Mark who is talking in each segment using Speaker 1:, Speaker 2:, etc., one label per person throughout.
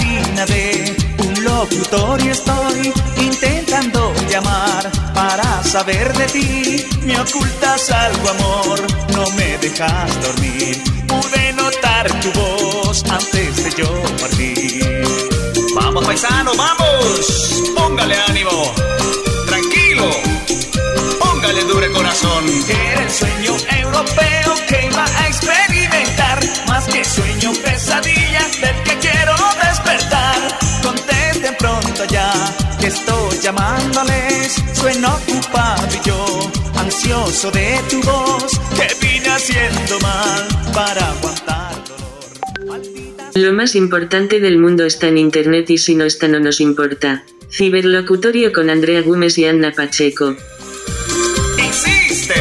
Speaker 1: línea de un locutor y estoy intentando llamar para saber de ti. Me ocultas algo, amor, no me dejas dormir. Pude notar tu voz antes de yo partir.
Speaker 2: Vamos paisano, vamos. Póngale ánimo. Tranquilo. Póngale dure corazón.
Speaker 1: Era el sueño europeo que iba a experimentar. Más que sueño, pesadilla del que quiero despertar. Contesten pronto ya que estoy llamándoles. Sueno ocupado y yo, ansioso de tu voz. Que vine haciendo mal para aguantar dolor. Maldita
Speaker 3: Lo más importante del mundo está en Internet y si no está no nos importa. Ciberlocutorio con Andrea Gómez y Anna Pacheco.
Speaker 2: Insiste.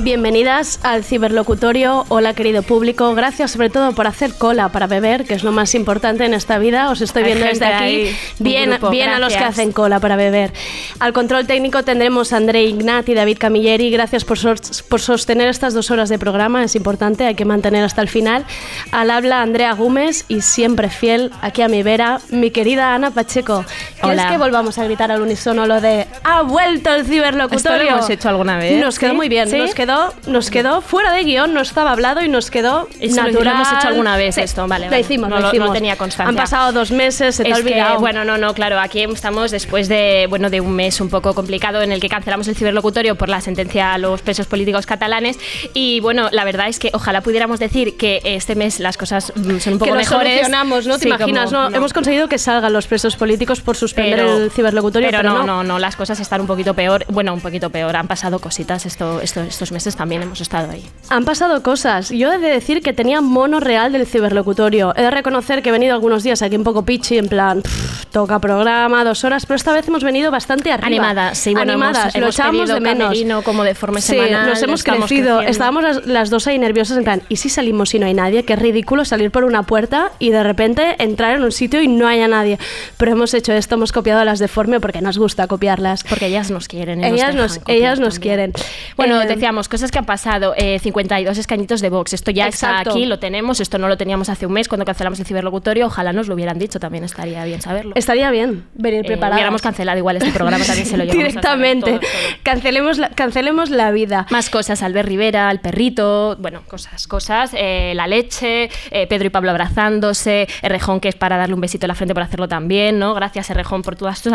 Speaker 4: Bienvenidas al ciberlocutorio. Hola querido público, gracias sobre todo por hacer cola para beber, que es lo más importante en esta vida. Os estoy
Speaker 5: Hay
Speaker 4: viendo
Speaker 5: gente
Speaker 4: desde aquí.
Speaker 5: ahí, un
Speaker 4: Bien,
Speaker 5: grupo,
Speaker 4: bien a los que
Speaker 5: gracias.
Speaker 4: hacen cola para beber. Al control técnico tendremos a André Ignat y David Camilleri. Gracias por, sos- por sostener estas dos horas de programa, es importante, hay que mantener hasta el final. Al habla Andrea Gómez y siempre fiel aquí a mi vera, mi querida Ana Pacheco. ¿Quieres
Speaker 5: Hola.
Speaker 4: que volvamos a gritar al unísono lo de ¡Ha vuelto el ciberlocutorio!
Speaker 5: Esto lo hemos hecho alguna vez,
Speaker 4: Nos quedó
Speaker 5: ¿sí?
Speaker 4: muy bien,
Speaker 5: ¿Sí?
Speaker 4: nos quedó, nos quedó fuera de guión, no estaba hablado y nos quedó
Speaker 5: Eso lo-
Speaker 4: natural.
Speaker 5: lo hemos hecho alguna vez
Speaker 4: Sí,
Speaker 5: esto, vale,
Speaker 4: Lo
Speaker 5: vale.
Speaker 4: hicimos,
Speaker 5: No
Speaker 4: lo
Speaker 5: lo- no
Speaker 4: hicimos.
Speaker 5: tenía constancia.
Speaker 4: Han pasado dos meses, se te ha
Speaker 5: Es que,
Speaker 4: olvidado.
Speaker 5: bueno, no, no, claro, aquí estamos después de, bueno, de un mes un poco complicado en el que cancelamos el ciberlocutorio por la sentencia a los presos políticos catalanes y bueno, la verdad es que ojalá pudiéramos decir que este mes las cosas mm, son un poco
Speaker 4: que lo
Speaker 5: mejores.
Speaker 4: solucionamos, ¿no? ¿Te
Speaker 5: Sí,
Speaker 4: imaginas?
Speaker 5: como-
Speaker 4: no, Hemos conseguido que salgan los presos políticos por suspender
Speaker 5: Pero-
Speaker 4: el ciberlocutorio, pero,
Speaker 5: no, no, no, las cosas están un poquito peor, bueno, un poquito peor, han pasado cositas esto, esto- estos meses también hemos estado ahí.
Speaker 4: Han pasado cosas. Yo he de decir que tenía mono real del ciberlocutorio. He de reconocer que he venido algunos días aquí un poco pichi, en plan, "Pff, toca programa, dos horas, pero esta vez hemos venido bastante arriba.
Speaker 5: Animada, sí, bueno,
Speaker 4: Animadas,
Speaker 5: hemos-
Speaker 4: lo
Speaker 5: hemos
Speaker 4: echábamos
Speaker 5: pedido
Speaker 4: de menos.
Speaker 5: camerino como de forma
Speaker 4: sí,
Speaker 5: semanal,
Speaker 4: nos hemos crecido.
Speaker 5: estamos creciendo.
Speaker 4: Estábamos las, las dos ahí nerviosas, en plan, ¿y si salimos y no hay nadie? Qué ridículo salir por una puerta y de repente entrar en un sitio y no haya nadie. Pero hemos hecho esto, hemos copiado las de Formio porque nos gusta copiarlas.
Speaker 5: Porque ellas nos quieren. y
Speaker 4: Ellas
Speaker 5: dejan
Speaker 4: nos-
Speaker 5: copiar
Speaker 4: ellas nos
Speaker 5: también.
Speaker 4: quieren.
Speaker 5: Bueno,
Speaker 4: Eh,
Speaker 5: decíamos, cosas que han pasado. eh, 52 escañitos de Vox. Esto ya
Speaker 4: Exacto.
Speaker 5: está aquí, lo tenemos. Esto no lo teníamos hace un mes cuando cancelamos el ciberlocutorio. Ojalá nos lo hubieran dicho, también estaría bien saberlo.
Speaker 4: Estaría bien venir
Speaker 5: Eh,
Speaker 4: preparados.
Speaker 5: hubiéramos cancelado igual este programa, también se lo llevamos a saber
Speaker 4: Directamente.
Speaker 5: todo, todo.
Speaker 4: Cancelemos, la, cancelemos la vida.
Speaker 5: Más cosas, Albert Rivera, el perrito, bueno, cosas, cosas, eh, la leche, eh, Pedro y Pablo abrazándose, Errejón que es para darle un besito en la frente por hacerlo también, ¿no? Gracias Errejón por todas tus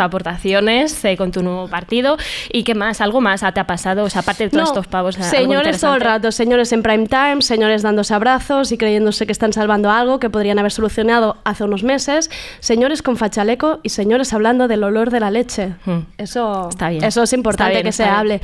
Speaker 5: aportaciones eh, con tu nuevo partido. ¿Y qué más? ¿Algo más te ha pasado? O sea, aparte de todos estos pavos. algo
Speaker 4: señores todo el
Speaker 5: interesante?
Speaker 4: rato, señores en prime time, señores dándose abrazos y creyéndose que están salvando algo que podrían haber solucionado hace unos meses, señores con fachaleco y señores hablando del olor de la leche.
Speaker 5: Hmm.
Speaker 4: Eso,
Speaker 5: Está bien.
Speaker 4: eso es importante
Speaker 5: Está bien,
Speaker 4: que se
Speaker 5: está bien.
Speaker 4: hable.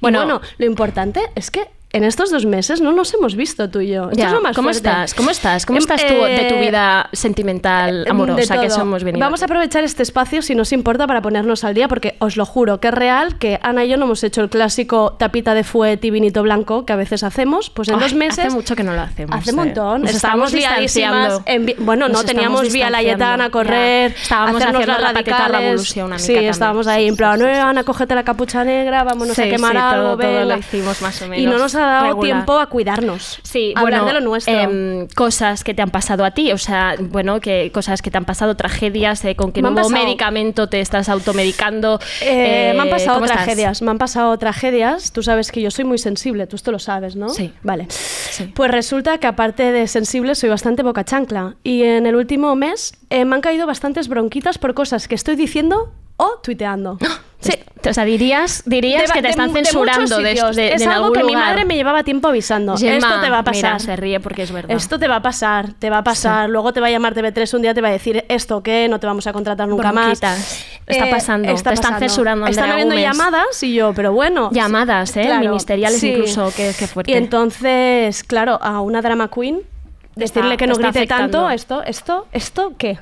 Speaker 4: Bueno,
Speaker 5: Bueno.
Speaker 4: bueno, lo importante es que en estos dos meses no nos hemos visto tú y yo. Esto
Speaker 5: Ya,
Speaker 4: es lo más
Speaker 5: ¿Cómo
Speaker 4: fuerte.
Speaker 5: estás? ¿Cómo estás? ¿Cómo
Speaker 4: Em,
Speaker 5: estás tú de tu
Speaker 4: eh, em,
Speaker 5: vida sentimental,
Speaker 4: de
Speaker 5: amorosa, que
Speaker 4: todo.
Speaker 5: somos venido?
Speaker 4: Vamos a aprovechar este espacio, si nos importa, para ponernos al día, porque os lo juro que es real que Ana y yo no hemos hecho el clásico tapita de fuet y vinito blanco que a veces hacemos. Pues en
Speaker 5: Ay,
Speaker 4: dos meses.
Speaker 5: hace mucho que no lo hacemos,
Speaker 4: Hace
Speaker 5: eh.
Speaker 4: un montón.
Speaker 5: Nos
Speaker 4: estábamos
Speaker 5: estamos distanciando.
Speaker 4: liadísimas en vi- bueno,
Speaker 5: Nos
Speaker 4: no teníamos
Speaker 5: estamos
Speaker 4: vía
Speaker 5: distanciando.
Speaker 4: Layetana a correr.
Speaker 5: Ya. Estábamos
Speaker 4: hacernos
Speaker 5: haciendo
Speaker 4: las
Speaker 5: la patita
Speaker 4: radicales.
Speaker 5: revolución, una mica
Speaker 4: Sí,
Speaker 5: también.
Speaker 4: estábamos ahí
Speaker 5: Sí,
Speaker 4: en
Speaker 5: sí,
Speaker 4: plan,
Speaker 5: sí,
Speaker 4: "Eh,
Speaker 5: sí,
Speaker 4: Ana,
Speaker 5: sí.
Speaker 4: cógete la capucha negra, vámonos a
Speaker 5: Sí,
Speaker 4: quemar
Speaker 5: sí, todo-
Speaker 4: algo.
Speaker 5: todo lo
Speaker 4: venga".
Speaker 5: hicimos más o
Speaker 4: Y no
Speaker 5: menos
Speaker 4: nos ha dado
Speaker 5: regular.
Speaker 4: tiempo a cuidarnos.
Speaker 5: Sí,
Speaker 4: a hablar
Speaker 5: bueno,
Speaker 4: de lo nuestro.
Speaker 5: em, cosas que te han pasado a ti, o sea, bueno, que cosas que te han pasado, tragedias, eh, con qué
Speaker 4: Me han
Speaker 5: nuevo
Speaker 4: pasado-
Speaker 5: medicamento te estás automedicando.
Speaker 4: Eh,
Speaker 5: eh,
Speaker 4: me han pasado
Speaker 5: ¿cómo estás?
Speaker 4: tragedias, me han pasado tragedias. Tú sabes que yo soy muy sensible, tú esto lo sabes, ¿no?
Speaker 5: Sí.
Speaker 4: Vale. Pues resulta que aparte de sensible soy bastante boca chancla y en el último mes eh, me han caído bastantes bronquitas por cosas que estoy diciendo o tuiteando. Sí.
Speaker 5: O sea, dirías, dirías
Speaker 4: De-
Speaker 5: que te
Speaker 4: de
Speaker 5: están
Speaker 4: mu- de
Speaker 5: censurando
Speaker 4: muchos
Speaker 5: de,
Speaker 4: sitios.
Speaker 5: de-
Speaker 4: es
Speaker 5: de en
Speaker 4: algo
Speaker 5: algún
Speaker 4: que mi
Speaker 5: lugar.
Speaker 4: madre me llevaba tiempo avisando.
Speaker 5: Gemma,
Speaker 4: Esto te va a
Speaker 5: mira,
Speaker 4: pasar.
Speaker 5: se ríe porque es verdad.
Speaker 4: Esto te va a pasar, te va a pasar. Luego te va a llamar TV3 un día, te va a decir esto que no te vamos a contratar nunca
Speaker 5: Bronquitas.
Speaker 4: más. Eh,
Speaker 5: Está pasando, te están censurando,
Speaker 4: Están
Speaker 5: Andrea
Speaker 4: habiendo
Speaker 5: Gómez.
Speaker 4: llamadas y yo, pero bueno.
Speaker 5: Llamadas, ¿eh? Ministeriales incluso, qué- qué fuerte.
Speaker 4: Y entonces, claro, a una drama queen. Decirle
Speaker 5: Está-
Speaker 4: que no
Speaker 5: está
Speaker 4: grite tanto,
Speaker 5: afectando.
Speaker 4: esto, esto, esto, ¿qué?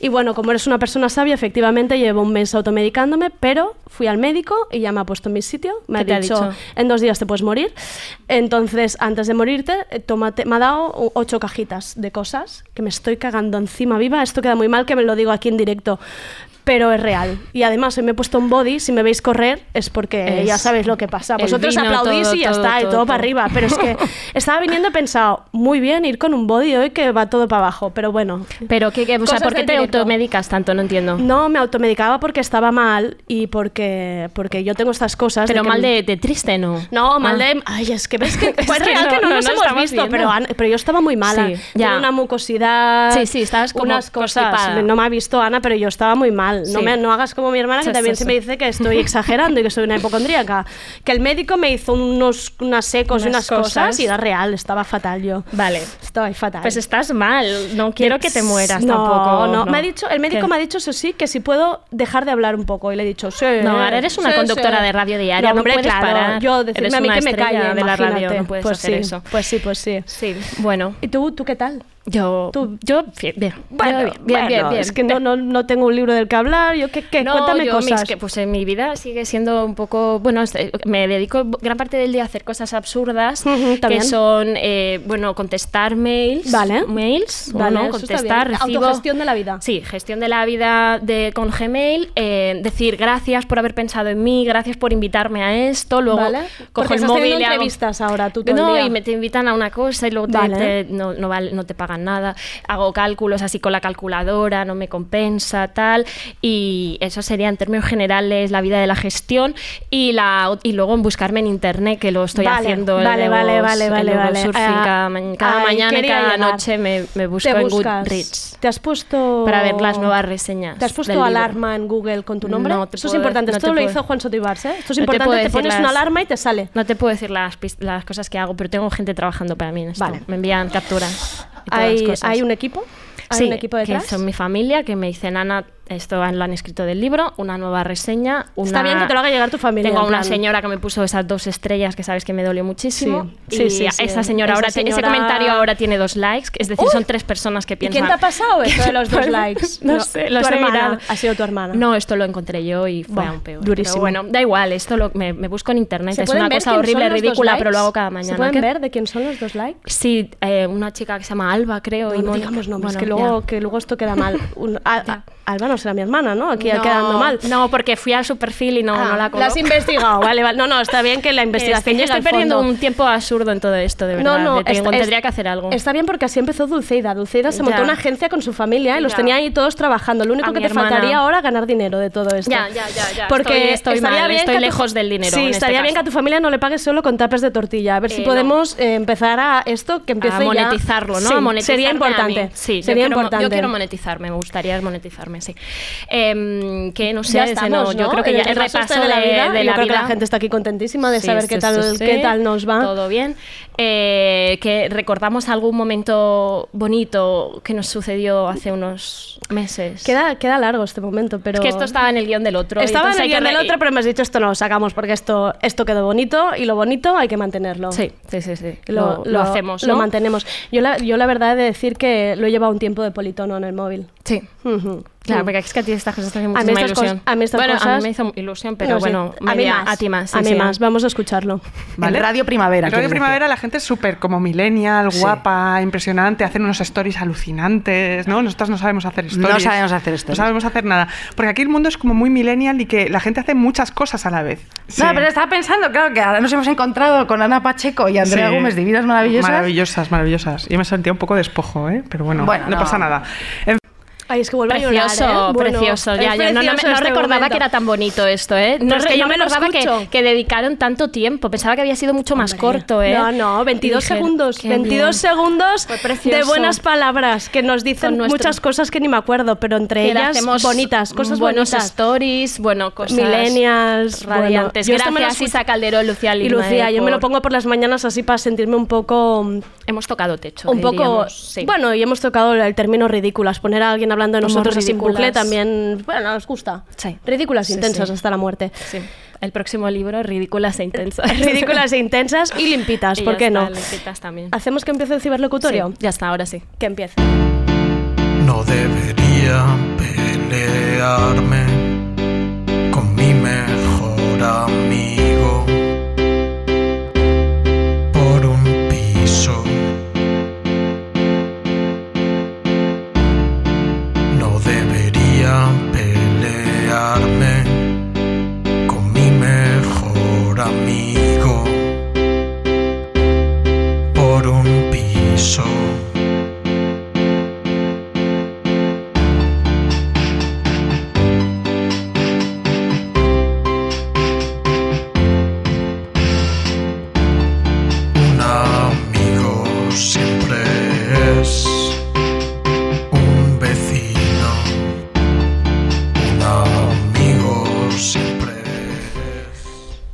Speaker 4: Y bueno, como eres una persona sabia, efectivamente llevo un mes automedicándome, pero fui al médico y ya me ha puesto en mi sitio, me ha
Speaker 5: ¿Qué te ha
Speaker 4: dicho,
Speaker 5: dicho?
Speaker 4: en dos días te puedes morir. Entonces, antes de morirte, eh, tómate, me ha dado o- ocho cajitas de cosas que me estoy cagando encima viva. Esto queda muy mal que me lo digo aquí en directo. pero es real. Y además, hoy me he puesto un body, si me veis correr es porque
Speaker 5: Es
Speaker 4: ya sabéis lo que pasa.
Speaker 5: el
Speaker 4: Vosotros
Speaker 5: vino,
Speaker 4: aplaudís
Speaker 5: todo,
Speaker 4: y ya
Speaker 5: todo,
Speaker 4: está, y
Speaker 5: todo,
Speaker 4: todo, para
Speaker 5: todo.
Speaker 4: arriba. Pero es que estaba viniendo y he pensado, muy bien ir con un body hoy que va todo para abajo, pero bueno.
Speaker 5: Pero, ¿qué, qué- o sea,
Speaker 6: Cosas
Speaker 5: ¿por qué
Speaker 6: del
Speaker 5: te
Speaker 6: directo.
Speaker 5: automedicas tanto? No entiendo.
Speaker 4: No, me automedicaba porque estaba mal y porque, porque yo tengo estas cosas.
Speaker 5: Pero
Speaker 4: que-
Speaker 5: mal de, de triste, ¿no?
Speaker 4: No, mal
Speaker 5: Ah.
Speaker 4: de... Ay, es que ves que es
Speaker 5: que
Speaker 4: real que no,
Speaker 5: no, no
Speaker 4: nos hemos
Speaker 5: estamos
Speaker 4: visto,
Speaker 5: viendo.
Speaker 4: pero, Ana- pero yo estaba muy mala.
Speaker 5: Sí,
Speaker 4: Tenía
Speaker 5: ya.
Speaker 4: una mucosidad,
Speaker 5: Sí, sí, estabas como
Speaker 4: unas cosas.
Speaker 5: constipada.
Speaker 4: No me ha visto Ana, pero yo estaba muy mal. No,
Speaker 5: Sí.
Speaker 4: me, no hagas como mi hermana, que
Speaker 5: Sí,
Speaker 4: también
Speaker 5: sí,
Speaker 4: se
Speaker 5: sí.
Speaker 4: me dice que estoy exagerando y que soy una hipocondríaca. Que el médico me hizo unos unas secos y unas
Speaker 5: Unas
Speaker 4: cosas.
Speaker 5: cosas.
Speaker 4: y era real, estaba fatal yo.
Speaker 5: Vale.
Speaker 4: Estaba fatal.
Speaker 5: Pues estás mal. No quiero que te mueras
Speaker 4: no,
Speaker 5: tampoco.
Speaker 4: No, Me ha dicho, el médico
Speaker 5: ¿Qué?
Speaker 4: me ha dicho, eso sí, que si puedo dejar de hablar un poco. Y le he dicho, sí.
Speaker 5: No, ahora eres una
Speaker 6: Sí,
Speaker 5: conductora
Speaker 6: sí.
Speaker 5: de radio diaria, no,
Speaker 4: hombre,
Speaker 5: puedes
Speaker 4: claro,
Speaker 5: parar.
Speaker 4: Yo decirme
Speaker 5: Eres
Speaker 4: a mí
Speaker 5: una
Speaker 4: que me
Speaker 5: estrella
Speaker 4: calle
Speaker 5: de la radio,
Speaker 4: imagínate.
Speaker 5: no puedes
Speaker 4: pues
Speaker 5: hacer
Speaker 4: sí,
Speaker 5: eso.
Speaker 4: Pues sí, pues sí.
Speaker 5: Sí, bueno,
Speaker 4: ¿Y tú, tú qué tal?
Speaker 5: yo,
Speaker 4: Tú-
Speaker 5: yo bien, bien, yo bien, bien, bien,
Speaker 4: bueno,
Speaker 5: bien.
Speaker 4: es que no, no, no tengo un libro del que hablar. Yo, ¿qué, qué?
Speaker 5: No,
Speaker 4: Cuéntame
Speaker 5: yo,
Speaker 4: cosas.
Speaker 5: mis- que, pues en mi vida sigue siendo un poco, bueno, este, me dedico gran parte del día a hacer cosas absurdas,
Speaker 4: Ujú,
Speaker 5: que
Speaker 4: también.
Speaker 5: son, eh, bueno, contestar mails,
Speaker 4: Vale.
Speaker 5: mails, o
Speaker 4: Vale,
Speaker 5: no,
Speaker 4: eso está
Speaker 5: contestar,
Speaker 4: bien.
Speaker 5: recibo,
Speaker 4: Autogestión de la vida.
Speaker 5: sí, gestión de la vida de con Gmail, eh, decir gracias por haber pensado en mí, gracias por invitarme a esto, luego
Speaker 4: Vale.
Speaker 5: cojo
Speaker 4: Porque
Speaker 5: el
Speaker 4: estás
Speaker 5: móvil
Speaker 4: teniendo
Speaker 5: y hago-
Speaker 4: entrevistas ahora tú todo el
Speaker 5: no
Speaker 4: día.
Speaker 5: y me te invitan a una cosa y luego te-
Speaker 4: Vale.
Speaker 5: te- no, no, val- no te pagan nada, hago cálculos así con la calculadora, no me compensa, tal, y eso sería en términos generales la vida de la gestión y la ot- y luego en buscarme en internet que lo estoy
Speaker 4: Vale,
Speaker 5: haciendo el
Speaker 4: vale, vale, vale,
Speaker 5: el
Speaker 4: vale,
Speaker 5: Eurosurfing
Speaker 4: vale.
Speaker 5: cada,
Speaker 4: Ah,
Speaker 5: ma- cada
Speaker 4: ahí
Speaker 5: mañana y
Speaker 4: quería
Speaker 5: cada
Speaker 4: llegar.
Speaker 5: noche me, me busco
Speaker 4: Te
Speaker 5: en
Speaker 4: buscas-
Speaker 5: Goodreads
Speaker 4: Te has puesto.
Speaker 5: para ver las nuevas reseñas
Speaker 4: ¿Te has puesto
Speaker 5: del libro.
Speaker 4: alarma en Google con tu nombre?
Speaker 5: No te
Speaker 4: Esto es
Speaker 5: puedo-
Speaker 4: importante.
Speaker 5: no
Speaker 4: Esto
Speaker 5: te
Speaker 4: lo
Speaker 5: puedo-
Speaker 4: hizo Juan Sotibars, ¿eh? Esto es
Speaker 5: No te
Speaker 4: importante.
Speaker 5: puedo
Speaker 4: te,
Speaker 5: decir
Speaker 4: pones
Speaker 5: las-
Speaker 4: una alarma y te sale.
Speaker 5: No te puedo decir las, pis- las cosas que hago, pero tengo gente trabajando para mí en esto.
Speaker 4: Vale.
Speaker 5: Me envían capturas. y todas las
Speaker 4: ¿Hay,
Speaker 5: cosas.
Speaker 4: hay un equipo? ¿Hay
Speaker 5: sí,
Speaker 4: un equipo
Speaker 5: que
Speaker 4: detrás?
Speaker 5: son mi familia, que me dicen, Ana, esto lo han escrito del libro, una nueva reseña. Una...
Speaker 4: Está bien que te lo haga llegar tu familia.
Speaker 5: Tengo a
Speaker 4: en
Speaker 5: una
Speaker 4: plan.
Speaker 5: señora que me puso esas dos estrellas que sabes que me dolió muchísimo.
Speaker 4: Sí,
Speaker 5: y
Speaker 4: sí, sí, sí.
Speaker 5: esa señora
Speaker 4: Esa
Speaker 5: ahora tiene-
Speaker 4: señora-
Speaker 5: ese comentario ahora tiene dos likes, es decir,
Speaker 4: ¡Uy!
Speaker 5: son tres personas que
Speaker 4: ¿Y
Speaker 5: piensan.
Speaker 4: quién te ha pasado esto de los dos likes?
Speaker 5: No, sé, lo
Speaker 4: tu
Speaker 5: he
Speaker 4: hermana.
Speaker 5: mirado.
Speaker 4: Ha sido tu hermana.
Speaker 5: No, esto lo encontré yo y fue
Speaker 4: Buah,
Speaker 5: aún peor.
Speaker 4: durísimo.
Speaker 5: Pero bueno, da igual, esto lo, me, me busco en internet.
Speaker 4: ¿Se
Speaker 5: Es
Speaker 4: pueden
Speaker 5: una
Speaker 4: ver
Speaker 5: cosa
Speaker 4: quién
Speaker 5: horrible,
Speaker 4: son los dos
Speaker 5: ridícula,
Speaker 4: likes?
Speaker 5: pero lo hago cada mañana.
Speaker 4: ¿Se pueden
Speaker 5: ¿Qué-
Speaker 4: ver de quién son los dos likes?
Speaker 5: Sí, eh, una chica que se llama Alba, creo. y
Speaker 4: No, no
Speaker 5: Mónica-
Speaker 4: digamos nombres,
Speaker 5: bueno,
Speaker 4: que,
Speaker 5: ya.
Speaker 4: luego, que luego esto queda mal. Un- a- a- Alba no será mi hermana, ¿no? Aquí
Speaker 5: No,
Speaker 4: quedando mal.
Speaker 5: No, porque fui a su perfil y no,
Speaker 4: Ah,
Speaker 5: no la conozco.
Speaker 4: la has investigado, vale, vale. No, no, está bien que la investigación
Speaker 5: Este,
Speaker 4: llega
Speaker 5: estoy
Speaker 4: al
Speaker 5: perdiendo
Speaker 4: fondo.
Speaker 5: un tiempo absurdo en todo esto, de
Speaker 4: No,
Speaker 5: verdad.
Speaker 4: no,
Speaker 5: de- tengo-
Speaker 4: es-
Speaker 5: tendría que hacer algo.
Speaker 4: Está bien porque así empezó Dulceida. Dulceida se montó
Speaker 5: Ya.
Speaker 4: una agencia con su familia y los
Speaker 5: Ya.
Speaker 4: tenía ahí todos trabajando. Lo único
Speaker 5: A
Speaker 4: que
Speaker 5: mi
Speaker 4: te
Speaker 5: hermana.
Speaker 4: faltaría ahora ganar dinero de todo esto.
Speaker 5: Ya, ya, ya, ya.
Speaker 4: Porque
Speaker 5: Estoy- estoy
Speaker 4: estaría
Speaker 5: mal,
Speaker 4: bien
Speaker 5: estoy
Speaker 4: que a tu-
Speaker 5: lejos del dinero,
Speaker 4: Sí,
Speaker 5: en este
Speaker 4: estaría bien que a
Speaker 5: caso.
Speaker 4: tu familia no le pagues solo con tapes de tortilla. A ver si
Speaker 5: Eh,
Speaker 4: podemos eh, empezar a esto que empiece
Speaker 5: a
Speaker 4: ya-
Speaker 5: monetizarlo, ¿no?
Speaker 4: Sí,
Speaker 5: a monetizarme
Speaker 4: sería
Speaker 5: a mí.
Speaker 4: importante.
Speaker 5: Sí, yo
Speaker 4: sería
Speaker 5: quiero mo-
Speaker 4: importante.
Speaker 5: Yo quiero monetizarme, me gustaría monetizarme, sí. Em, que no sé,
Speaker 4: Ya
Speaker 5: ese
Speaker 4: estamos,
Speaker 5: no, yo
Speaker 4: ¿no?
Speaker 5: creo que
Speaker 4: En
Speaker 5: ya
Speaker 4: el
Speaker 5: el
Speaker 4: repaso
Speaker 5: repaso
Speaker 4: de la vida,
Speaker 5: de
Speaker 4: yo creo que la
Speaker 5: vida-
Speaker 4: gente está aquí contentísima de
Speaker 5: Sí,
Speaker 4: saber
Speaker 5: sí,
Speaker 4: qué
Speaker 5: sí,
Speaker 4: tal
Speaker 5: sí.
Speaker 4: qué tal nos va.
Speaker 5: Todo bien. Eh, que recordamos algún momento bonito que nos sucedió hace unos meses.
Speaker 4: Queda queda largo este momento, pero
Speaker 5: Es que esto estaba en el guión del otro.
Speaker 4: Estaba en
Speaker 5: entonces
Speaker 4: el
Speaker 5: hay que
Speaker 4: guión del
Speaker 5: re-
Speaker 4: otro, pero me has dicho esto no lo sacamos porque esto, esto quedó bonito y lo bonito hay que mantenerlo.
Speaker 5: Sí, sí, sí, sí.
Speaker 4: Lo, lo-
Speaker 5: hacemos,
Speaker 4: Lo
Speaker 5: ¿no?
Speaker 4: mantenemos. Yo la, yo la verdad he de decir que lo he llevado un tiempo de politono en el móvil.
Speaker 5: Sí.
Speaker 4: Ujú.
Speaker 5: Claro,
Speaker 4: Mm.
Speaker 5: porque es que a ti estas cosas te hacen
Speaker 4: A mí
Speaker 5: muchísima
Speaker 4: estas cos-
Speaker 5: ilusión.
Speaker 4: a mí estas
Speaker 5: bueno, a
Speaker 4: cosas-
Speaker 5: mí me hizo ilusión, pero
Speaker 4: No sé.
Speaker 5: bueno,
Speaker 4: a mí
Speaker 5: media-
Speaker 4: más.
Speaker 5: A ti más. sí,
Speaker 4: a mí
Speaker 5: sí. ¿eh?
Speaker 4: más. Vamos a escucharlo.
Speaker 7: ¿Vale?
Speaker 8: En Radio Primavera.
Speaker 7: En Radio
Speaker 8: quieres decir.
Speaker 7: Primavera la gente es súper como millennial,
Speaker 8: Sí.
Speaker 7: guapa, impresionante, hacen unos stories alucinantes, ¿no? Nosotras no sabemos hacer stories.
Speaker 8: No sabemos hacer stories.
Speaker 7: No sabemos hacer nada. Porque aquí el mundo es como muy millennial y que la gente hace muchas cosas a la vez.
Speaker 8: No, pero estaba pensando, claro, que ahora nos hemos encontrado con Ana Pacheco y Andrea
Speaker 7: Sí.
Speaker 8: Gómez, divinas maravillosas.
Speaker 7: Maravillosas, maravillosas. Yo me sentía un poco despojo, ¿eh? Pero bueno,
Speaker 8: Bueno,
Speaker 7: no,
Speaker 8: no.
Speaker 7: pasa nada. En
Speaker 4: Ay, es que vuelvo a
Speaker 5: Precioso,
Speaker 4: llorar. ¿eh? Bueno,
Speaker 5: precioso.
Speaker 4: es
Speaker 5: Ya, yo no- no, me-
Speaker 4: precioso
Speaker 5: no
Speaker 4: este
Speaker 5: recordaba
Speaker 4: momento.
Speaker 5: que era tan bonito esto, ¿eh? No,
Speaker 4: es
Speaker 5: re-
Speaker 4: que yo
Speaker 5: no
Speaker 4: me lo
Speaker 5: recordaba que,
Speaker 4: escucho.
Speaker 5: que dedicaron tanto tiempo. Pensaba que había sido mucho más
Speaker 4: Hombre.
Speaker 5: corto, ¿eh?
Speaker 4: No, no, 22
Speaker 5: Dije,
Speaker 4: segundos.
Speaker 5: qué
Speaker 4: 22
Speaker 5: bien.
Speaker 4: segundos
Speaker 5: Fue
Speaker 4: de
Speaker 5: precioso.
Speaker 4: buenas palabras que nos dicen
Speaker 5: Con nuestro-
Speaker 4: muchas cosas que ni me acuerdo, pero entre
Speaker 5: Que le
Speaker 4: ellas
Speaker 5: hacemos
Speaker 4: bonitas, cosas
Speaker 5: buenos
Speaker 4: bonitas.
Speaker 5: stories, bueno, cosas
Speaker 4: Millennials,
Speaker 5: radiantes.
Speaker 4: bueno, yo esto me lo
Speaker 5: Gracias,
Speaker 4: escucho-
Speaker 5: Isa Calderón, Lucía
Speaker 4: Y
Speaker 5: Lima.
Speaker 4: Lucía,
Speaker 5: eh,
Speaker 4: yo me lo
Speaker 5: por-
Speaker 4: pongo por las mañanas así para sentirme un poco...
Speaker 5: Hemos tocado techo.
Speaker 4: Un poco...
Speaker 5: diríamos, sí.
Speaker 4: Bueno, y hemos tocado el término ridículas. Poner a alguien hablando de
Speaker 5: Somos
Speaker 4: nosotros así en
Speaker 5: ridículas.
Speaker 4: bucle también... Bueno, nos gusta.
Speaker 5: Sí.
Speaker 4: Ridículas
Speaker 5: Sí,
Speaker 4: intensas
Speaker 5: sí.
Speaker 4: hasta la muerte.
Speaker 5: Sí. El próximo libro, Ridículas e Intensas.
Speaker 4: Ridículas e intensas y limpitas,
Speaker 5: Y
Speaker 4: ¿por
Speaker 5: ya
Speaker 4: qué
Speaker 5: está,
Speaker 4: no?
Speaker 5: limpitas también.
Speaker 4: ¿Hacemos que empiece el ciberlocutorio?
Speaker 5: Sí, ya está, ahora sí.
Speaker 4: Que empiece.
Speaker 2: No debería pelearme con mi mejor amigo por un piso. No debería pelearme.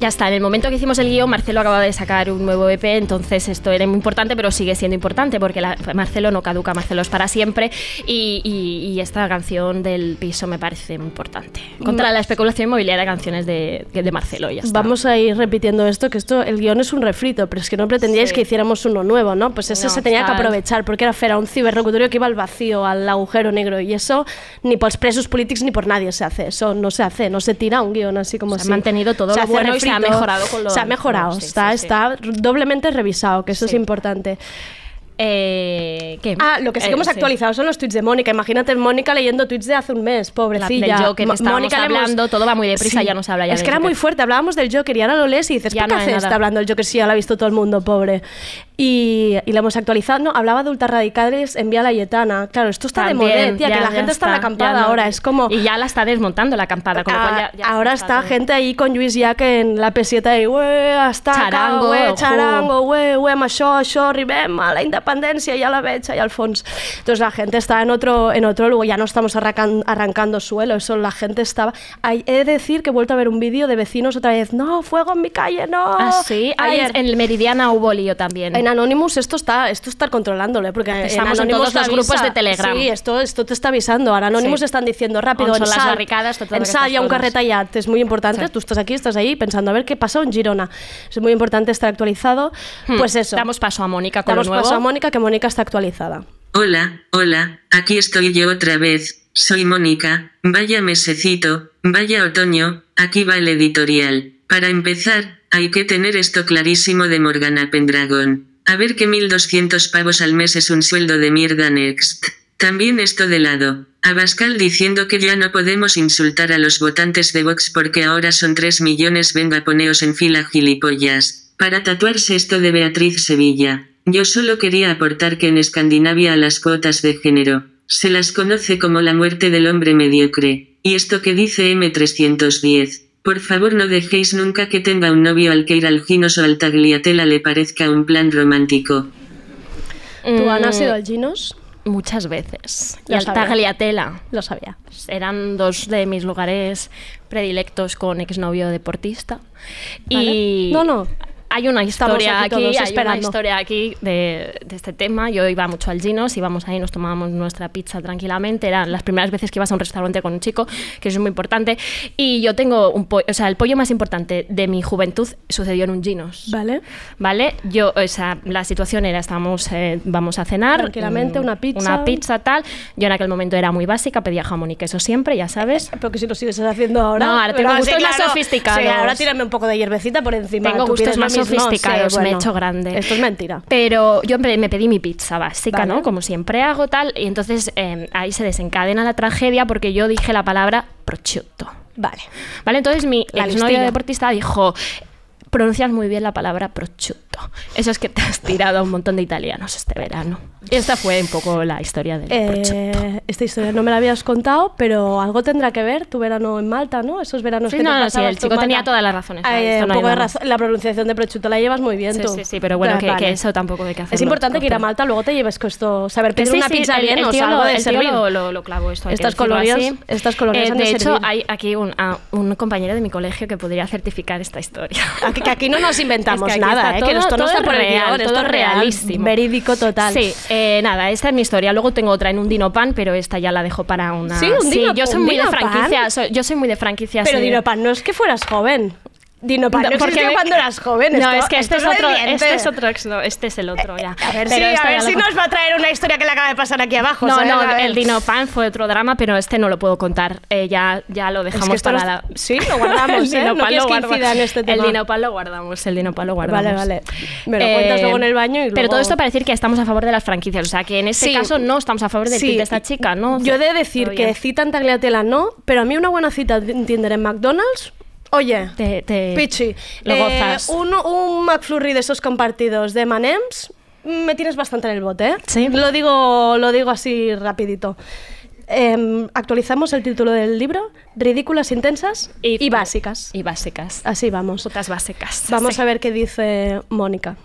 Speaker 5: hasta en el momento que hicimos el guión, Marcelo acaba de sacar un nuevo EP, entonces esto era muy importante, pero sigue siendo importante porque la- Marcelo no caduca, Marcelo es para siempre. Y, y- y esta canción del piso me parece muy importante. Contra la especulación inmobiliaria de canciones de, de Marcelo, ya está.
Speaker 4: Vamos a ir repitiendo esto, que esto, el guión es un refrito, pero es que no pretendíais
Speaker 5: Sí.
Speaker 4: que hiciéramos uno nuevo, ¿no? Pues eso
Speaker 5: No,
Speaker 4: se tenía que
Speaker 5: claro.
Speaker 4: aprovechar, porque era fera, un ciberlocutorio que iba al vacío, al agujero negro, y eso ni por los presos políticos ni por nadie se hace, eso no se hace, no se tira un guión así como
Speaker 5: Se ha
Speaker 4: así.
Speaker 5: mantenido todo lo
Speaker 4: hace
Speaker 5: bueno y se ha
Speaker 4: refrito,
Speaker 5: mejorado con lo-
Speaker 4: Se ha mejorado,
Speaker 5: sí, sí,
Speaker 4: está,
Speaker 5: sí.
Speaker 4: está doblemente revisado, que eso es
Speaker 5: Sí.
Speaker 4: importante.
Speaker 5: Eh, ¿qué?
Speaker 4: Ah, lo que sí que
Speaker 5: Eh,
Speaker 4: hemos actualizado son los tweets de Mónica. Imagínate Mónica leyendo tweets de hace un mes, pobrecilla.
Speaker 5: La- del Joker,
Speaker 4: Mo-
Speaker 5: estábamos
Speaker 4: le
Speaker 5: hablando, todo va muy deprisa, ya no se habla ya
Speaker 4: Es
Speaker 5: del
Speaker 4: que era
Speaker 5: Joker.
Speaker 4: muy fuerte, hablábamos del Joker y ahora lo lees y dices,
Speaker 5: Ya
Speaker 4: ¿por
Speaker 5: no
Speaker 4: qué
Speaker 5: hay
Speaker 4: hace
Speaker 5: nada.
Speaker 4: está hablando el Joker si ya lo ha visto todo el mundo, pobre? Y, y la hemos actualizado. No, hablaba de ultrarradicales en Vía Layetana. Claro, esto está de
Speaker 5: También,
Speaker 4: moda, tía,
Speaker 5: ya-
Speaker 4: que la
Speaker 5: ya
Speaker 4: gente está, en la
Speaker 5: está,
Speaker 4: acampada
Speaker 5: ya no-
Speaker 4: ahora. Es como...
Speaker 5: Y ya la está desmontando la acampada. con lo cual
Speaker 4: Ah,
Speaker 5: ya- ya
Speaker 4: ahora está
Speaker 5: todo.
Speaker 4: gente ahí con Luis Jack en la peseta y "Ué, hasta charango, acá,
Speaker 5: Charango,
Speaker 4: ué,
Speaker 5: ojo".
Speaker 4: charango, ué, ué, amb això, això, arribem a la independencia, ya la veig allá al fons. Entonces la gente está en otro, en otro lugar, ya no estamos arracan- arrancando suelo, eso la gente estaba... Ay, he de decir que he vuelto a ver un vídeo de vecinos otra vez, no, fuego en mi calle, no.
Speaker 5: Ah, sí. Ah,
Speaker 4: Ayer.
Speaker 5: en, en el Meridiana hubo lío también.
Speaker 4: En Anonymous esto está, esto está controlándole, porque
Speaker 5: Estamos en
Speaker 4: Anonymous
Speaker 5: todos los
Speaker 4: te
Speaker 5: grupos
Speaker 4: avisa.
Speaker 5: de Telegram.
Speaker 4: Sí, esto, esto te está avisando. Ahora Anonymous
Speaker 5: Sí.
Speaker 4: están diciendo rápido,
Speaker 5: On
Speaker 4: en
Speaker 5: són les
Speaker 4: sal,
Speaker 5: barricades, tot el
Speaker 4: en
Speaker 5: que
Speaker 4: sal hi ha
Speaker 5: estàs
Speaker 4: un carrer
Speaker 5: todos.
Speaker 4: tallat, es muy importante.
Speaker 5: Sí.
Speaker 4: Tú estás aquí, estás ahí, pensando a ver qué pasó en Girona. Es muy importante estar actualizado.
Speaker 5: Hmm.
Speaker 4: Pues eso.
Speaker 5: Damos paso a Mónica con
Speaker 4: Damos
Speaker 5: lo nuevo.
Speaker 4: paso a Mónica, que Mónica está actualizada.
Speaker 3: Hola, hola, aquí estoy yo otra vez, soy Mónica, vaya mesecito, vaya otoño, aquí va el editorial. Para empezar, hay que tener esto clarísimo de Morgana Pendragon. A ver que 1200 pavos al mes es un sueldo de mierda next. También esto de lado. Abascal diciendo que ya no podemos insultar a los votantes de Vox porque ahora son 3 millones. Venga, poneos en fila, gilipollas. Para tatuarse esto de Beatriz Sevilla. Yo solo quería aportar que en Escandinavia a las cuotas de género se las conoce como la muerte del hombre mediocre. Y esto que dice M310. Por favor, no dejéis nunca que tenga un novio al que ir al Ginos o al Tagliatella le parezca un plan romántico.
Speaker 5: Mm,
Speaker 4: ¿Tú, Ana, has ido al Ginos?
Speaker 5: Muchas veces. Y
Speaker 4: Lo
Speaker 5: al
Speaker 4: sabía.
Speaker 5: Tagliatella.
Speaker 4: Lo sabía.
Speaker 5: Eran dos de mis lugares predilectos con exnovio deportista.
Speaker 4: Vale.
Speaker 5: Y
Speaker 4: No, no.
Speaker 5: Hay una
Speaker 4: Estamos
Speaker 5: historia
Speaker 4: aquí
Speaker 5: aquí,
Speaker 4: todos
Speaker 5: hay una
Speaker 4: esperando.
Speaker 5: historia aquí de, de este tema. Yo iba mucho al Ginos, íbamos ahí, nos tomábamos nuestra pizza tranquilamente. Eran las primeras veces que ibas a un restaurante con un chico, que eso es muy importante. Y yo tengo un pollo, o sea, el pollo más importante de mi juventud sucedió en un Ginos.
Speaker 4: Vale.
Speaker 5: ¿Vale? Yo, o sea, la situación era, estábamos, eh, vamos a cenar.
Speaker 4: Tranquilamente,
Speaker 5: mm,
Speaker 4: una pizza.
Speaker 5: Una pizza, tal. Yo en aquel momento era muy básica, pedía jamón y queso siempre, ya sabes.
Speaker 4: Pero que si lo sigues haciendo ahora.
Speaker 5: No, ahora tengo
Speaker 4: Pero
Speaker 5: gustos más sofisticados.
Speaker 4: "Ah, Sí, ahora tírame un poco de hierbecita por encima.
Speaker 5: Tengo
Speaker 4: Tú
Speaker 5: gustos
Speaker 4: pides lo
Speaker 5: más
Speaker 4: mismo, sí,
Speaker 5: sofisticados, me he
Speaker 4: bueno.
Speaker 5: hecho grande.
Speaker 4: Esto es mentira.
Speaker 5: Pero yo me me pedí mi pizza básica,
Speaker 4: Vale.
Speaker 5: ¿no? Como siempre hago, tal. Y entonces eh, ahí se desencadena la tragedia porque yo dije la palabra prosciutto.
Speaker 4: Vale.
Speaker 5: ¿Vale? Entonces mi
Speaker 4: La
Speaker 5: exnovio
Speaker 4: listilla.
Speaker 5: deportista dijo, pronuncias muy bien la palabra prosciutto. Eso es que te has tirado a un montón de italianos este verano. Y esta fue un poco la historia del
Speaker 4: Eh,
Speaker 5: prosciutto.
Speaker 4: esta historia no me la habías contado, pero algo tendrá que ver tu verano en Malta, ¿no? Esos veranos
Speaker 5: Sí,
Speaker 4: que
Speaker 5: no,
Speaker 4: te
Speaker 5: no, sí,
Speaker 4: pasabas
Speaker 5: el
Speaker 4: tú
Speaker 5: chico
Speaker 4: en Malta.
Speaker 5: tenía todas las razones, ¿no?
Speaker 4: Eh,
Speaker 5: Esto
Speaker 4: un
Speaker 5: no hay
Speaker 4: poco de
Speaker 5: nada.
Speaker 4: razón- la pronunciación de prosciutto la llevas muy bien
Speaker 5: Sí,
Speaker 4: tú.
Speaker 5: sí, sí, pero bueno,
Speaker 4: Ah,
Speaker 5: que-
Speaker 4: vale.
Speaker 5: que eso tampoco hay que
Speaker 4: Es
Speaker 5: hacerlo
Speaker 4: importante que ir a
Speaker 5: rápido.
Speaker 4: Malta luego te lleves con esto, saber
Speaker 5: Que
Speaker 4: pedir
Speaker 5: sí,
Speaker 4: una
Speaker 5: sí,
Speaker 4: pizza
Speaker 5: el-
Speaker 4: bien
Speaker 5: el
Speaker 4: o
Speaker 5: tío
Speaker 4: sea, algo
Speaker 5: lo-
Speaker 4: de
Speaker 5: el tío
Speaker 4: servir.
Speaker 5: Lo, lo, lo clavó esto. hay que
Speaker 4: Estas
Speaker 5: decirlo
Speaker 4: colonias-
Speaker 5: así.
Speaker 4: estas colonias
Speaker 5: Eh,
Speaker 4: han
Speaker 5: de,
Speaker 4: de
Speaker 5: hecho,
Speaker 4: servir.
Speaker 5: hay aquí un, a- un compañero de mi colegio que podría certificar esta historia.
Speaker 4: Aquí- que aquí no nos inventamos
Speaker 5: Es que aquí
Speaker 4: nada,
Speaker 5: está
Speaker 4: eh, que
Speaker 5: todo-
Speaker 4: esto no
Speaker 5: todo
Speaker 4: está
Speaker 5: es
Speaker 4: por el
Speaker 5: real,
Speaker 4: guión, esto
Speaker 5: todo
Speaker 4: es real,
Speaker 5: realísimo.
Speaker 4: verídico total.
Speaker 5: Sí, eh, nada, esta es mi historia. Luego tengo otra en un dinopan, pero esta ya la dejo para una.
Speaker 4: Sí, un dino-
Speaker 5: yo soy
Speaker 4: un
Speaker 5: muy de
Speaker 4: dinopan.
Speaker 5: franquicia. soy- yo soy muy de franquicia.
Speaker 4: Pero
Speaker 5: sí.
Speaker 4: Dinopan, no es que fueras joven. Dinopan, no,
Speaker 5: porque-
Speaker 4: existía cuando eras joven.
Speaker 5: No,
Speaker 4: esto-
Speaker 5: es que este
Speaker 4: esto
Speaker 5: es otro,
Speaker 4: reciente.
Speaker 5: este es otro, ex- no, este es el otro ya.
Speaker 4: A ver,
Speaker 5: Pero
Speaker 4: si,
Speaker 5: esto
Speaker 4: a
Speaker 5: ya
Speaker 4: ver
Speaker 5: lo
Speaker 4: si
Speaker 5: dejo.
Speaker 4: nos va a traer una historia que le acaba de pasar aquí abajo.
Speaker 5: No,
Speaker 4: ¿sabes?
Speaker 5: no,
Speaker 4: A ver.
Speaker 5: el Dinopan fue otro drama, pero este no lo puedo contar. Eh, ya, ya lo dejamos
Speaker 4: esto
Speaker 5: para
Speaker 4: lo-
Speaker 5: la.
Speaker 4: sí, lo guardamos, ¿eh?
Speaker 5: el
Speaker 4: No quieres
Speaker 5: Dinopan lo
Speaker 4: que
Speaker 5: guarda-
Speaker 4: incida en este tema.
Speaker 5: El Dinopan lo guardamos, el Dinopan lo guardamos. Eh,
Speaker 4: Vale, vale. Me lo cuentas luego en el baño y
Speaker 5: Pero
Speaker 4: luego-
Speaker 5: todo esto para decir que estamos a favor de las franquicias. O sea, que en este
Speaker 4: Sí.
Speaker 5: caso no estamos a favor del
Speaker 4: Sí.
Speaker 5: tweet de esta chica, ¿no?
Speaker 4: Yo he de decir
Speaker 5: Todo bien.
Speaker 4: que cita en Tagliatella no, pero a mí una buena cita en Tinder en McDonald's, oye,
Speaker 5: Te- te-
Speaker 4: Pichi,
Speaker 5: Lo
Speaker 4: eh,
Speaker 5: gozas.
Speaker 4: un, un McFlurry de esos compartidos de Manems, me tienes bastante en el bote, ¿eh?
Speaker 5: Sí.
Speaker 4: Lo digo, lo digo así rapidito. Em, actualizamos el título del libro, Ridículas, Intensas y, Básicas.
Speaker 5: Y básicas.
Speaker 4: Así vamos.
Speaker 5: Putas básicas.
Speaker 4: Vamos a ver qué dice Mónica.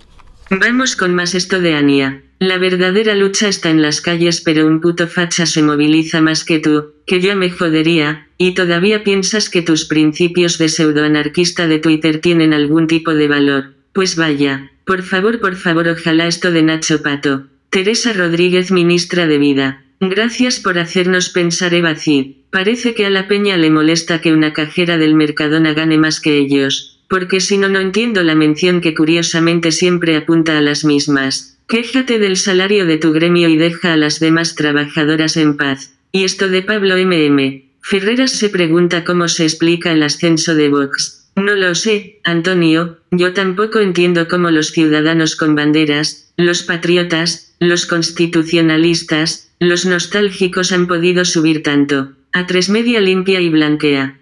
Speaker 3: Vamos con más esto de Ania. La verdadera lucha está en las calles, pero un puto facha se moviliza más que tú, que yo me jodería, y todavía piensas que tus principios de pseudoanarquista de Twitter tienen algún tipo de valor. Pues vaya, por favor, por favor, ojalá esto de Nacho Pato. Teresa Rodríguez, ministra de Vida. Gracias por hacernos pensar, Eva Cid. Parece que a la peña le molesta que una cajera del Mercadona gane más que ellos, porque si no, no entiendo la mención que curiosamente siempre apunta a las mismas. Quéjate del salario de tu gremio y deja a las demás trabajadoras en paz. Y esto de Pablo MM. Ferreras se pregunta cómo se explica el ascenso de Vox. No lo sé, Antonio, yo tampoco entiendo cómo los ciudadanos con banderas, los patriotas, los constitucionalistas, los nostálgicos han podido subir tanto. A tres media limpia y blanquea.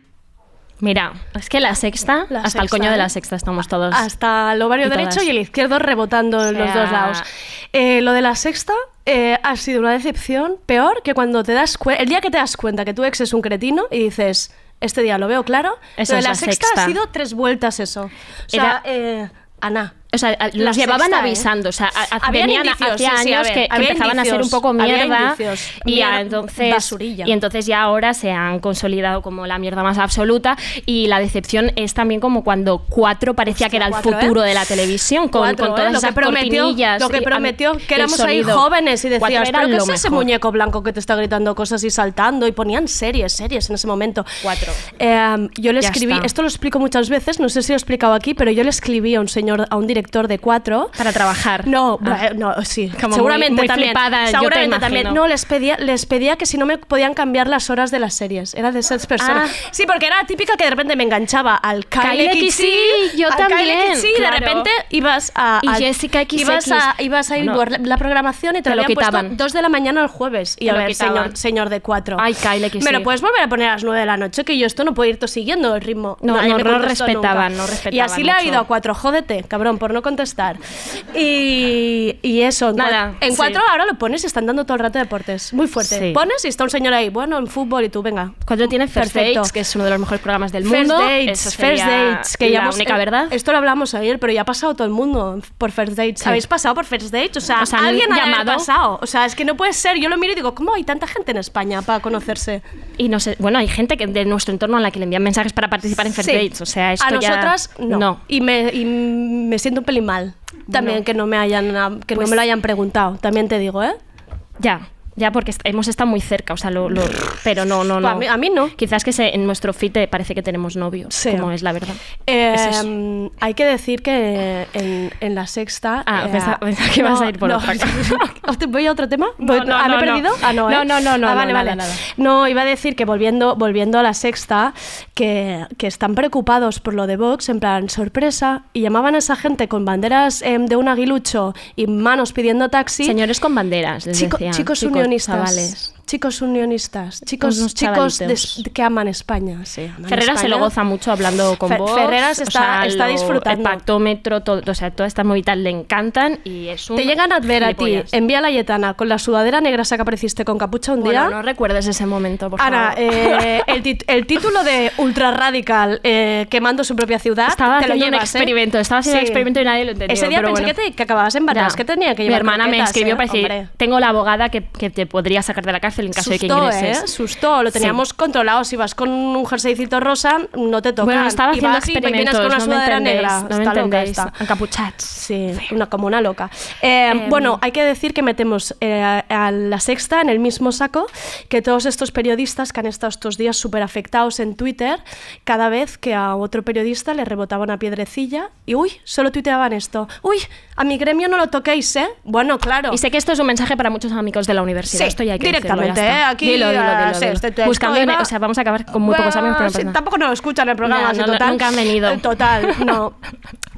Speaker 5: Mira, es que la sexta,
Speaker 4: La
Speaker 5: hasta el
Speaker 4: sexta,
Speaker 5: coño de
Speaker 4: ¿eh?
Speaker 5: la sexta estamos todos.
Speaker 4: Hasta el ovario
Speaker 5: Y todas.
Speaker 4: derecho y el izquierdo rebotando en los
Speaker 5: sea-
Speaker 4: dos lados. Eh, lo de la sexta eh, ha sido una decepción peor que cuando te das cuenta, el día que te das cuenta que tu ex es un cretino y dices, este día lo veo claro,
Speaker 5: Eso
Speaker 4: lo de
Speaker 5: es
Speaker 4: la,
Speaker 5: la
Speaker 4: sexta,
Speaker 5: sexta.
Speaker 4: ha sido tres vueltas eso. O sea,
Speaker 5: Era-
Speaker 4: eh, Ana.
Speaker 5: O sea, a-
Speaker 4: La
Speaker 5: los llevaban
Speaker 4: sexta, ¿eh?
Speaker 5: avisando, o sea, a- a-
Speaker 4: Habían
Speaker 5: venían
Speaker 4: indicios,
Speaker 5: hacía
Speaker 4: sí, sí,
Speaker 5: años
Speaker 4: había-
Speaker 5: que, que
Speaker 4: había
Speaker 5: empezaban a ser un
Speaker 4: indicios,
Speaker 5: poco
Speaker 4: había
Speaker 5: mierda
Speaker 4: indicios.
Speaker 5: y
Speaker 4: Mierda,
Speaker 5: ya, entonces
Speaker 4: basurilla.
Speaker 5: y entonces ya ahora se han consolidado como la mierda más absoluta y la decepción es también como cuando cuatro parecía que era el
Speaker 4: Cuatro, ¿eh?
Speaker 5: futuro de la televisión con,
Speaker 4: Cuatro,
Speaker 5: con
Speaker 4: ¿eh?
Speaker 5: todas
Speaker 4: lo
Speaker 5: esas
Speaker 4: que prometió,
Speaker 5: cortinillas
Speaker 4: Lo que
Speaker 5: y, a-
Speaker 4: prometió, que
Speaker 5: el
Speaker 4: éramos ahí
Speaker 5: sonido.
Speaker 4: jóvenes y
Speaker 5: Cuatro
Speaker 4: decías,
Speaker 5: era
Speaker 4: ¿pero qué
Speaker 5: lo
Speaker 4: es ese
Speaker 5: mejor".
Speaker 4: muñeco blanco que te está gritando cosas y saltando? Y ponían series, series en ese momento.
Speaker 5: Cuatro.
Speaker 4: Eh, yo le
Speaker 5: Ya
Speaker 4: escribí,
Speaker 5: está.
Speaker 4: esto lo explico muchas veces, no sé si lo he explicado aquí, pero yo le escribí a un señor, a un director de cuatro.
Speaker 5: para trabajar.
Speaker 4: No,
Speaker 5: Ah.
Speaker 4: bueno, no, sí,
Speaker 5: Como muy-
Speaker 4: seguramente
Speaker 5: muy
Speaker 4: también.
Speaker 5: flipada, yo te
Speaker 4: seguramente
Speaker 5: imagino.
Speaker 4: también. No, les pedía, les pedía que si no me podían cambiar las horas de las series. Era de esas personas.
Speaker 5: Ah.
Speaker 4: Sí, porque era típica que de repente me enganchaba al Kyle
Speaker 5: Kyle
Speaker 4: XI,
Speaker 5: XI, yo
Speaker 4: al Kyle
Speaker 5: también,
Speaker 4: XI, de
Speaker 5: claro.
Speaker 4: repente ibas a.
Speaker 5: Y
Speaker 4: al-
Speaker 5: Jessica XX.
Speaker 4: Ibas a, ibas a ir
Speaker 5: No.
Speaker 4: por la- la programación y te,
Speaker 5: Te
Speaker 4: lo
Speaker 5: lo
Speaker 4: habían puesto
Speaker 5: quitaban.
Speaker 4: dos de la mañana el jueves. Y
Speaker 5: Te
Speaker 4: a
Speaker 5: lo
Speaker 4: ver, señor,
Speaker 5: quitaban.
Speaker 4: señor de cuatro.
Speaker 5: Ay, Kyle XI.
Speaker 4: Me lo puedes volver a poner a las nueve de la noche, que yo esto no puedo ir to- siguiendo el ritmo.
Speaker 5: No,
Speaker 4: Nadie
Speaker 5: no,
Speaker 4: me
Speaker 5: no
Speaker 4: contestó
Speaker 5: respetaban,
Speaker 4: nunca.
Speaker 5: no respetaban
Speaker 4: Y así le ha
Speaker 5: mucho.
Speaker 4: ido a cuatro, jódete, cabrón, por no contestar. Y, y eso, en, cua-
Speaker 5: Nada,
Speaker 4: en
Speaker 5: sí.
Speaker 4: cuatro ahora lo pones y están dando todo el rato deportes. Muy fuerte.
Speaker 5: Sí.
Speaker 4: Pones y está un señor ahí, bueno, en fútbol y tú, venga.
Speaker 5: Cuatro tiene First
Speaker 4: Perfecto.
Speaker 5: Dates, que es uno de los mejores programas del
Speaker 4: First
Speaker 5: mundo.
Speaker 4: dates,
Speaker 5: Eso
Speaker 4: first
Speaker 5: sería
Speaker 4: dates, que
Speaker 5: la
Speaker 4: ya hemos-
Speaker 5: única
Speaker 4: eh,
Speaker 5: verdad.
Speaker 4: Esto lo hablamos ayer, pero ya ha pasado todo el mundo por first dates.
Speaker 5: Sí.
Speaker 4: ¿Habéis pasado por first dates? O sea,
Speaker 5: Os han
Speaker 4: alguien ha
Speaker 5: llamado.
Speaker 4: pasado. O sea, es que no puede ser. Yo lo miro y digo, ¿cómo hay tanta gente en España para conocerse?
Speaker 5: Y no sé, bueno, hay gente que de nuestro entorno a la que le envían mensajes para participar en Fair
Speaker 4: Sí.
Speaker 5: Dates, o sea, esto
Speaker 4: a
Speaker 5: ya-
Speaker 4: nosotras no.
Speaker 5: no.
Speaker 4: Y, me, y me siento un pelín mal. También que no me hayan que
Speaker 5: Pues-
Speaker 4: no me lo hayan preguntado, también te digo, ¿eh?
Speaker 5: Ya, ya porque est- hemos estado muy cerca, o sea, lo, lo- pero no, no, no.
Speaker 4: Pues A mí- a mí no.
Speaker 5: Quizás que se- en nuestro fit eh, parece que tenemos novio,
Speaker 4: Sí.
Speaker 5: como es la verdad.
Speaker 4: Eh,
Speaker 5: Es eso.
Speaker 4: hay que decir que en, en la sexta.
Speaker 5: Ah,
Speaker 4: eh,
Speaker 5: pensaba- pensaba que ibas a ir por otra cosa.
Speaker 4: ¿Voy a otro tema?
Speaker 5: No,
Speaker 4: Voy-
Speaker 5: no,
Speaker 4: ¿Ah, me
Speaker 5: no,
Speaker 4: he
Speaker 5: no.
Speaker 4: perdido? Ah, no, ¿eh?
Speaker 5: No, no, no, no,
Speaker 4: Ah, vale,
Speaker 5: no,
Speaker 4: vale.
Speaker 5: nada, nada.
Speaker 4: No, iba a decir que volviendo, volviendo a la sexta, que, que están preocupados por lo de Vox, en plan sorpresa, y llamaban a esa gente con banderas em, de un aguilucho y manos pidiendo taxi.
Speaker 5: Señores con banderas, les
Speaker 4: Chico-
Speaker 5: decía.
Speaker 4: chicos, unionistas.
Speaker 5: chavales.
Speaker 4: Chicos unionistas. Chicos,
Speaker 5: Unos
Speaker 4: chicos de-
Speaker 5: chavalitos.
Speaker 4: que aman España. sí, aman
Speaker 5: Ferreras se
Speaker 4: España.
Speaker 5: lo goza mucho hablando con
Speaker 4: Fe-
Speaker 5: vos.
Speaker 4: Ferreras está- está disfrutando.
Speaker 5: El pactómetro, todo, o sea, todas estas movidas le encantan y es un.
Speaker 4: Te llegan a ver a ti
Speaker 5: gilipollas.
Speaker 4: en Vía Layetana con la sudadera negra esa que apareciste con capucha un
Speaker 5: Bueno,
Speaker 4: día.
Speaker 5: no recuerdes ese momento, por
Speaker 4: Ana,
Speaker 5: favor.
Speaker 4: eh, el, tit- el título de ultra radical eh, quemando su propia ciudad.
Speaker 5: Estaba
Speaker 4: te lo
Speaker 5: haciendo un
Speaker 4: llevas, ¿eh?
Speaker 5: experimento, estaba haciendo un experimento y nadie lo entendió,
Speaker 4: Ese día
Speaker 5: pero
Speaker 4: pensé
Speaker 5: bueno.
Speaker 4: que, te- que acababas embarazada,
Speaker 5: Ya.
Speaker 4: que tenía que
Speaker 5: Mi
Speaker 4: llevar.
Speaker 5: hermana me
Speaker 4: croquetas,
Speaker 5: escribió
Speaker 4: ¿eh?
Speaker 5: para decir,
Speaker 4: Hombre.
Speaker 5: tengo la abogada que, que te podría sacar de la cárcel en caso de que
Speaker 4: Sustó,
Speaker 5: ingreses.
Speaker 4: ¿eh? Sustó, lo
Speaker 5: Sí.
Speaker 4: teníamos controlado. Si vas con un jerseycito rosa, no te toca.
Speaker 5: Bueno, estaba haciendo
Speaker 4: Y
Speaker 5: experimentos,
Speaker 4: vas con una
Speaker 5: no me
Speaker 4: sudadera
Speaker 5: entendéis,
Speaker 4: negra.
Speaker 5: no me
Speaker 4: está loca
Speaker 5: entendéis.
Speaker 4: esta.
Speaker 5: Encapuchats.
Speaker 4: Sí, una, como una loca. Eh,
Speaker 5: Em.
Speaker 4: bueno, hay que decir que metemos eh, a la sexta en el mismo saco que todos estos periodistas que han estado estos días súper afectados en Twitter cada vez que a otro periodista le rebotaba una piedrecilla y, uy, solo tuiteaban esto. Uy, a mi gremio no lo toquéis, ¿eh? Bueno, claro.
Speaker 5: Y sé que esto es un mensaje para muchos amigos de la universidad.
Speaker 4: Sí,
Speaker 5: esto ya hay que
Speaker 4: directamente,
Speaker 5: decirlo, ya está.
Speaker 4: ¿eh? Aquí,
Speaker 5: dilo, dilo,
Speaker 4: eh,
Speaker 5: dilo,
Speaker 4: sí,
Speaker 5: dilo.
Speaker 4: este texto
Speaker 5: Buscando,
Speaker 4: iba-
Speaker 5: o sea, vamos a acabar con muy pocos
Speaker 4: Bueno,
Speaker 5: amigos, pero no
Speaker 4: sí,
Speaker 5: pasa nada.
Speaker 4: tampoco nos escuchan el programa,
Speaker 5: No,
Speaker 4: así,
Speaker 5: no, no,
Speaker 4: total.
Speaker 5: nunca han venido.
Speaker 4: Eh, Total, no.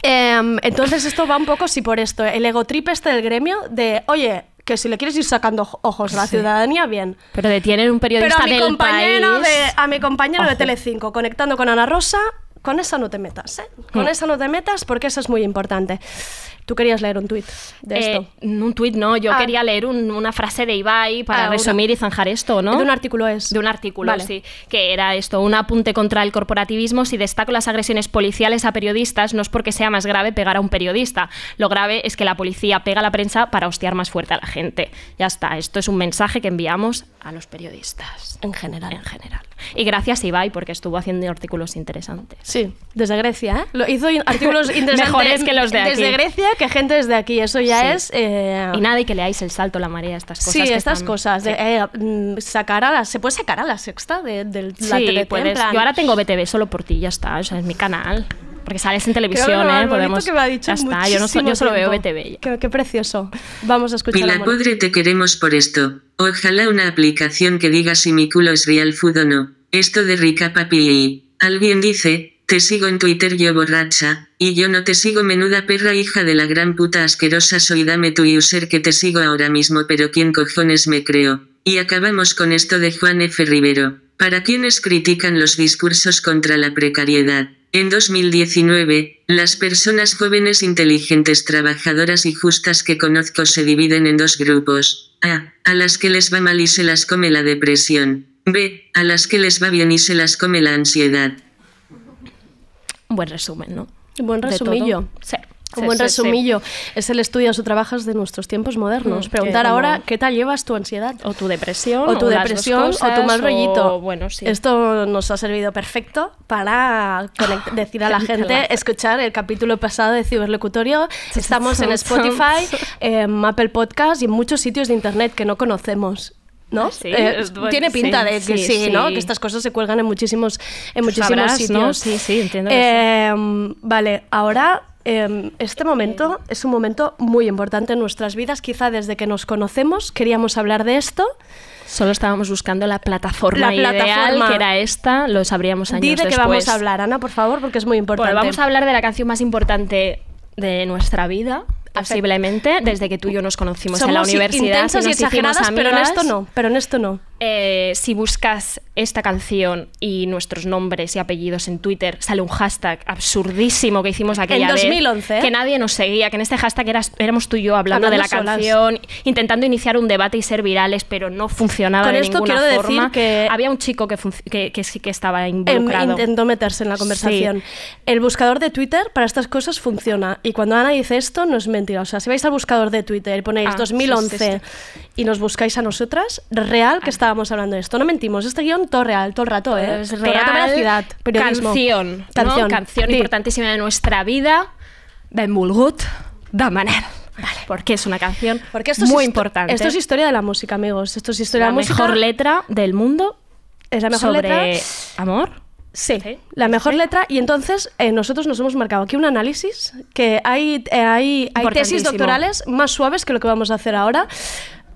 Speaker 4: Em, entonces esto va un poco si por esto, el ego trip este del gremio de, oye, que si le quieres ir sacando oj- ojos a la ciudadanía, bien.
Speaker 5: Pero detienen un
Speaker 4: Pero
Speaker 5: periodista
Speaker 4: a mi
Speaker 5: del
Speaker 4: compañero,
Speaker 5: país.
Speaker 4: de, a mi compañero de
Speaker 5: Ojo.
Speaker 4: Telecinco, conectando con Ana Rosa, con esa no te metas, ¿eh?
Speaker 5: Mm.
Speaker 4: Con esa no te metas porque eso es muy importante. Tú querías leer un tuit de
Speaker 5: Eh,
Speaker 4: esto.
Speaker 5: un tuit no, yo
Speaker 4: Ah.
Speaker 5: quería leer un- una frase de Ibai
Speaker 4: Ah,
Speaker 5: para
Speaker 4: una-
Speaker 5: resumir y zanjar esto, ¿no?
Speaker 4: De un artículo es.
Speaker 5: De un artículo,
Speaker 4: Vale.
Speaker 5: sí, que era esto, un apunte contra el corporativismo, si destaco las agresiones policiales a periodistas, no es porque sea más grave pegar a un periodista, lo grave es que la policía pega a la prensa para hostiar más fuerte a la gente. Ya está, esto es un mensaje que enviamos a los periodistas
Speaker 4: En general.
Speaker 5: en general. Y gracias Ibai porque estuvo haciendo artículos interesantes.
Speaker 4: Sí, desde Grecia, ¿eh? Lo hizo in- artículos interesantes.
Speaker 5: Mejores que los de
Speaker 4: Desde
Speaker 5: aquí.
Speaker 4: Grecia que gente desde aquí. Eso ya
Speaker 5: Sí.
Speaker 4: es. eh,
Speaker 5: Y nada, y que leáis el salto a la marea, estas cosas.
Speaker 4: Sí,
Speaker 5: que
Speaker 4: estas
Speaker 5: están-
Speaker 4: cosas. de,
Speaker 5: Sí.
Speaker 4: eh, mm, sacar a la, se puede sacar a la sexta de, del la
Speaker 5: Sí,
Speaker 4: TDT, en
Speaker 5: puedes.
Speaker 4: plan-
Speaker 5: Yo ahora tengo BTV solo por ti, ya está. O sea, es mi canal. Porque sales en televisión,
Speaker 4: Creo que lo más
Speaker 5: ¿eh?
Speaker 4: bonito
Speaker 5: Podemos.
Speaker 4: que me ha dicho
Speaker 5: ya
Speaker 4: en
Speaker 5: está, yo, no so- yo solo veo
Speaker 4: muchísimo
Speaker 5: BTV.
Speaker 4: tiempo. Qué, qué precioso. Vamos a escuchar. a
Speaker 3: Pila
Speaker 4: Mon-
Speaker 3: podre te queremos por esto. Ojalá una aplicación que diga si mi culo es real food o no. Esto de rica papi. Alguien dice, te sigo en Twitter yo borracha, y yo no te sigo menuda perra hija de la gran puta asquerosa soy dame tu user que te sigo ahora mismo pero quién cojones me creo. Y acabamos con esto de Juan F. Rivero. Para quienes critican los discursos contra la precariedad. En 2019, las personas jóvenes inteligentes, trabajadoras y justas que conozco se dividen en dos grupos. A. A las que les va mal y se las come la depresión. B. A las que les va bien y se las come la ansiedad.
Speaker 5: Un buen resumen, ¿no?
Speaker 4: Un buen
Speaker 5: De
Speaker 4: resumillo.
Speaker 5: todo. Sí.
Speaker 4: Un
Speaker 5: Sí,
Speaker 4: buen
Speaker 5: sí, sí.
Speaker 4: resumillo. Es el estudio o trabajas de nuestros tiempos modernos.
Speaker 5: Mm,
Speaker 4: Preguntar
Speaker 5: que como-
Speaker 4: ahora qué tal llevas tu ansiedad.
Speaker 5: O tu depresión.
Speaker 4: o tu
Speaker 5: las dos
Speaker 4: depresión o
Speaker 5: cosas,
Speaker 4: tu mal rollito.
Speaker 5: o, bueno, sí.
Speaker 4: Esto nos ha servido perfecto para
Speaker 5: Ah,
Speaker 4: conect- decir a la gente, escuchar el capítulo pasado de Ciberlocutorio. Estamos en Spotify, en Apple Podcast y en muchos sitios de Internet que no conocemos. ¿No?
Speaker 5: Ah, Sí,
Speaker 4: Eh,
Speaker 5: es bueno,
Speaker 4: tiene pinta
Speaker 5: sí,
Speaker 4: de que sí,
Speaker 5: sí, sí.
Speaker 4: ¿no? Que estas cosas se cuelgan en muchísimos, en
Speaker 5: Tú
Speaker 4: muchísimos
Speaker 5: sabrás,
Speaker 4: sitios.
Speaker 5: ¿no? Sí, sí, entiendo que sí.
Speaker 4: Eh, Vale, ahora eh, este momento es un momento muy importante en nuestras vidas. Quizá desde que nos conocemos queríamos hablar de esto.
Speaker 5: Solo estábamos buscando la plataforma,
Speaker 4: La plataforma.
Speaker 5: ideal, que era esta, lo sabríamos años
Speaker 4: Di de
Speaker 5: después.
Speaker 4: qué vamos a hablar, Ana, por favor, porque es muy importante.
Speaker 5: Bueno, vamos a hablar de la canción más importante de nuestra vida, posiblemente, desde que tú y yo nos conocimos
Speaker 4: Somos
Speaker 5: en la universidad.
Speaker 4: intensas
Speaker 5: nos
Speaker 4: y
Speaker 5: hicimos
Speaker 4: exageradas, pero en
Speaker 5: amigas.
Speaker 4: esto no, pero en esto no.
Speaker 5: Eh, si buscas esta canción y nuestros nombres y apellidos en Twitter, sale un hashtag absurdísimo que hicimos aquella
Speaker 4: En
Speaker 5: vez,
Speaker 4: 2011, ¿eh?
Speaker 5: que nadie nos seguía, que en este hashtag eras- éramos tú y yo hablando, de la
Speaker 4: Hablando solas.
Speaker 5: canción, intentando iniciar un debate y ser virales, pero no funcionaba
Speaker 4: Con
Speaker 5: de
Speaker 4: esto
Speaker 5: ninguna
Speaker 4: quiero decir
Speaker 5: forma.
Speaker 4: que-
Speaker 5: Había un chico que, func- que, que sí que estaba
Speaker 4: Em,
Speaker 5: involucrado.
Speaker 4: intentó meterse en la conversación. El buscador de Twitter para estas cosas funciona. Y cuando Ana dice esto, no es mentira. O sea, si vais al buscador de Twitter, ponéis
Speaker 5: Ah,
Speaker 4: 2011
Speaker 5: sí, Ah. sí,
Speaker 4: y nos buscáis a nosotras, real que estábamos hablando de esto. No mentimos, este guión todo real, todo el rato, ¿eh?
Speaker 5: Es
Speaker 4: Todo el
Speaker 5: Pues real,
Speaker 4: rato veracidad, periodismo.
Speaker 5: canción, ¿no?
Speaker 4: Canción.
Speaker 5: Canción
Speaker 4: Sí.
Speaker 5: importantísima de nuestra vida, benvolgut de Manel. Porque es una canción
Speaker 4: Porque esto es
Speaker 5: muy
Speaker 4: histo-
Speaker 5: importante.
Speaker 4: Esto es historia de la música, amigos. Esto es historia de
Speaker 5: la
Speaker 4: la música.
Speaker 5: mejor letra del mundo
Speaker 4: es la mejor
Speaker 5: sobre
Speaker 4: letra.
Speaker 5: amor.
Speaker 4: Sí,
Speaker 5: Sí,
Speaker 4: la mejor letra. Y entonces eh, nosotros nos hemos marcado aquí un análisis que hay, eh, hay, hay tesis
Speaker 5: Importantísimo.
Speaker 4: doctorales más suaves que lo que vamos a hacer ahora.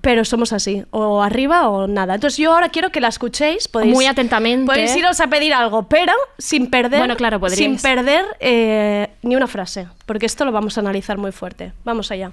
Speaker 4: Pero somos así, o arriba o nada. Entonces yo ahora quiero que la escuchéis. Podéis,
Speaker 5: Muy atentamente.
Speaker 4: Podéis iros a pedir algo, pero sin perder,
Speaker 5: Bueno, claro, podríais.
Speaker 4: sin perder eh, ni una frase, porque esto lo vamos a analizar muy fuerte. Vamos allá.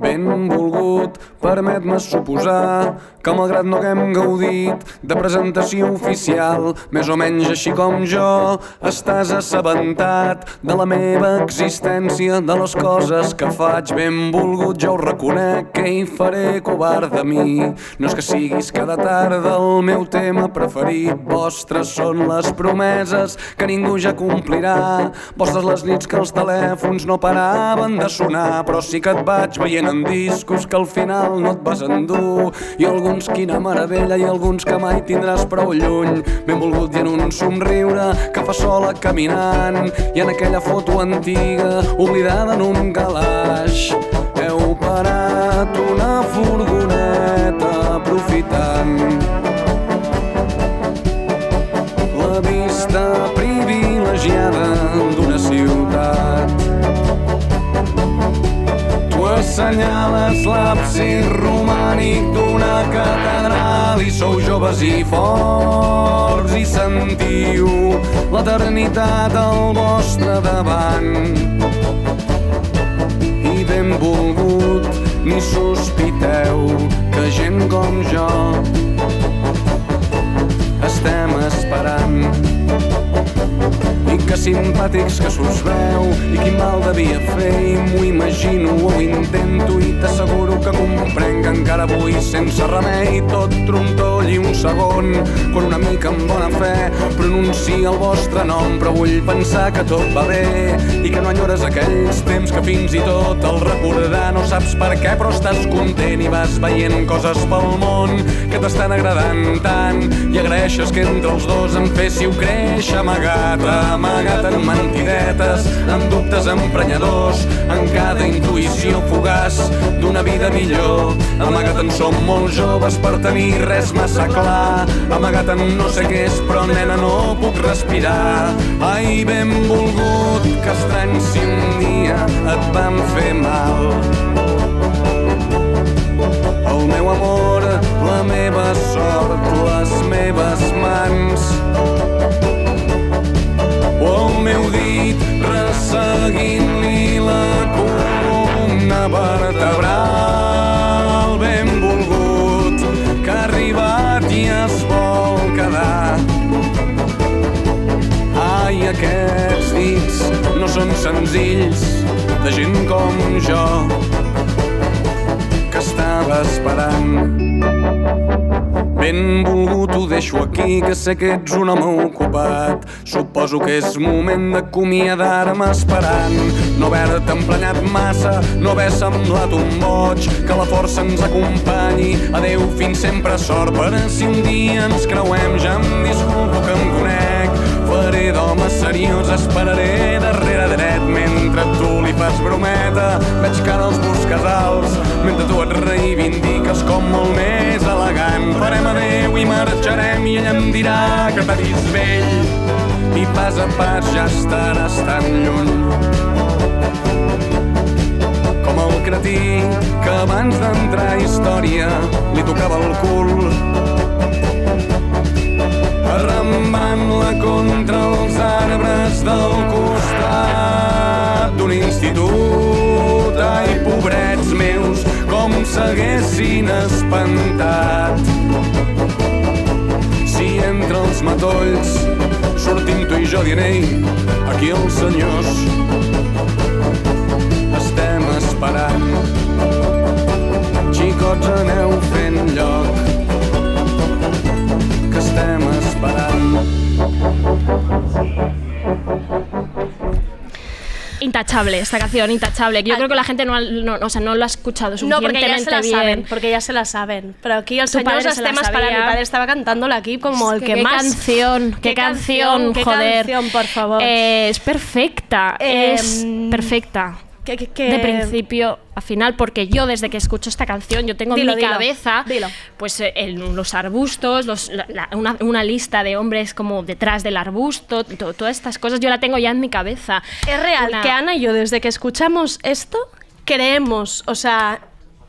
Speaker 6: Benvolgut, permet-me suposar que malgrat no haguem gaudit de presentació oficial, més o menys així com jo, estàs assabentat de la meva existència, de les coses que faig. Benvolgut, jo ho reconec, que hi faré covard de mi. No és que siguis cada tarda el meu tema preferit, vostres són les promeses que ningú ja complirà, vostres les nits que els telèfons no paraven de sonar, però sí que et vaig veient en discos que al final no et vas endur i alguns quina meravella i alguns que mai tindràs prou lluny benvolgut i en un somriure que fa sola caminant i en aquella foto antiga oblidada en un galaix heu parat una furgoneta aprofitant la vista privilegiada d'una ciutat Tu assenyales l'absis romànic d'una catedral i sou joves i forts i sentiu l'eternitat al vostre davant. I benvolgut ni sospiteu que gent com jo estem esperant simpàtics que se'ls veu i quin mal devia fer i m'ho imagino o ho intento i t'asseguro que comprenc que encara avui sense remei tot trontoll i un segon quan una mica amb bona fe pronuncia el vostre nom però vull pensar que tot va bé i que no enyores aquells temps que fins i tot el recordar no saps per què però estàs content i vas veient coses pel món que t'estan agradant tant i agraeixes que entre els dos em féssiu créixer amagat, amagat en mentidetes, en dubtes emprenyadors, en cada intuïció fugaç d'una vida millor. Amagat en som molt joves per tenir res massa clar, amagat en no sé què és, però nena no puc respirar. Ai, benvolgut, que estrany si un dia et vam fer mal. El meu amor, la meva sort, les meves mans. O el meu dit resseguint-li la columna vertebral. Benvolgut, que ha arribat i es vol quedar. Ai, aquests dits no són senzills de gent com jo que estava esperant. Ben volgut ho deixo aquí, que sé que ets un home ocupat. Suposo que és moment d'acomiadar-me esperant. No haver-te emprenyat massa, no haver semblat un boig, que la força ens acompanyi. Adeu, fins sempre, sort, per si un dia ens creuem, ja em disculpo que em conec. Faré d'home seriós, esperaré darrere dret mentre tu li fas brometa. Veig que ara els busques alts, mentre tu et reivindiques com molt més elegant. Farem adeu i marxarem i ella em dirà que t'ha vist vell i pas a pas ja estaràs tan lluny com el cretí que abans d'entrar a història li tocava el cul arrambant-la contra els arbres del costat d'un institut. Ai, pobrets meus, com s'haguessin espantat. Si entre els matolls sortim tu i jo dient, ei, aquí els senyors estem esperant. Xicots, aneu fent lloc que estem esperant.
Speaker 5: Intachable, esta canción, intachable. Yo creo que la gente no, ha- no, o sea, no lo ha escuchado
Speaker 4: No, porque
Speaker 5: suficientemente
Speaker 4: ya se la
Speaker 5: bien.
Speaker 4: saben, porque ya se la saben. Pero aquí el
Speaker 5: Tu
Speaker 4: señor
Speaker 5: padre
Speaker 4: los
Speaker 5: se la
Speaker 4: temas para mi
Speaker 5: sabía.
Speaker 4: padre estaba cantándola aquí como
Speaker 5: Es
Speaker 4: el
Speaker 5: que
Speaker 4: que
Speaker 5: qué
Speaker 4: más.
Speaker 5: canción, qué, canción,
Speaker 4: qué
Speaker 5: joder.
Speaker 4: canción, por favor.
Speaker 5: Eh, es perfecta,
Speaker 4: Eh,
Speaker 5: es perfecta.
Speaker 4: Que- que- que-
Speaker 5: De principio a final, porque yo desde que escucho esta canción, yo tengo
Speaker 4: Dilo,
Speaker 5: en mi
Speaker 4: dilo,
Speaker 5: cabeza
Speaker 4: dilo.
Speaker 5: pues eh, el- los arbustos, los- la- la- una, una lista de hombres como detrás del arbusto, to- todas estas cosas, yo la tengo ya en mi cabeza.
Speaker 4: Es real
Speaker 5: Una-
Speaker 4: que Ana y yo, desde que escuchamos esto, creemos, o sea,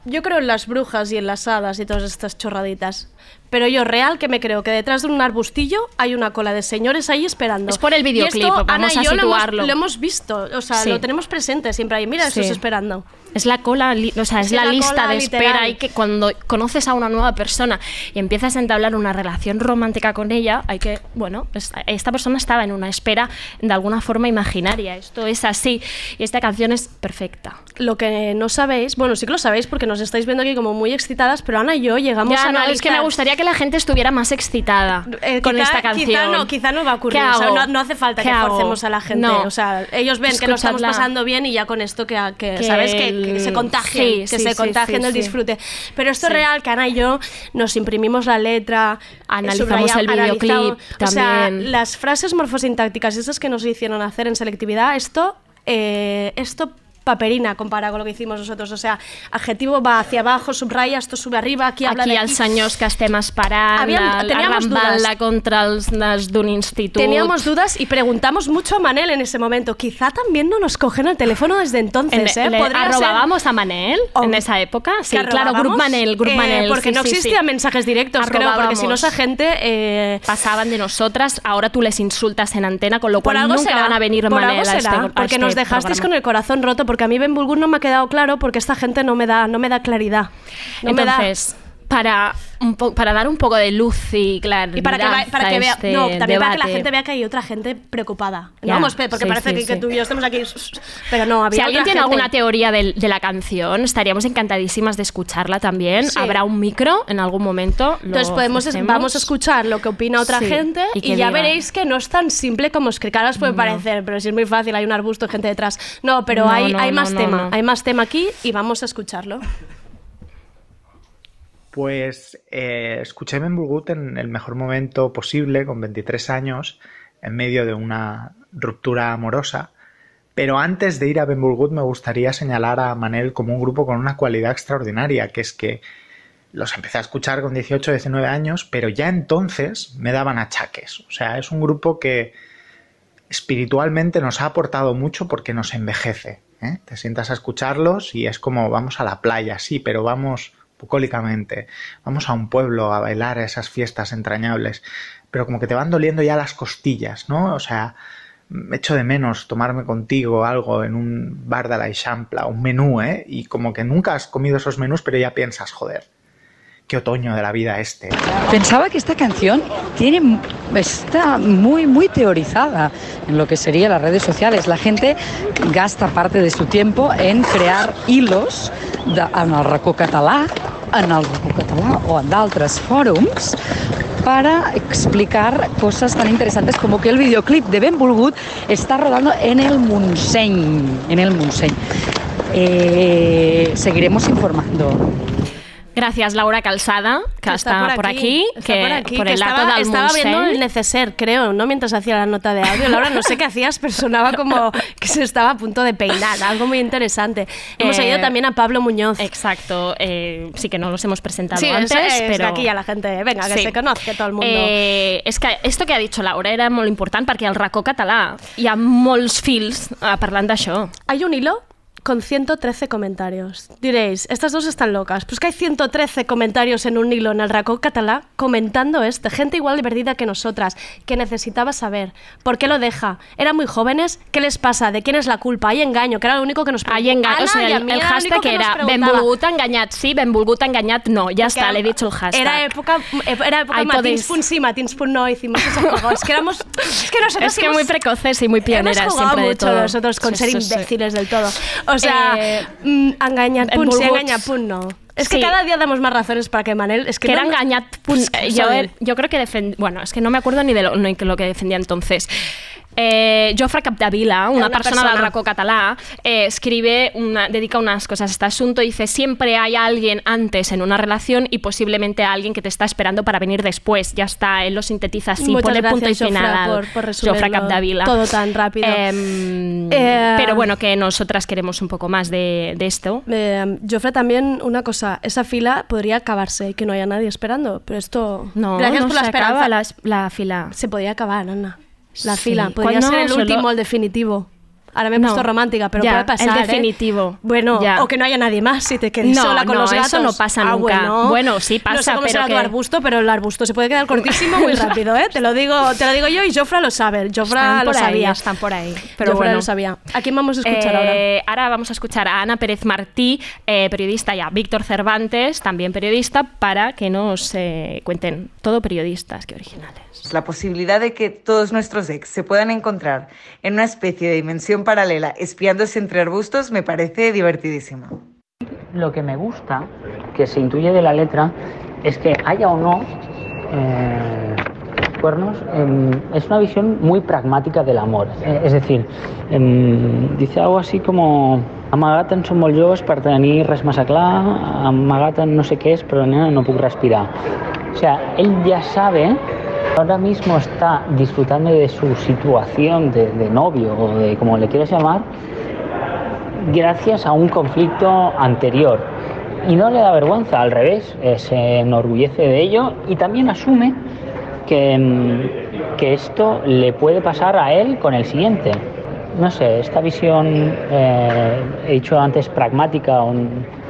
Speaker 4: yo creo en las brujas y en las hadas y todas estas chorraditas. Pero yo real que me creo que detrás de un arbustillo hay una cola de señores ahí esperando.
Speaker 5: Es por el
Speaker 4: Y
Speaker 5: videoclip,
Speaker 4: esto,
Speaker 5: vamos
Speaker 4: Ana y
Speaker 5: a
Speaker 4: yo lo hemos- Lo
Speaker 5: situarlo.
Speaker 4: hemos, visto, o sea,
Speaker 5: Sí.
Speaker 4: lo tenemos presente siempre ahí. Mira,
Speaker 5: Sí.
Speaker 4: esos esperando.
Speaker 5: Es la cola, li- o sea, es,
Speaker 4: Es que
Speaker 5: la,
Speaker 4: la
Speaker 5: lista
Speaker 4: cola
Speaker 5: de
Speaker 4: literal.
Speaker 5: espera y que cuando conoces a una nueva persona y empiezas a entablar una relación romántica con ella, hay que, bueno, pues, esta persona estaba en una espera de alguna forma imaginaria. Esto es así y esta canción es perfecta.
Speaker 4: Lo que no sabéis, bueno, sí que lo sabéis porque nos estáis viendo aquí como muy excitadas, pero Ana y yo llegamos a
Speaker 5: Ya, no,
Speaker 4: analizar.
Speaker 5: es que me gustaría que la gente estuviera más excitada
Speaker 4: Eh,
Speaker 5: con
Speaker 4: quizá-
Speaker 5: esta canción.
Speaker 4: Quizá no, quizá no va a ocurrir.
Speaker 5: ¿Qué
Speaker 4: o sea,
Speaker 5: hago?
Speaker 4: no, no hace falta
Speaker 5: ¿Qué
Speaker 4: que
Speaker 5: hago?
Speaker 4: forcemos a la gente.
Speaker 5: No.
Speaker 4: O sea, ellos ven que lo estamos
Speaker 5: Escuchadla.
Speaker 4: pasando bien y ya con esto que, que,
Speaker 5: Que
Speaker 4: ¿sabes? Que, que
Speaker 5: el-
Speaker 4: se contagien,
Speaker 5: Sí,
Speaker 4: que
Speaker 5: sí,
Speaker 4: se
Speaker 5: sí,
Speaker 4: contagien
Speaker 5: sí,
Speaker 4: del
Speaker 5: sí.
Speaker 4: disfrute. Pero esto es
Speaker 5: Sí.
Speaker 4: real, que Ana y yo nos imprimimos la letra,
Speaker 5: Analizamos
Speaker 4: subrayamos-
Speaker 5: el videoclip
Speaker 4: analizamos- O sea,
Speaker 5: también.
Speaker 4: las frases morfosintácticas, esas que nos hicieron hacer en selectividad, esto, eh, esto paperina comparado con lo que hicimos nosotros. O sea, adjetivo va hacia abajo, subraya, esto sube arriba, aquí habla
Speaker 5: Aquí
Speaker 4: de
Speaker 5: als senyors que estem esperant,
Speaker 4: Havíem-
Speaker 5: el-
Speaker 4: teníamos dudas.
Speaker 5: arrambant-la contra els nas d'un institut.
Speaker 4: Teníamos dudas y preguntamos mucho a Manel en ese momento. Quizá también no nos cogen el teléfono desde
Speaker 5: En- e-
Speaker 4: entonces, ¿eh?
Speaker 5: le
Speaker 4: Podría ser
Speaker 5: arrobábamos a Manel
Speaker 4: Oh.
Speaker 5: en esa época. Sí,
Speaker 4: que
Speaker 5: claro,
Speaker 4: arrobábamos,
Speaker 5: Grup Manel, Grup
Speaker 4: eh,
Speaker 5: Manel.
Speaker 4: porque
Speaker 5: sí,
Speaker 4: no
Speaker 5: sí, sí.
Speaker 4: existían mensajes directos, creo, porque
Speaker 5: Arrobábamos.
Speaker 4: si no esa gente... eh,
Speaker 5: Pasaban de nosotras, ahora tú les insultas en antena, con lo
Speaker 4: por
Speaker 5: cual
Speaker 4: algo
Speaker 5: pues nunca
Speaker 4: será,
Speaker 5: van a venir
Speaker 4: por
Speaker 5: Manel
Speaker 4: algo
Speaker 5: a este,
Speaker 4: será,
Speaker 5: a
Speaker 4: porque
Speaker 5: este
Speaker 4: nos dejasteis con
Speaker 5: programa.
Speaker 4: el corazón roto, porque a mí Ben Bulgur no me ha quedado claro porque esta gente no me da, no me da claridad. No me da.
Speaker 5: Entonces, para, un po- para dar un poco de luz y claridad
Speaker 4: Y para que, va- para que
Speaker 5: a
Speaker 4: vea,
Speaker 5: este
Speaker 4: no, también para que la
Speaker 5: debate.
Speaker 4: gente vea que hay otra gente preocupada. No
Speaker 5: Ya,
Speaker 4: vamos, pe- porque
Speaker 5: sí,
Speaker 4: parece
Speaker 5: sí,
Speaker 4: que, que
Speaker 5: sí.
Speaker 4: tú y yo estamos aquí. Pero no, había
Speaker 5: si alguien
Speaker 4: otra gente.
Speaker 5: tiene alguna teoría del- de, la canción, estaríamos encantadísimas de escucharla también.
Speaker 4: Sí.
Speaker 5: Habrá un micro en algún momento. lo
Speaker 4: Entonces podemos,
Speaker 5: ofrecemos.
Speaker 4: vamos a escuchar lo que opina otra
Speaker 5: Sí,
Speaker 4: gente
Speaker 5: y
Speaker 4: y,
Speaker 5: que
Speaker 4: ya
Speaker 5: diga.
Speaker 4: veréis que no es tan simple como es que claro os puede parecer, pero si es muy fácil, hay un arbusto, gente detrás. No, pero
Speaker 5: No,
Speaker 4: hay,
Speaker 5: no,
Speaker 4: hay
Speaker 5: no,
Speaker 4: más
Speaker 5: no,
Speaker 4: tema,
Speaker 5: no.
Speaker 4: hay más tema aquí y vamos a escucharlo.
Speaker 9: Pues eh, escuché Menburgut en el mejor momento posible, con 23 años, en medio de una ruptura amorosa. Pero antes de ir a Benburgut me gustaría señalar a Manel como un grupo con una cualidad extraordinaria, que es que los empecé a escuchar con 18, 19 años, pero ya entonces me daban achaques. O sea, es un grupo que espiritualmente nos ha aportado mucho porque nos envejece. ¿eh? Te sientas a escucharlos y es como vamos a la playa, sí, pero vamos bucólicamente, vamos a un pueblo a bailar a esas fiestas entrañables, pero como que te van doliendo ya las costillas, ¿no? O sea, mm, echo de menos tomarme contigo algo en un bar de la Eixampla, un menú, ¿eh? Y como que nunca has comido esos menús, pero ya piensas, joder, qué otoño de la vida este.
Speaker 10: Pensaba que esta canción tiene, mu- está muy, muy teorizada en lo que serían las redes sociales. La gente gasta parte de su tiempo en crear hilos de, en el racó català, en el racó català o en d'altres fòrums para explicar cosas tan interesantes como que el videoclip de Benvolgut está rodando en el Montseny. En el Montseny. Eh, seguiremos informando.
Speaker 5: Gracias, Laura Calzada, que, está, por aquí,
Speaker 4: está
Speaker 5: que
Speaker 4: por aquí,
Speaker 5: por
Speaker 4: que
Speaker 5: el dato
Speaker 4: estaba,
Speaker 5: del
Speaker 4: estaba abriendo
Speaker 5: Montseny.
Speaker 4: el neceser, creo, ¿no? Mientras hacía la nota de audio. Laura, no sé qué hacías, pero sonaba como que se estaba a punto de peinar, algo muy interesante. Hemos
Speaker 5: Eh,
Speaker 4: oído también a Pablo Muñoz.
Speaker 5: Exacto, eh, sí que no los hemos presentado
Speaker 4: Sí,
Speaker 5: antes,
Speaker 4: es- es que
Speaker 5: pero
Speaker 4: aquí ya la gente, venga, que se conozca todo el mundo.
Speaker 5: Eh, és que esto que ha dicho Laura era molt important perquè al racó català hi ha molts fils eh, parlant d'això.
Speaker 4: Hay un hilo con 113 comentarios. Diréis, estas dos están locas. Pues que hay 113 comentarios en un hilo en el Racó catalá comentando esto. Gente igual de perdida que nosotras, que necesitaba saber. ¿Por qué lo deja? ¿Eran muy jóvenes? ¿Qué les pasa? ¿De quién es la culpa? Hay engaño, que era lo único que nos
Speaker 5: Hay enga- Ah, o
Speaker 4: Ana
Speaker 5: sea,
Speaker 4: y a
Speaker 5: el,
Speaker 4: mí
Speaker 5: el
Speaker 4: era lo único
Speaker 5: hashtag
Speaker 4: que nos
Speaker 5: era
Speaker 4: preguntaba.
Speaker 5: benvolgut enganyat sí, benvolgut enganyat no, ja està, le he dicho el hashtag.
Speaker 4: Era época, era época
Speaker 5: Ahí podéis-
Speaker 4: matins pun sí, matins pun no, hicimos esos juegos. Es que éramos... Es que nosotros
Speaker 5: es que muy precoces y muy
Speaker 4: Hemos
Speaker 5: pioneras
Speaker 4: jugado
Speaker 5: siempre de
Speaker 4: mucho
Speaker 5: todo.
Speaker 4: nosotros con
Speaker 5: Sí,
Speaker 4: ser
Speaker 5: sí, sí.
Speaker 4: imbéciles del todo. O sea,
Speaker 5: Eh,
Speaker 4: mm, engañar
Speaker 5: en
Speaker 4: pun sí,
Speaker 5: Burgos.
Speaker 4: engañar pun no. Es que
Speaker 5: Sí.
Speaker 4: cada día damos más razones para que Manel... Es que,
Speaker 5: que
Speaker 4: no-
Speaker 5: era engañat. pun-
Speaker 4: Es que
Speaker 5: eh,
Speaker 4: vamos
Speaker 5: yo,
Speaker 4: a ver.
Speaker 5: yo creo que defend, bueno, es que no me acuerdo ni de lo, ni que lo que defendía entonces. Eh, Jofre Capdevila, una,
Speaker 4: Una
Speaker 5: persona, del
Speaker 4: persona.
Speaker 5: raco catalá, eh, escribe, una, dedica unas cosas a este asunto y dice, siempre hay alguien antes en una relación y posiblemente alguien que te está esperando para venir después. Ya está, él lo sintetiza así,
Speaker 4: Muchas
Speaker 5: pone punto y
Speaker 4: gracias, Jofra,
Speaker 5: final. al-
Speaker 4: por- por resumirlo
Speaker 5: Jofre Capdevila.
Speaker 4: todo tan rápido.
Speaker 5: Em,
Speaker 4: Eh,
Speaker 5: pero bueno, que nosotras queremos un poco más de, de esto.
Speaker 4: Eh, Jofre, también una cosa, esa fila podría acabarse y que no haya nadie esperando, pero esto...
Speaker 5: No,
Speaker 4: Gracias
Speaker 5: no
Speaker 4: por la
Speaker 5: se
Speaker 4: esperanza.
Speaker 5: acaba la, la fila.
Speaker 4: Se podía acabar, Ana. La
Speaker 5: Sí.
Speaker 4: fila. Podría
Speaker 5: Cuando
Speaker 4: ser el
Speaker 5: solo-
Speaker 4: último, el definitivo. Ahora me he
Speaker 5: No.
Speaker 4: puesto romántica, pero
Speaker 5: Ya,
Speaker 4: puede pasar.
Speaker 5: el
Speaker 4: ¿eh?
Speaker 5: definitivo.
Speaker 4: Bueno,
Speaker 5: Ya.
Speaker 4: o que no haya nadie más si te quedes
Speaker 5: No,
Speaker 4: sola con
Speaker 5: no,
Speaker 4: los gatos.
Speaker 5: eso no pasa
Speaker 4: Ah,
Speaker 5: nunca.
Speaker 4: Bueno.
Speaker 5: Bueno, sí
Speaker 4: No sé
Speaker 5: pasa,
Speaker 4: cómo
Speaker 5: pero
Speaker 4: será tu
Speaker 5: que-
Speaker 4: arbusto, pero el arbusto se puede quedar cortísimo muy rápido, ¿eh? Te lo digo, te lo digo yo y Jofra lo sabe. Jofra
Speaker 5: Están
Speaker 4: lo
Speaker 5: por ahí,
Speaker 4: sabía.
Speaker 5: están por ahí. Pero
Speaker 4: Jofra
Speaker 5: bueno.
Speaker 4: lo sabía. ¿A quién vamos a escuchar ahora?
Speaker 5: Eh, ahora vamos a escuchar a Ana Pérez Martí, eh, periodista ya, Víctor Cervantes, también periodista, para que nos eh, cuenten todo periodistas, que ¿eh? originales.
Speaker 11: Pues, La posibilidad de que todos nuestros ex se puedan encontrar en una especie de dimensión paralela espiándose entre arbustos me parece divertidísima.
Speaker 10: Lo que me gusta, que se intuye de la letra, es que haya o no eh, cuernos, em, es una visión muy pragmática del amor. Eh, es decir, em, dice algo así como amagaten som molt joves per tenir res massa clar, amagaten no sé qué es, pero nena no puc respirar. O sea, él ya sabe, ahora mismo está disfrutando de su situación de, de novio o de como le quieras llamar, gracias a un conflicto anterior. Y no le da vergüenza, al revés, eh, se enorgullece de ello y también asume que, mm, que esto le puede pasar a él con el siguiente. No sé, esta visión, eh, he dicho antes, pragmática, o n-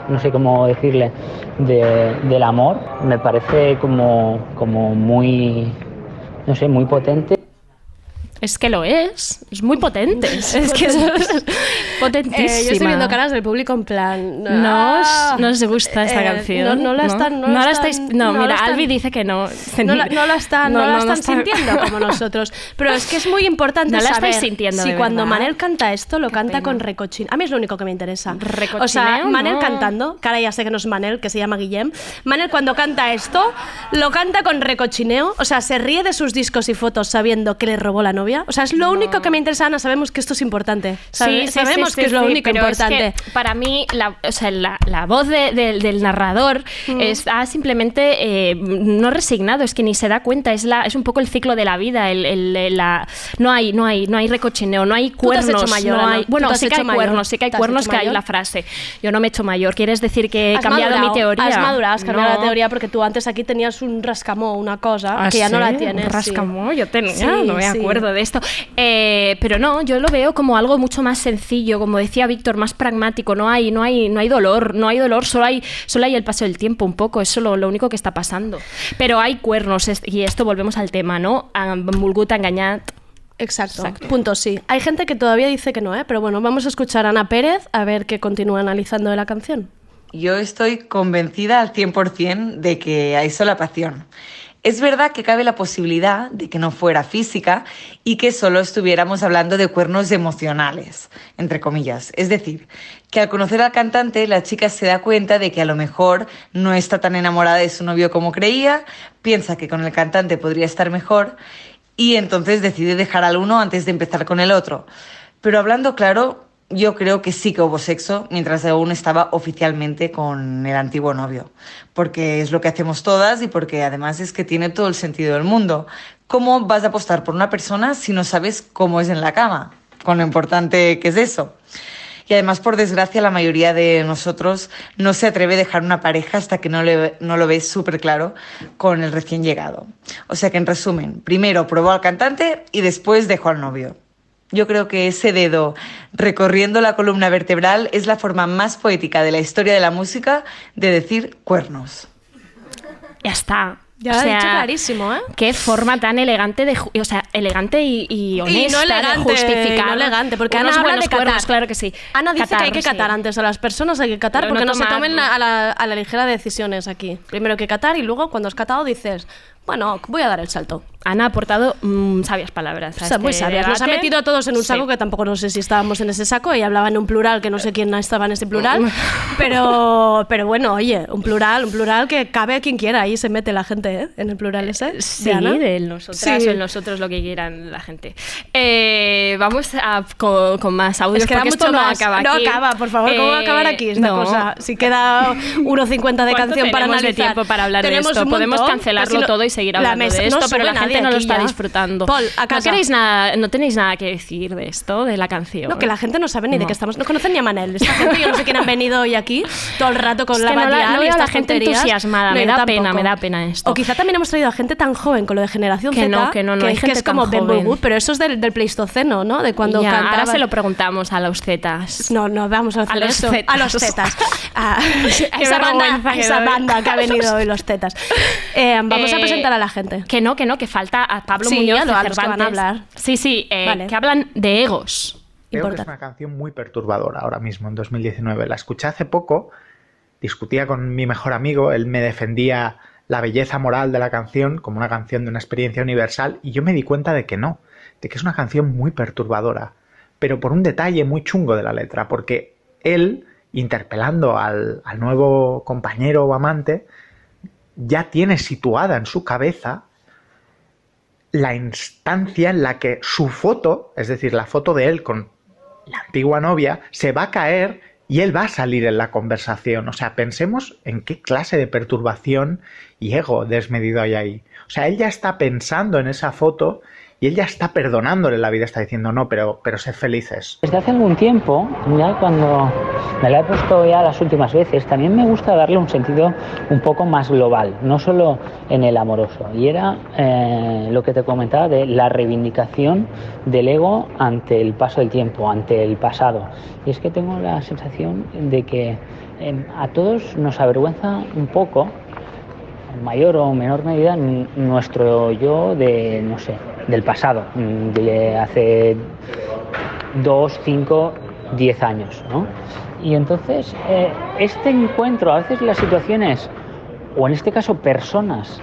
Speaker 10: no sé cómo decirle, de- del amor, me parece como, como muy, no sé, muy potente.
Speaker 5: Es que lo es, es muy potente. es que es potentísima.
Speaker 4: Eh, yo estoy viendo caras del público en plan.
Speaker 5: No, os, no os gusta esta eh, canción.
Speaker 4: Ah. No, no, la están. No,
Speaker 5: no
Speaker 4: la
Speaker 5: estáis.
Speaker 4: están-
Speaker 5: No,
Speaker 4: la
Speaker 5: mira,
Speaker 4: están-
Speaker 5: Albi dice que no.
Speaker 4: No la, no la están, no,
Speaker 5: No,
Speaker 4: la
Speaker 5: no, no
Speaker 4: están
Speaker 5: está-
Speaker 4: sintiendo como nosotros. Pero es que es muy importante
Speaker 5: No la
Speaker 4: saber
Speaker 5: estáis sintiendo,
Speaker 4: si
Speaker 5: de
Speaker 4: cuando
Speaker 5: verdad.
Speaker 4: Manel canta esto, lo canta
Speaker 5: pena.
Speaker 4: con recochin. A mí es lo único que me interesa.
Speaker 5: Recochineo,
Speaker 4: O sea, Manel
Speaker 5: no.
Speaker 4: cantando, que ahora ya sé que no es Manel, que se llama Guillem. Manel cuando canta esto, lo canta con recochineo. O sea, se ríe de sus discos y fotos sabiendo que le robó la novia. O sea, es lo único que me interesa, Ana. Sabemos que esto es importante. Sabe-
Speaker 5: Sí, sí,
Speaker 4: sabemos
Speaker 5: sí,
Speaker 4: que
Speaker 5: sí,
Speaker 4: es lo
Speaker 5: sí,
Speaker 4: único
Speaker 5: pero es que
Speaker 4: importante.
Speaker 5: para mí, la, o sea, la, la voz de- de- del narrador
Speaker 4: Mm.
Speaker 5: está simplemente eh, no resignado, es que ni se da cuenta. Es, la, es un poco el ciclo de la vida. El, el- el- la, no hay, no hay, no hay recochineo, no hay
Speaker 4: Tú te has
Speaker 5: cuernos.
Speaker 4: hecho mayor,
Speaker 5: no
Speaker 4: Ana,
Speaker 5: hay-
Speaker 4: tú
Speaker 5: bueno,
Speaker 4: te has
Speaker 5: sí que
Speaker 4: hecho
Speaker 5: hay
Speaker 4: mayor.
Speaker 5: cuernos, sí que hay
Speaker 4: ¿Te has
Speaker 5: cuernos
Speaker 4: hecho
Speaker 5: que hay
Speaker 4: mayor?
Speaker 5: la frase. Yo no me he hecho mayor. ¿Quieres decir que he
Speaker 4: Has
Speaker 5: cambiado
Speaker 4: madurado,
Speaker 5: mi teoría?
Speaker 4: Has madurado, has cambiado
Speaker 5: No.
Speaker 4: la teoría porque tú antes aquí tenías un rascamó, una cosa
Speaker 5: Ah,
Speaker 4: que ya no
Speaker 5: sí,
Speaker 4: la
Speaker 5: un
Speaker 4: tienes. sí.
Speaker 5: Rascamó, yo tenía,
Speaker 4: Sí,
Speaker 5: no me
Speaker 4: sí.
Speaker 5: acuerdo de esto. Eh, pero no, yo lo veo como algo mucho más sencillo, como decía Víctor, más pragmático. No hay, no hay, no hay dolor, no hay dolor, solo hay, solo hay el paso del tiempo un poco. Eso es lo, lo único que está pasando. Pero hay cuernos, es- y esto volvemos al tema, ¿no? A Mulgut a engañar.
Speaker 4: Exacto.
Speaker 5: Exacto.
Speaker 4: Punto sí. Hay gente que todavía dice que no, ¿eh? pero bueno, vamos a escuchar a Ana Pérez a ver qué continúa analizando de la canción.
Speaker 11: Yo estoy convencida al 100% de que a eso la pasión. Es verdad que cabe la posibilidad de que no fuera física y que solo estuviéramos hablando de cuernos emocionales, entre comillas. Es decir, que al conocer al cantante la chica se da cuenta de que a lo mejor no está tan enamorada de su novio como creía, piensa que con el cantante podría estar mejor y entonces decide dejar al uno antes de empezar con el otro. Pero hablando claro, yo creo que sí que hubo sexo mientras aún estaba oficialmente con el antiguo novio, porque es lo que hacemos todas y porque además es que tiene todo el sentido del mundo. ¿Cómo vas a apostar por una persona si no sabes cómo es en la cama? Con lo importante que es eso. Y además, por desgracia, la mayoría de nosotros no se atreve a dejar una pareja hasta que no, le- no lo ves súper claro con el recién llegado. O sea que, en resumen, primero probó al cantante y después dejó al novio. Yo creo que ese dedo recorriendo la columna vertebral es la forma más poética de la historia de la música de decir cuernos.
Speaker 5: Ya está.
Speaker 4: Ya
Speaker 5: O
Speaker 4: lo ha
Speaker 5: sea,
Speaker 4: dicho clarísimo, ¿eh?
Speaker 5: Qué forma tan elegante de, ju- o sea, elegante y, y honesta de justificar.
Speaker 4: no elegante, porque
Speaker 5: Unos
Speaker 4: Ana habla
Speaker 5: buenos
Speaker 4: de catar.
Speaker 5: cuernos, claro que sí.
Speaker 4: Ana dice que hay
Speaker 5: Catar,
Speaker 4: que
Speaker 5: sí.
Speaker 4: catar antes a las personas, hay que catar
Speaker 5: Pero no
Speaker 4: porque no, se
Speaker 5: tomar,
Speaker 4: tomen
Speaker 5: ¿no?
Speaker 4: a la, a la ligera decisiones aquí. Primero que catar y luego cuando has catado dices, bueno, voy a dar el salto.
Speaker 5: Ana ha aportado mm, sabias palabras. a
Speaker 4: O sea, muy
Speaker 5: este
Speaker 4: sabias. Nos ha
Speaker 5: debate.
Speaker 4: metido a todos en un
Speaker 5: Sí.
Speaker 4: saco que tampoco no sé si estábamos en ese saco. Ella hablaba en un plural que no sé quién estaba en ese plural. Pero, pero bueno, oye, un plural, un plural que cabe a quien quiera. Ahí se mete la gente, ¿eh? En el plural ese.
Speaker 5: Sí,
Speaker 4: Ana.
Speaker 5: de nosotras
Speaker 4: Sí.
Speaker 5: o en nosotros lo que quieran la gente. Eh, vamos a- con, con más audios
Speaker 4: Es que da
Speaker 5: porque esto
Speaker 4: mucho
Speaker 5: no
Speaker 4: más.
Speaker 5: acaba
Speaker 4: No
Speaker 5: aquí.
Speaker 4: acaba, por favor. ¿Cómo va a acabar
Speaker 5: Eh,
Speaker 4: aquí esta
Speaker 5: no.
Speaker 4: cosa? Si queda 1.50 de
Speaker 5: ¿Cuánto
Speaker 4: canción para
Speaker 5: tenemos de
Speaker 4: analizar.
Speaker 5: tiempo para hablar de
Speaker 4: Tenemos
Speaker 5: esto?
Speaker 4: un
Speaker 5: Podemos
Speaker 4: montón.
Speaker 5: cancelarlo
Speaker 4: Pues si lo-
Speaker 5: todo y seguir
Speaker 4: la
Speaker 5: hablando
Speaker 4: mesa-
Speaker 5: de
Speaker 4: no
Speaker 5: esto, pero la
Speaker 4: sube
Speaker 5: gente
Speaker 4: nadie
Speaker 5: no lo
Speaker 4: aquí
Speaker 5: está
Speaker 4: ya.
Speaker 5: disfrutando.
Speaker 4: Paul, a
Speaker 5: no,
Speaker 4: casa.
Speaker 5: queréis nada, no tenéis nada que decir de esto, de la canción.
Speaker 4: No, que la gente no sabe ni de
Speaker 5: No.
Speaker 4: qué estamos. No conocen ni a Manel. Esta gente, yo no sé quién han venido hoy aquí todo el rato con
Speaker 5: Es
Speaker 4: la
Speaker 5: que no la-
Speaker 4: batial
Speaker 5: no
Speaker 4: y
Speaker 5: veo a
Speaker 4: estas
Speaker 5: la gente
Speaker 4: tonterías.
Speaker 5: entusiasmada, me
Speaker 4: yo
Speaker 5: da pena,
Speaker 4: tampoco.
Speaker 5: me da pena esto.
Speaker 4: O quizá también hemos traído a gente tan joven con lo de Generación
Speaker 5: Que
Speaker 4: Z.
Speaker 5: no, que no, no,
Speaker 4: que,
Speaker 5: hay
Speaker 4: que
Speaker 5: gente
Speaker 4: es como
Speaker 5: tan
Speaker 4: Ben
Speaker 5: joven.
Speaker 4: Burwood, pero eso es del, del Pleistoceno, ¿no? De cuando
Speaker 5: Ya,
Speaker 4: cantaba.
Speaker 5: ahora se lo preguntamos a los zetas.
Speaker 4: No, no, vamos a hacer
Speaker 5: A los
Speaker 4: eso.
Speaker 5: zetas.
Speaker 4: A los tetas. A,
Speaker 5: Qué
Speaker 4: Ah, esa, banda,
Speaker 5: vergüenza que
Speaker 4: esa
Speaker 5: doy.
Speaker 4: banda que ha venido hoy, los tetas. Eh, vamos a
Speaker 5: Eh,
Speaker 4: presentar a la gente.
Speaker 5: Que no, que no, que falta a Pablo
Speaker 4: Sí,
Speaker 5: Muñoz
Speaker 4: a lo-
Speaker 5: de
Speaker 4: a los que van a
Speaker 5: Cervantes.
Speaker 4: hablar.
Speaker 5: Sí, sí, eh,
Speaker 4: Vale.
Speaker 5: que hablan de egos.
Speaker 9: Creo que es
Speaker 4: Importante.
Speaker 9: una canción muy perturbadora ahora mismo, en 2019. La escuché hace poco, discutía con mi mejor amigo, él me defendía la belleza moral de la canción como una canción de una experiencia universal y yo me di cuenta de que no, de que es una canción muy perturbadora, pero por un detalle muy chungo de la letra, porque él, interpelando al, al nuevo compañero o amante, ya tiene situada en su cabeza la instancia en la que su foto, es decir, la foto de él con la antigua novia, se va a caer y él va a salir en la conversación. O sea, pensemos en qué clase de perturbación y ego desmedido hay ahí. O sea, él ya está pensando en esa foto y él ya está perdonándole la vida, está diciendo, no, pero, pero sed felices.
Speaker 10: Desde hace algún tiempo, ya cuando me la he puesto ya las últimas veces, también me gusta darle un sentido un poco más global, no solo en el amoroso. Y era eh, lo que te comentaba de la reivindicación del ego ante el paso del tiempo, ante el pasado. Y es que tengo la sensación de que eh, a todos nos avergüenza un poco en mayor o menor medida n- nuestro yo de, no sé, del pasado, de hace 2, 5, 10 años. ¿no? Y entonces, eh, este encuentro, a veces las situaciones, o en este caso personas,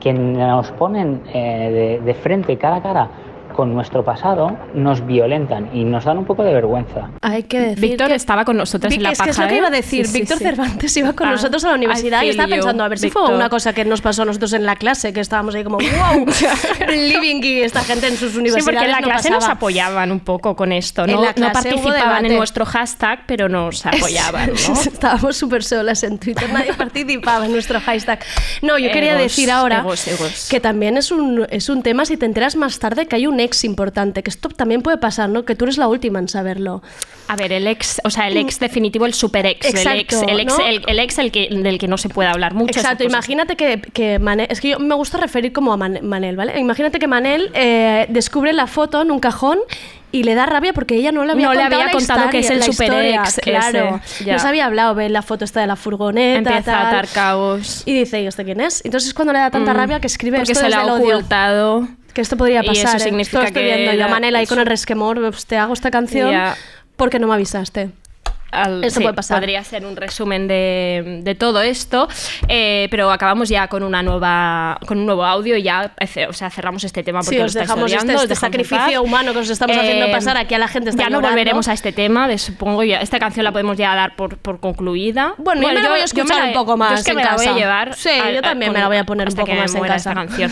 Speaker 10: que nos ponen eh, de, de frente cara a cara con nuestro pasado nos violentan y nos dan un poco de vergüenza.
Speaker 4: Hay que decir
Speaker 5: Víctor
Speaker 4: que...
Speaker 5: estaba con nosotros
Speaker 4: Vic,
Speaker 5: en la
Speaker 4: es que es
Speaker 5: paja,
Speaker 4: lo que
Speaker 5: ¿eh?
Speaker 4: iba a decir.
Speaker 5: Sí, sí,
Speaker 4: Víctor
Speaker 5: sí.
Speaker 4: Cervantes iba con
Speaker 5: Ah,
Speaker 4: nosotros a la universidad
Speaker 5: I
Speaker 4: y estaba
Speaker 5: feel you,
Speaker 4: pensando, a ver si fue
Speaker 5: Víctor.
Speaker 4: una cosa que nos pasó a nosotros en la clase, que estábamos ahí como, wow, living y esta gente en sus
Speaker 5: Sí,
Speaker 4: universidades
Speaker 5: porque en la
Speaker 4: no
Speaker 5: clase nos
Speaker 4: pasaba.
Speaker 5: apoyaban un poco con esto, ¿no?
Speaker 4: En la
Speaker 5: No
Speaker 4: clase hubo
Speaker 5: participaban en
Speaker 4: debate.
Speaker 5: nuestro hashtag, pero nos apoyaban, ¿no?
Speaker 4: Estábamos súper solas en Twitter, nadie participaba en nuestro hashtag. No, yo quería
Speaker 5: Egos,
Speaker 4: decir ahora
Speaker 5: egos, egos.
Speaker 4: que también es un, es un tema, si te enteras más tarde, que hay un ex importante, que esto también puede pasar, ¿no? Que tú eres la última en saberlo.
Speaker 5: A ver, el ex, o sea, el ex definitivo, el super ex, el ex,
Speaker 4: Mm. Exacto,
Speaker 5: el ex,
Speaker 4: ¿no?
Speaker 5: el, el ex el que, del que no se puede hablar mucho. esas
Speaker 4: Exacto,
Speaker 5: cosas.
Speaker 4: imagínate que, que Manel, es que yo me gusta referir como a Man- Manel, ¿vale? Imagínate que Manel eh, descubre la foto en un cajón y le da rabia porque ella no le había
Speaker 5: No le
Speaker 4: contado,
Speaker 5: había
Speaker 4: la
Speaker 5: contado que es el
Speaker 4: historia- la
Speaker 5: superex
Speaker 4: historia, claro.
Speaker 5: ese, ya.
Speaker 4: No se había hablado, ve la foto esta de la furgoneta,
Speaker 5: Empieza a
Speaker 4: tal.
Speaker 5: atar cabos.
Speaker 4: Y dice, ¿y este quién es? Entonces es cuando le da tanta
Speaker 5: Mm,
Speaker 4: rabia que escribe
Speaker 5: porque
Speaker 4: esto
Speaker 5: se
Speaker 4: desde
Speaker 5: la
Speaker 4: el
Speaker 5: ha
Speaker 4: odio.
Speaker 5: ocultado.
Speaker 4: Que esto podría
Speaker 5: Y eso
Speaker 4: pasar. ¿eh?
Speaker 5: significa
Speaker 4: Esto estoy
Speaker 5: que
Speaker 4: viendo yo
Speaker 5: la-
Speaker 4: a Manel ahí con
Speaker 5: eso.
Speaker 4: el resquemor, pues, te hago esta canción
Speaker 5: Ya.
Speaker 4: porque no me avisaste.
Speaker 5: Al-
Speaker 4: Esto puede pasar.
Speaker 5: Podría ser un resumen de, de todo esto, eh, pero acabamos ya con una nueva, con un nuevo audio y ya, eh, o sea, cerramos este tema porque
Speaker 4: Sí,
Speaker 5: lo
Speaker 4: os
Speaker 5: estáis
Speaker 4: dejamos este-
Speaker 5: odiando, os
Speaker 4: este
Speaker 5: dejamos en
Speaker 4: sacrificio
Speaker 5: paz. Eh,
Speaker 4: humano que os estamos haciendo pasar, aquí a la gente está
Speaker 5: Ya no
Speaker 4: llorando.
Speaker 5: volveremos a este tema, de, supongo ya. Esta canción la podemos ya dar por, por concluida.
Speaker 4: Bueno, yo me la voy a escuchar
Speaker 5: la-
Speaker 4: un poco
Speaker 5: yo
Speaker 4: más
Speaker 5: es que
Speaker 4: en
Speaker 5: me la
Speaker 4: casa.
Speaker 5: voy a llevar.
Speaker 4: Sí, yo también me la voy a poner un
Speaker 5: hasta
Speaker 4: poco
Speaker 5: que me
Speaker 4: más en
Speaker 5: muera
Speaker 4: casa.
Speaker 5: esta canción.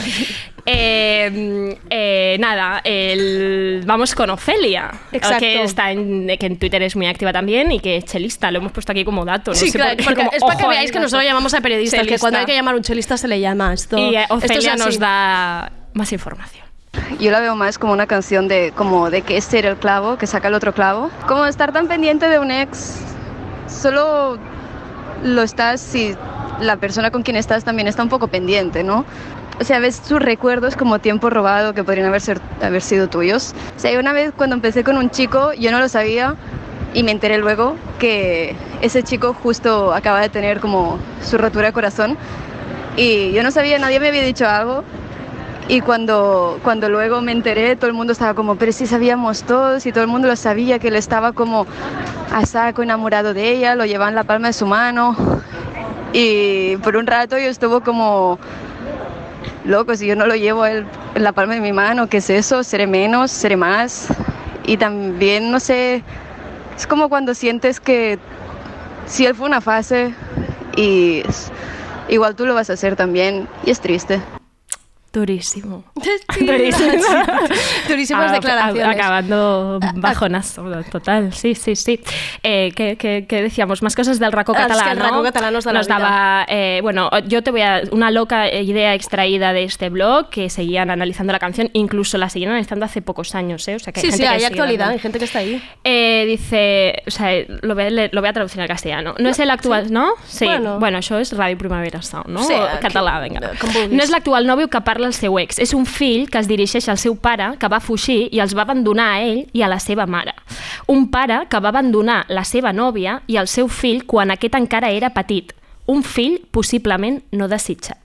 Speaker 5: Eh, eh, nada, el- vamos con Ofelia, eh,
Speaker 4: Exacto.
Speaker 5: que está en, que en Twitter es muy activa también y que es chelista. Lo hemos puesto aquí como dato. no
Speaker 4: Sí,
Speaker 5: sé
Speaker 4: claro,
Speaker 5: por
Speaker 4: porque
Speaker 5: qué, como,
Speaker 4: es para que
Speaker 5: ojo,
Speaker 4: veáis
Speaker 5: el
Speaker 4: que
Speaker 5: dato.
Speaker 4: nosotros llamamos a periodistas, que
Speaker 5: Chelista.
Speaker 4: cuando hay que llamar a un chelista se le llama esto.
Speaker 5: Y eh,
Speaker 4: Esto es
Speaker 5: Ofelia
Speaker 4: así.
Speaker 5: nos da más información.
Speaker 12: Yo la veo más como una canción de como de que este era el clavo, que saca el otro clavo. Como estar tan pendiente de un ex, solo lo estás si la persona con quien estás también está un poco pendiente, ¿no? O sea, ves tus recuerdos como tiempo robado que podrían haber, ser- haber sido tuyos. O sea, yo una vez cuando empecé con un chico, yo no lo sabía y me enteré luego que ese chico justo acaba de tener como su rotura de corazón y yo no sabía, nadie me había dicho algo y cuando, cuando luego me enteré, todo el mundo estaba como, pero sí sabíamos todos y todo el mundo lo sabía, que él estaba como a saco enamorado de ella, lo llevaba en la palma de su mano. Y por un rato yo estuvo como, loco, si yo no lo llevo a él en la palma de mi mano, ¿qué es eso? ¿Seré menos? ¿Seré más? Y también, no sé, es como cuando sientes que si él fue una fase y es- igual tú lo vas a hacer también y es triste.
Speaker 5: Durísimo.
Speaker 4: Sí,
Speaker 5: Durísimas.
Speaker 4: Durísimas
Speaker 5: Ah,
Speaker 4: declaraciones. Ah,
Speaker 5: a- Acabando bajonazo, total. Sí, sí, sí. Eh, ¿qué, qué- qué decíamos? Más cosas del raco
Speaker 4: Ah, es que
Speaker 5: catalán.
Speaker 4: el
Speaker 5: ¿no?
Speaker 4: raco catalán nos da la vida.
Speaker 5: daba. eh, bueno, yo te voy a. Una loca idea extraída de este blog que seguían analizando la canción, incluso la seguían analizando hace pocos años. ¿eh? O sea, que hay
Speaker 4: Sí,
Speaker 5: gente
Speaker 4: sí,
Speaker 5: que
Speaker 4: hay
Speaker 5: sigue
Speaker 4: actualidad,
Speaker 5: dando-
Speaker 4: hay gente que está ahí.
Speaker 5: eh, dice, o sea, lo voy, a, leer- lo voy a traducir al castellano. No es el actual, ¿no? Sí.
Speaker 4: Bueno.
Speaker 5: Bueno. això és Ràdio Primavera Sound, no?
Speaker 4: Sí,
Speaker 5: Sí,
Speaker 4: aquí,
Speaker 5: Català, vinga.
Speaker 4: eh, com vulguis.
Speaker 5: No és l'actual nòvio que parla al seu ex, és un fill que es dirigeix al seu pare, que va fugir i els va abandonar a ell i a la seva mare. Un pare que va abandonar la seva nòvia i el seu fill quan aquest encara era petit. Un fill possiblement no desitjat.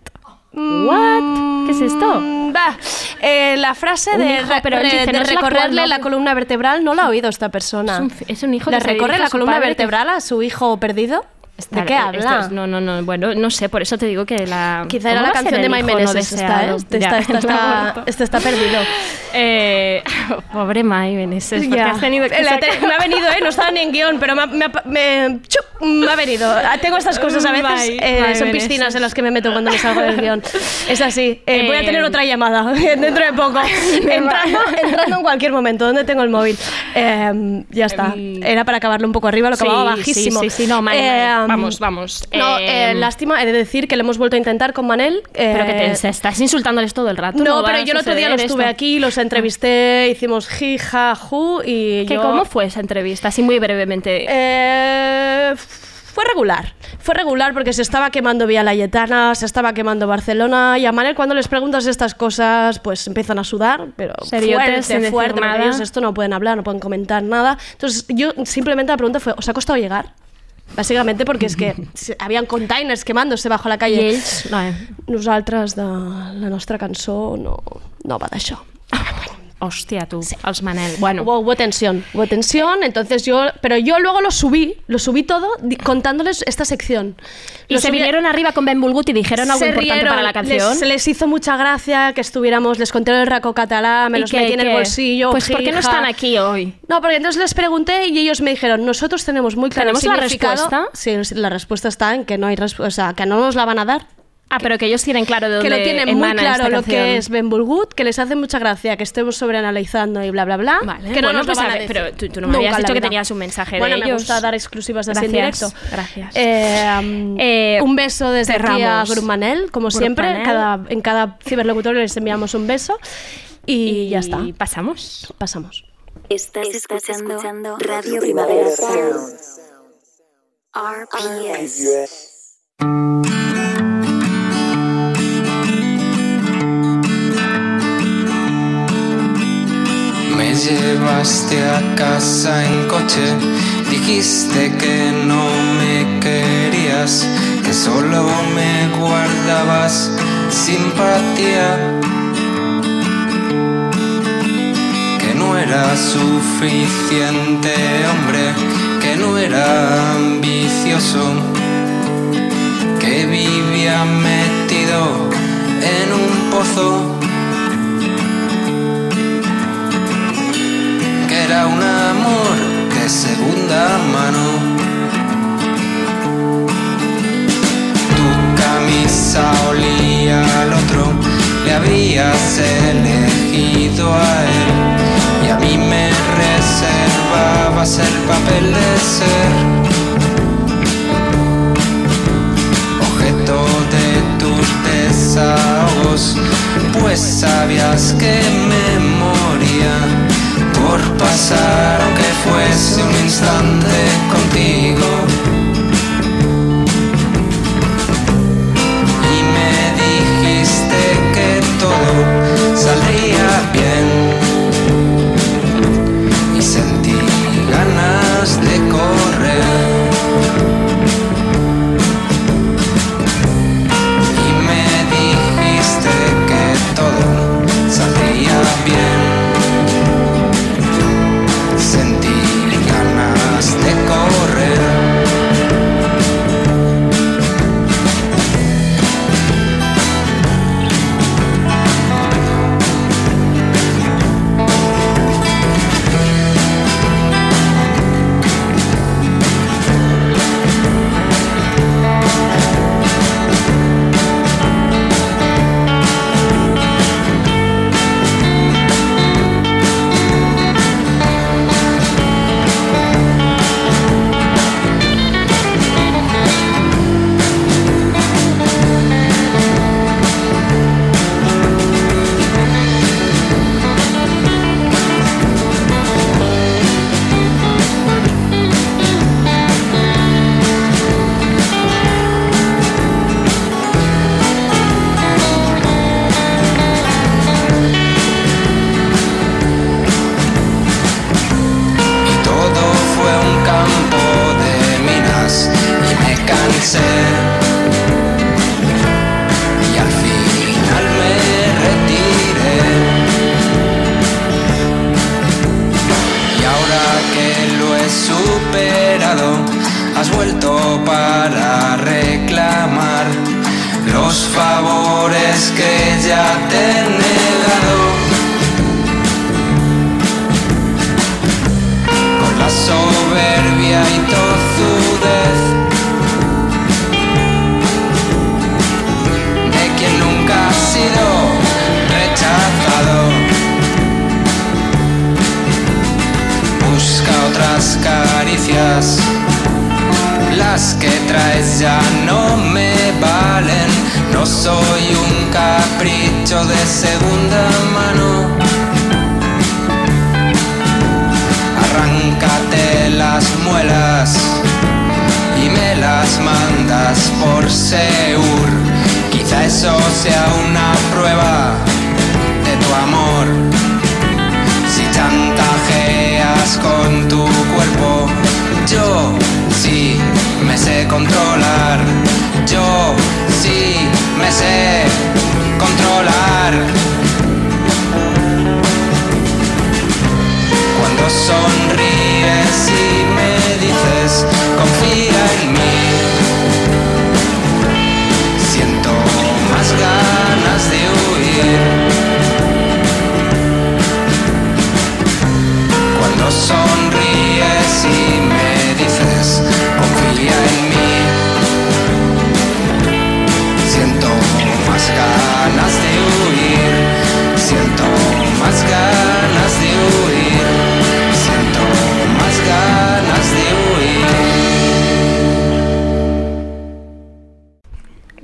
Speaker 5: What? ¿Qué es esto?
Speaker 4: Mm, Va, eh, la frase
Speaker 5: Un
Speaker 4: de,
Speaker 5: hijo, pero él
Speaker 4: de-
Speaker 5: dice,
Speaker 4: de
Speaker 5: no es la
Speaker 4: recorrerle
Speaker 5: actual,
Speaker 4: la
Speaker 5: ¿no?
Speaker 4: columna vertebral no la ha oído esta persona.
Speaker 5: Es un fi- es un hijo
Speaker 4: ¿Le
Speaker 5: que se
Speaker 4: recorre
Speaker 5: dirige
Speaker 4: la
Speaker 5: a su
Speaker 4: columna
Speaker 5: padre que-
Speaker 4: vertebral a su hijo perdido? ¿De qué
Speaker 5: Claro, esto
Speaker 4: habla?
Speaker 5: es- eh, no, no, no. Bueno, no sé, por eso te digo que la.
Speaker 4: Quizá era
Speaker 5: ¿Cómo
Speaker 4: la
Speaker 5: va a ser
Speaker 4: canción de
Speaker 5: el
Speaker 4: My
Speaker 5: hijo no
Speaker 4: Meneses esta, ¿eh?
Speaker 5: deseado?
Speaker 4: Este
Speaker 5: Ya.
Speaker 4: está, este está- este está perdido.
Speaker 5: Eh, pobre May Meneses, porque
Speaker 4: Ya.
Speaker 5: has tenido que
Speaker 4: La
Speaker 5: sacar-
Speaker 4: te- me ha venido, ¿eh? No estaba ni en guión, pero me ha, me ha- me- eh, chup, me ha venido. Ah, Tengo estas cosas a veces.
Speaker 5: Bye,
Speaker 4: eh,
Speaker 5: bye,
Speaker 4: son
Speaker 5: Vanessa.
Speaker 4: piscinas en las que me meto cuando me salgo del guión. Es así. Eh, voy a tener
Speaker 5: Eh,
Speaker 4: otra llamada dentro de poco. Entrando, entrando en cualquier momento. ¿Dónde tengo el móvil? Eh, ya está. Era para acabarlo un poco arriba, lo
Speaker 5: Sí,
Speaker 4: acababa
Speaker 5: Em, sí,
Speaker 4: bajísimo.
Speaker 5: sí, sí, no, May,
Speaker 4: Eh,
Speaker 5: May, vamos, vamos.
Speaker 4: No, eh,
Speaker 5: mm, Eh,
Speaker 4: lástima, he de decir que lo hemos vuelto a intentar con Manel. eh,
Speaker 5: Pero que te, se- estás insultándoles todo el rato.
Speaker 4: no,
Speaker 5: va
Speaker 4: pero
Speaker 5: a
Speaker 4: yo el otro día
Speaker 5: suceder
Speaker 4: los tuve
Speaker 5: esto. Ah.
Speaker 4: aquí, los entrevisté, hicimos jija, ju y
Speaker 5: ¿Qué,
Speaker 4: yo...
Speaker 5: ¿Cómo fue esa entrevista? Así muy brevemente.
Speaker 4: Eh, fue regular. Fue regular porque se estaba quemando Vía Layetana, se estaba quemando Barcelona y a Manel cuando les preguntas estas cosas pues empiezan a sudar, pero
Speaker 5: Seriotes, sin
Speaker 4: fuerte,
Speaker 5: decir
Speaker 4: fuerte, porque
Speaker 5: nada.
Speaker 4: ellos esto no pueden hablar, no pueden comentar nada. Entonces yo simplemente la pregunta fue, ¿os ha costado llegar? Básicamente porque es que se- habían containers quemándose bajo la
Speaker 5: I
Speaker 4: calle.
Speaker 5: ells... No, eh.
Speaker 4: Nosaltres de la nostra cançó no, no va d'això.
Speaker 5: hostia, tú, Ah, als Manel. Bueno.
Speaker 4: Hubo, hubo tensión, hubo tensión, entonces yo, pero yo luego lo subí, lo subí todo di- contándoles esta sección.
Speaker 5: Y
Speaker 4: Lo
Speaker 5: se
Speaker 4: subí-
Speaker 5: vinieron arriba con Ben Bulgut y dijeron algo
Speaker 4: se
Speaker 5: importante
Speaker 4: rieron,
Speaker 5: para la canción.
Speaker 4: Les, les hizo mucha gracia que estuviéramos, les conté el raco catalá, me
Speaker 5: ¿Y
Speaker 4: los
Speaker 5: qué,
Speaker 4: metí en el
Speaker 5: qué?
Speaker 4: bolsillo.
Speaker 5: Pues, ¿por qué no
Speaker 4: jija.
Speaker 5: están aquí hoy?
Speaker 4: No, porque entonces les pregunté y ellos me dijeron, nosotros tenemos muy claro el
Speaker 5: ¿Tenemos la
Speaker 4: significado".
Speaker 5: respuesta?
Speaker 4: Sí, la respuesta está en que no hay respuesta, o sea, que no nos la van a dar.
Speaker 5: Ah, pero que ellos tienen claro de dónde
Speaker 4: que lo tienen muy
Speaker 5: emana
Speaker 4: claro
Speaker 5: esta
Speaker 4: lo
Speaker 5: canción.
Speaker 4: que es Ben Burgut, que les hace mucha gracia que estemos sobreanalizando y bla bla bla.
Speaker 5: Vale.
Speaker 4: Que no
Speaker 5: Bueno,
Speaker 4: nos lo
Speaker 5: pues
Speaker 4: van
Speaker 5: a
Speaker 4: a
Speaker 5: ver,
Speaker 4: decir.
Speaker 5: pero tú- tú no me habías
Speaker 4: en la
Speaker 5: dicho que
Speaker 4: vida.
Speaker 5: tenías un mensaje de
Speaker 4: bueno, me
Speaker 5: ellos.
Speaker 4: gusta dar exclusivas de así en
Speaker 5: Gracias,
Speaker 4: directo.
Speaker 5: gracias.
Speaker 4: Eh, um,
Speaker 5: Eh,
Speaker 4: un beso desde aquí a
Speaker 5: cerramos.
Speaker 4: Grumanel, como
Speaker 5: Grup
Speaker 4: siempre.
Speaker 5: Manel.
Speaker 4: Cada, en cada ciberlocutor les enviamos un beso. Y, ya está.
Speaker 5: Y pasamos.
Speaker 4: Pasamos.
Speaker 13: Estás, escuchando, Radio Primavera Sound. RPS.
Speaker 14: Me llevaste a casa en coche, dijiste que no me querías, que solo me guardabas simpatía, que no era suficiente hombre, que no era ambicioso, que vivía metido en un pozo. que era un amor de segunda mano. Tu camisa olía al otro, le habías elegido a él y a mí me reservabas el papel de ser objeto de tus desahogos, pues sabías que me moría por pasar aunque fuese un instante contigo. Y me dijiste que todo saldría bien y sentí ganas de correr. Y me dijiste que todo saldría bien. Sentí ganas de correr. Y todo fue un campo de minas y me cansé. Y al final me retiré. Y ahora que lo he superado, has vuelto para reclamar los favores que ya te he negado. con la soberbia y tozudez de quien nunca ha sido rechazado. Busca otras caricias, las que traes ya no me valen. No soy un capricho de segunda mano. Arráncate las muelas y me las mandas por Seur. Quizá eso sea una prueba de tu amor. Si chantajeas con tu cuerpo, yo sí me sé controlar. Yo sí me sé controlar.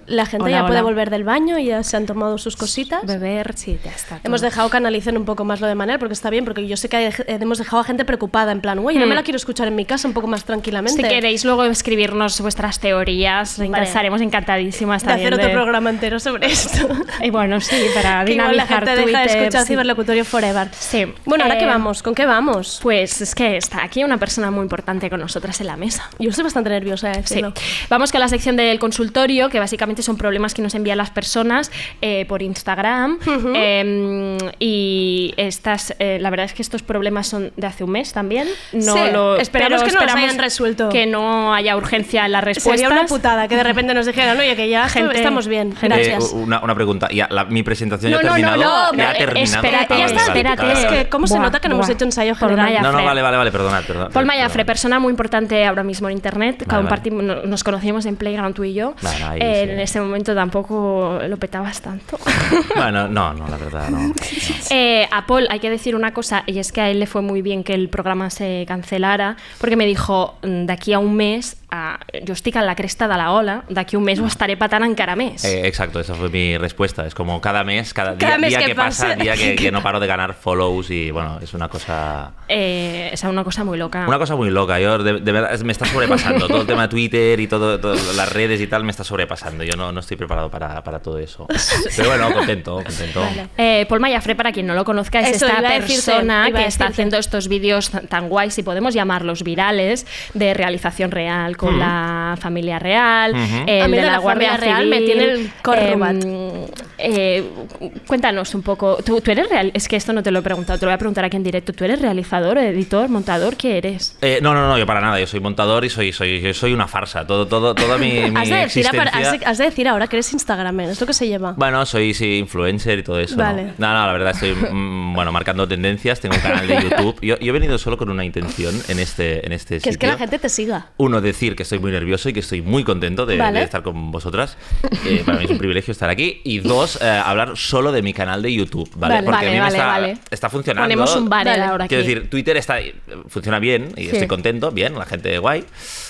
Speaker 4: la gente
Speaker 15: Hola,
Speaker 4: ya puede
Speaker 15: hola.
Speaker 4: volver del baño y ya se han tomado sus cositas.
Speaker 5: Beber, sí, ya está. todo.
Speaker 4: Hemos dejado que analicen un poco más lo de Manel, porque está bien, porque yo sé que hay- eh, hemos dejado a gente preocupada, en plan, güey, no
Speaker 5: Hmm.
Speaker 4: me la quiero escuchar en mi casa un poco más tranquilamente.
Speaker 5: Si queréis luego escribirnos vuestras teorías,
Speaker 4: Vale.
Speaker 5: estaremos encantadísimas
Speaker 4: de
Speaker 5: también.
Speaker 4: hacer otro programa entero sobre esto.
Speaker 5: Y bueno, sí, para
Speaker 4: Que igual la
Speaker 5: dinamizar
Speaker 4: gente deja de
Speaker 5: Twitter,
Speaker 4: escuchar
Speaker 5: sí.
Speaker 4: Ciberlocutorio Forever.
Speaker 5: Sí.
Speaker 4: Bueno, ¿ahora qué
Speaker 5: Eh,
Speaker 4: vamos? ¿Con qué vamos?
Speaker 5: Pues es que está aquí una persona muy importante con nosotras en la mesa.
Speaker 4: Yo estoy bastante nerviosa eh, de
Speaker 5: Sí.
Speaker 4: decirlo.
Speaker 5: Vamos con la sección del consultorio, que básicamente son problemas que nos envían las personas eh, por Instagram. Eh, y estas, eh, la verdad es que estos problemas son de hace un mes también. No
Speaker 4: Sí,
Speaker 5: lo,
Speaker 4: esperamos
Speaker 5: pero
Speaker 4: que no los
Speaker 5: esperamos
Speaker 4: hayan resuelto.
Speaker 5: Que no haya urgencia en las respuestas.
Speaker 4: Sería una putada que de repente nos dijeran, oye, que ya
Speaker 5: Gente-
Speaker 4: estamos bien,
Speaker 5: gente-
Speaker 16: Eh,
Speaker 4: gracias.
Speaker 16: una, una pregunta. Ya, la- mi presentación
Speaker 4: No,
Speaker 16: ya
Speaker 4: no,
Speaker 16: ha
Speaker 4: no,
Speaker 16: terminado.
Speaker 4: no,
Speaker 16: ya ha
Speaker 4: eh,
Speaker 16: terminado.
Speaker 5: espérate,
Speaker 16: Ah, vale, vale,
Speaker 5: espérate.
Speaker 16: vale,
Speaker 5: Es
Speaker 16: vale.
Speaker 4: que, ¿cómo se
Speaker 5: Buah,
Speaker 4: nota que no hemos
Speaker 5: buah.
Speaker 4: hecho ensayo
Speaker 5: Por
Speaker 4: general?
Speaker 5: Maya
Speaker 16: No, no,
Speaker 5: Fred.
Speaker 16: vale, vale, vale, perdonad, perdonad.
Speaker 5: Paul Mayafre, persona muy importante ahora mismo en internet.
Speaker 16: Vale,
Speaker 5: compartimos, no- Nos conocimos en Playground tú y yo.
Speaker 16: Vale, ahí
Speaker 5: Eh, En
Speaker 16: sí.
Speaker 5: ese momento tampoco lo petabas tanto.
Speaker 16: Bueno, no, no, la verdad, no.
Speaker 5: Eh, a Paul hay que decir una cosa, y es que a él le fue muy bien que el programa se cancelara, porque me dijo, "Mm, de aquí a un mes, a- yo estic en la cresta de la ola, de aquí a un mes ho estaré patant encara més.
Speaker 16: Eh, exacto, esa fue mi respuesta. Es como cada mes, cada,
Speaker 5: Cada
Speaker 16: día,
Speaker 5: mes
Speaker 16: día
Speaker 5: que
Speaker 16: que, pasa,
Speaker 5: pasa.
Speaker 16: día que, que no paro de ganar follows y bueno, es una cosa...
Speaker 5: Eh, esa es una cosa muy loca.
Speaker 16: Una cosa muy loca, yo de, de verdad es- me está sobrepasando. Todo el tema de Twitter y todo, todo- las redes y tal me está sobrepasando. Yo no, no estoy preparado para, para todo eso. Pero bueno, contento, contento.
Speaker 5: Eh, Paul Mayafre, para quien no lo conozca, es
Speaker 4: Eso
Speaker 5: esta
Speaker 4: iba a decirte,
Speaker 5: persona
Speaker 4: iba a
Speaker 5: que está
Speaker 4: decirte.
Speaker 5: haciendo estos vídeos tan- tan guays, si podemos llamarlos virales, de realización real con
Speaker 4: Mm.
Speaker 5: la familia real,
Speaker 4: Ujú.
Speaker 5: el
Speaker 4: A mí
Speaker 5: de
Speaker 4: de
Speaker 5: la,
Speaker 4: la
Speaker 5: Guardia
Speaker 4: familia real me
Speaker 5: Civil,
Speaker 4: tiene el corrubat.
Speaker 5: em, eh, cuéntanos un poco, ¿tú, tú eres real? Es que esto no te lo he preguntado, te lo voy a preguntar aquí en directo. ¿Tú eres realizador, editor, montador? ¿Qué eres?
Speaker 16: Eh, no, no, no, yo para nada. Yo soy montador y soy, soy, yo soy una farsa. Todo, todo, toda mi, mi
Speaker 4: Has de, decir,
Speaker 16: existencia...
Speaker 4: apar- has de- has de decir ahora que eres Instagramer, es lo que se lleva.
Speaker 16: Bueno, soy sí, influencer y todo eso. ¿no?
Speaker 4: Vale.
Speaker 16: ¿no? no, la verdad estoy mm, bueno, marcando tendencias, tengo un canal de YouTube. Yo, yo he venido solo con una intención en este, en este
Speaker 4: Que es que
Speaker 16: sitio.
Speaker 4: la gente te siga.
Speaker 16: Uno, decir que estoy muy nervioso y que estoy muy contento de,
Speaker 4: Vale.
Speaker 16: de estar con vosotras. Eh, para mí es un privilegio estar aquí. Y dos, eh, hablar solo de mi canal de YouTube, ¿vale?
Speaker 5: Vale.
Speaker 16: Porque
Speaker 5: Vale,
Speaker 16: a mí me
Speaker 5: vale,
Speaker 16: está,
Speaker 5: vale.
Speaker 16: está funcionando.
Speaker 5: Ponemos un banner Vale. ahora
Speaker 16: Quiero
Speaker 5: aquí.
Speaker 16: decir, Twitter está, funciona bien y
Speaker 5: Sí.
Speaker 16: estoy contento, bien, la gente guay,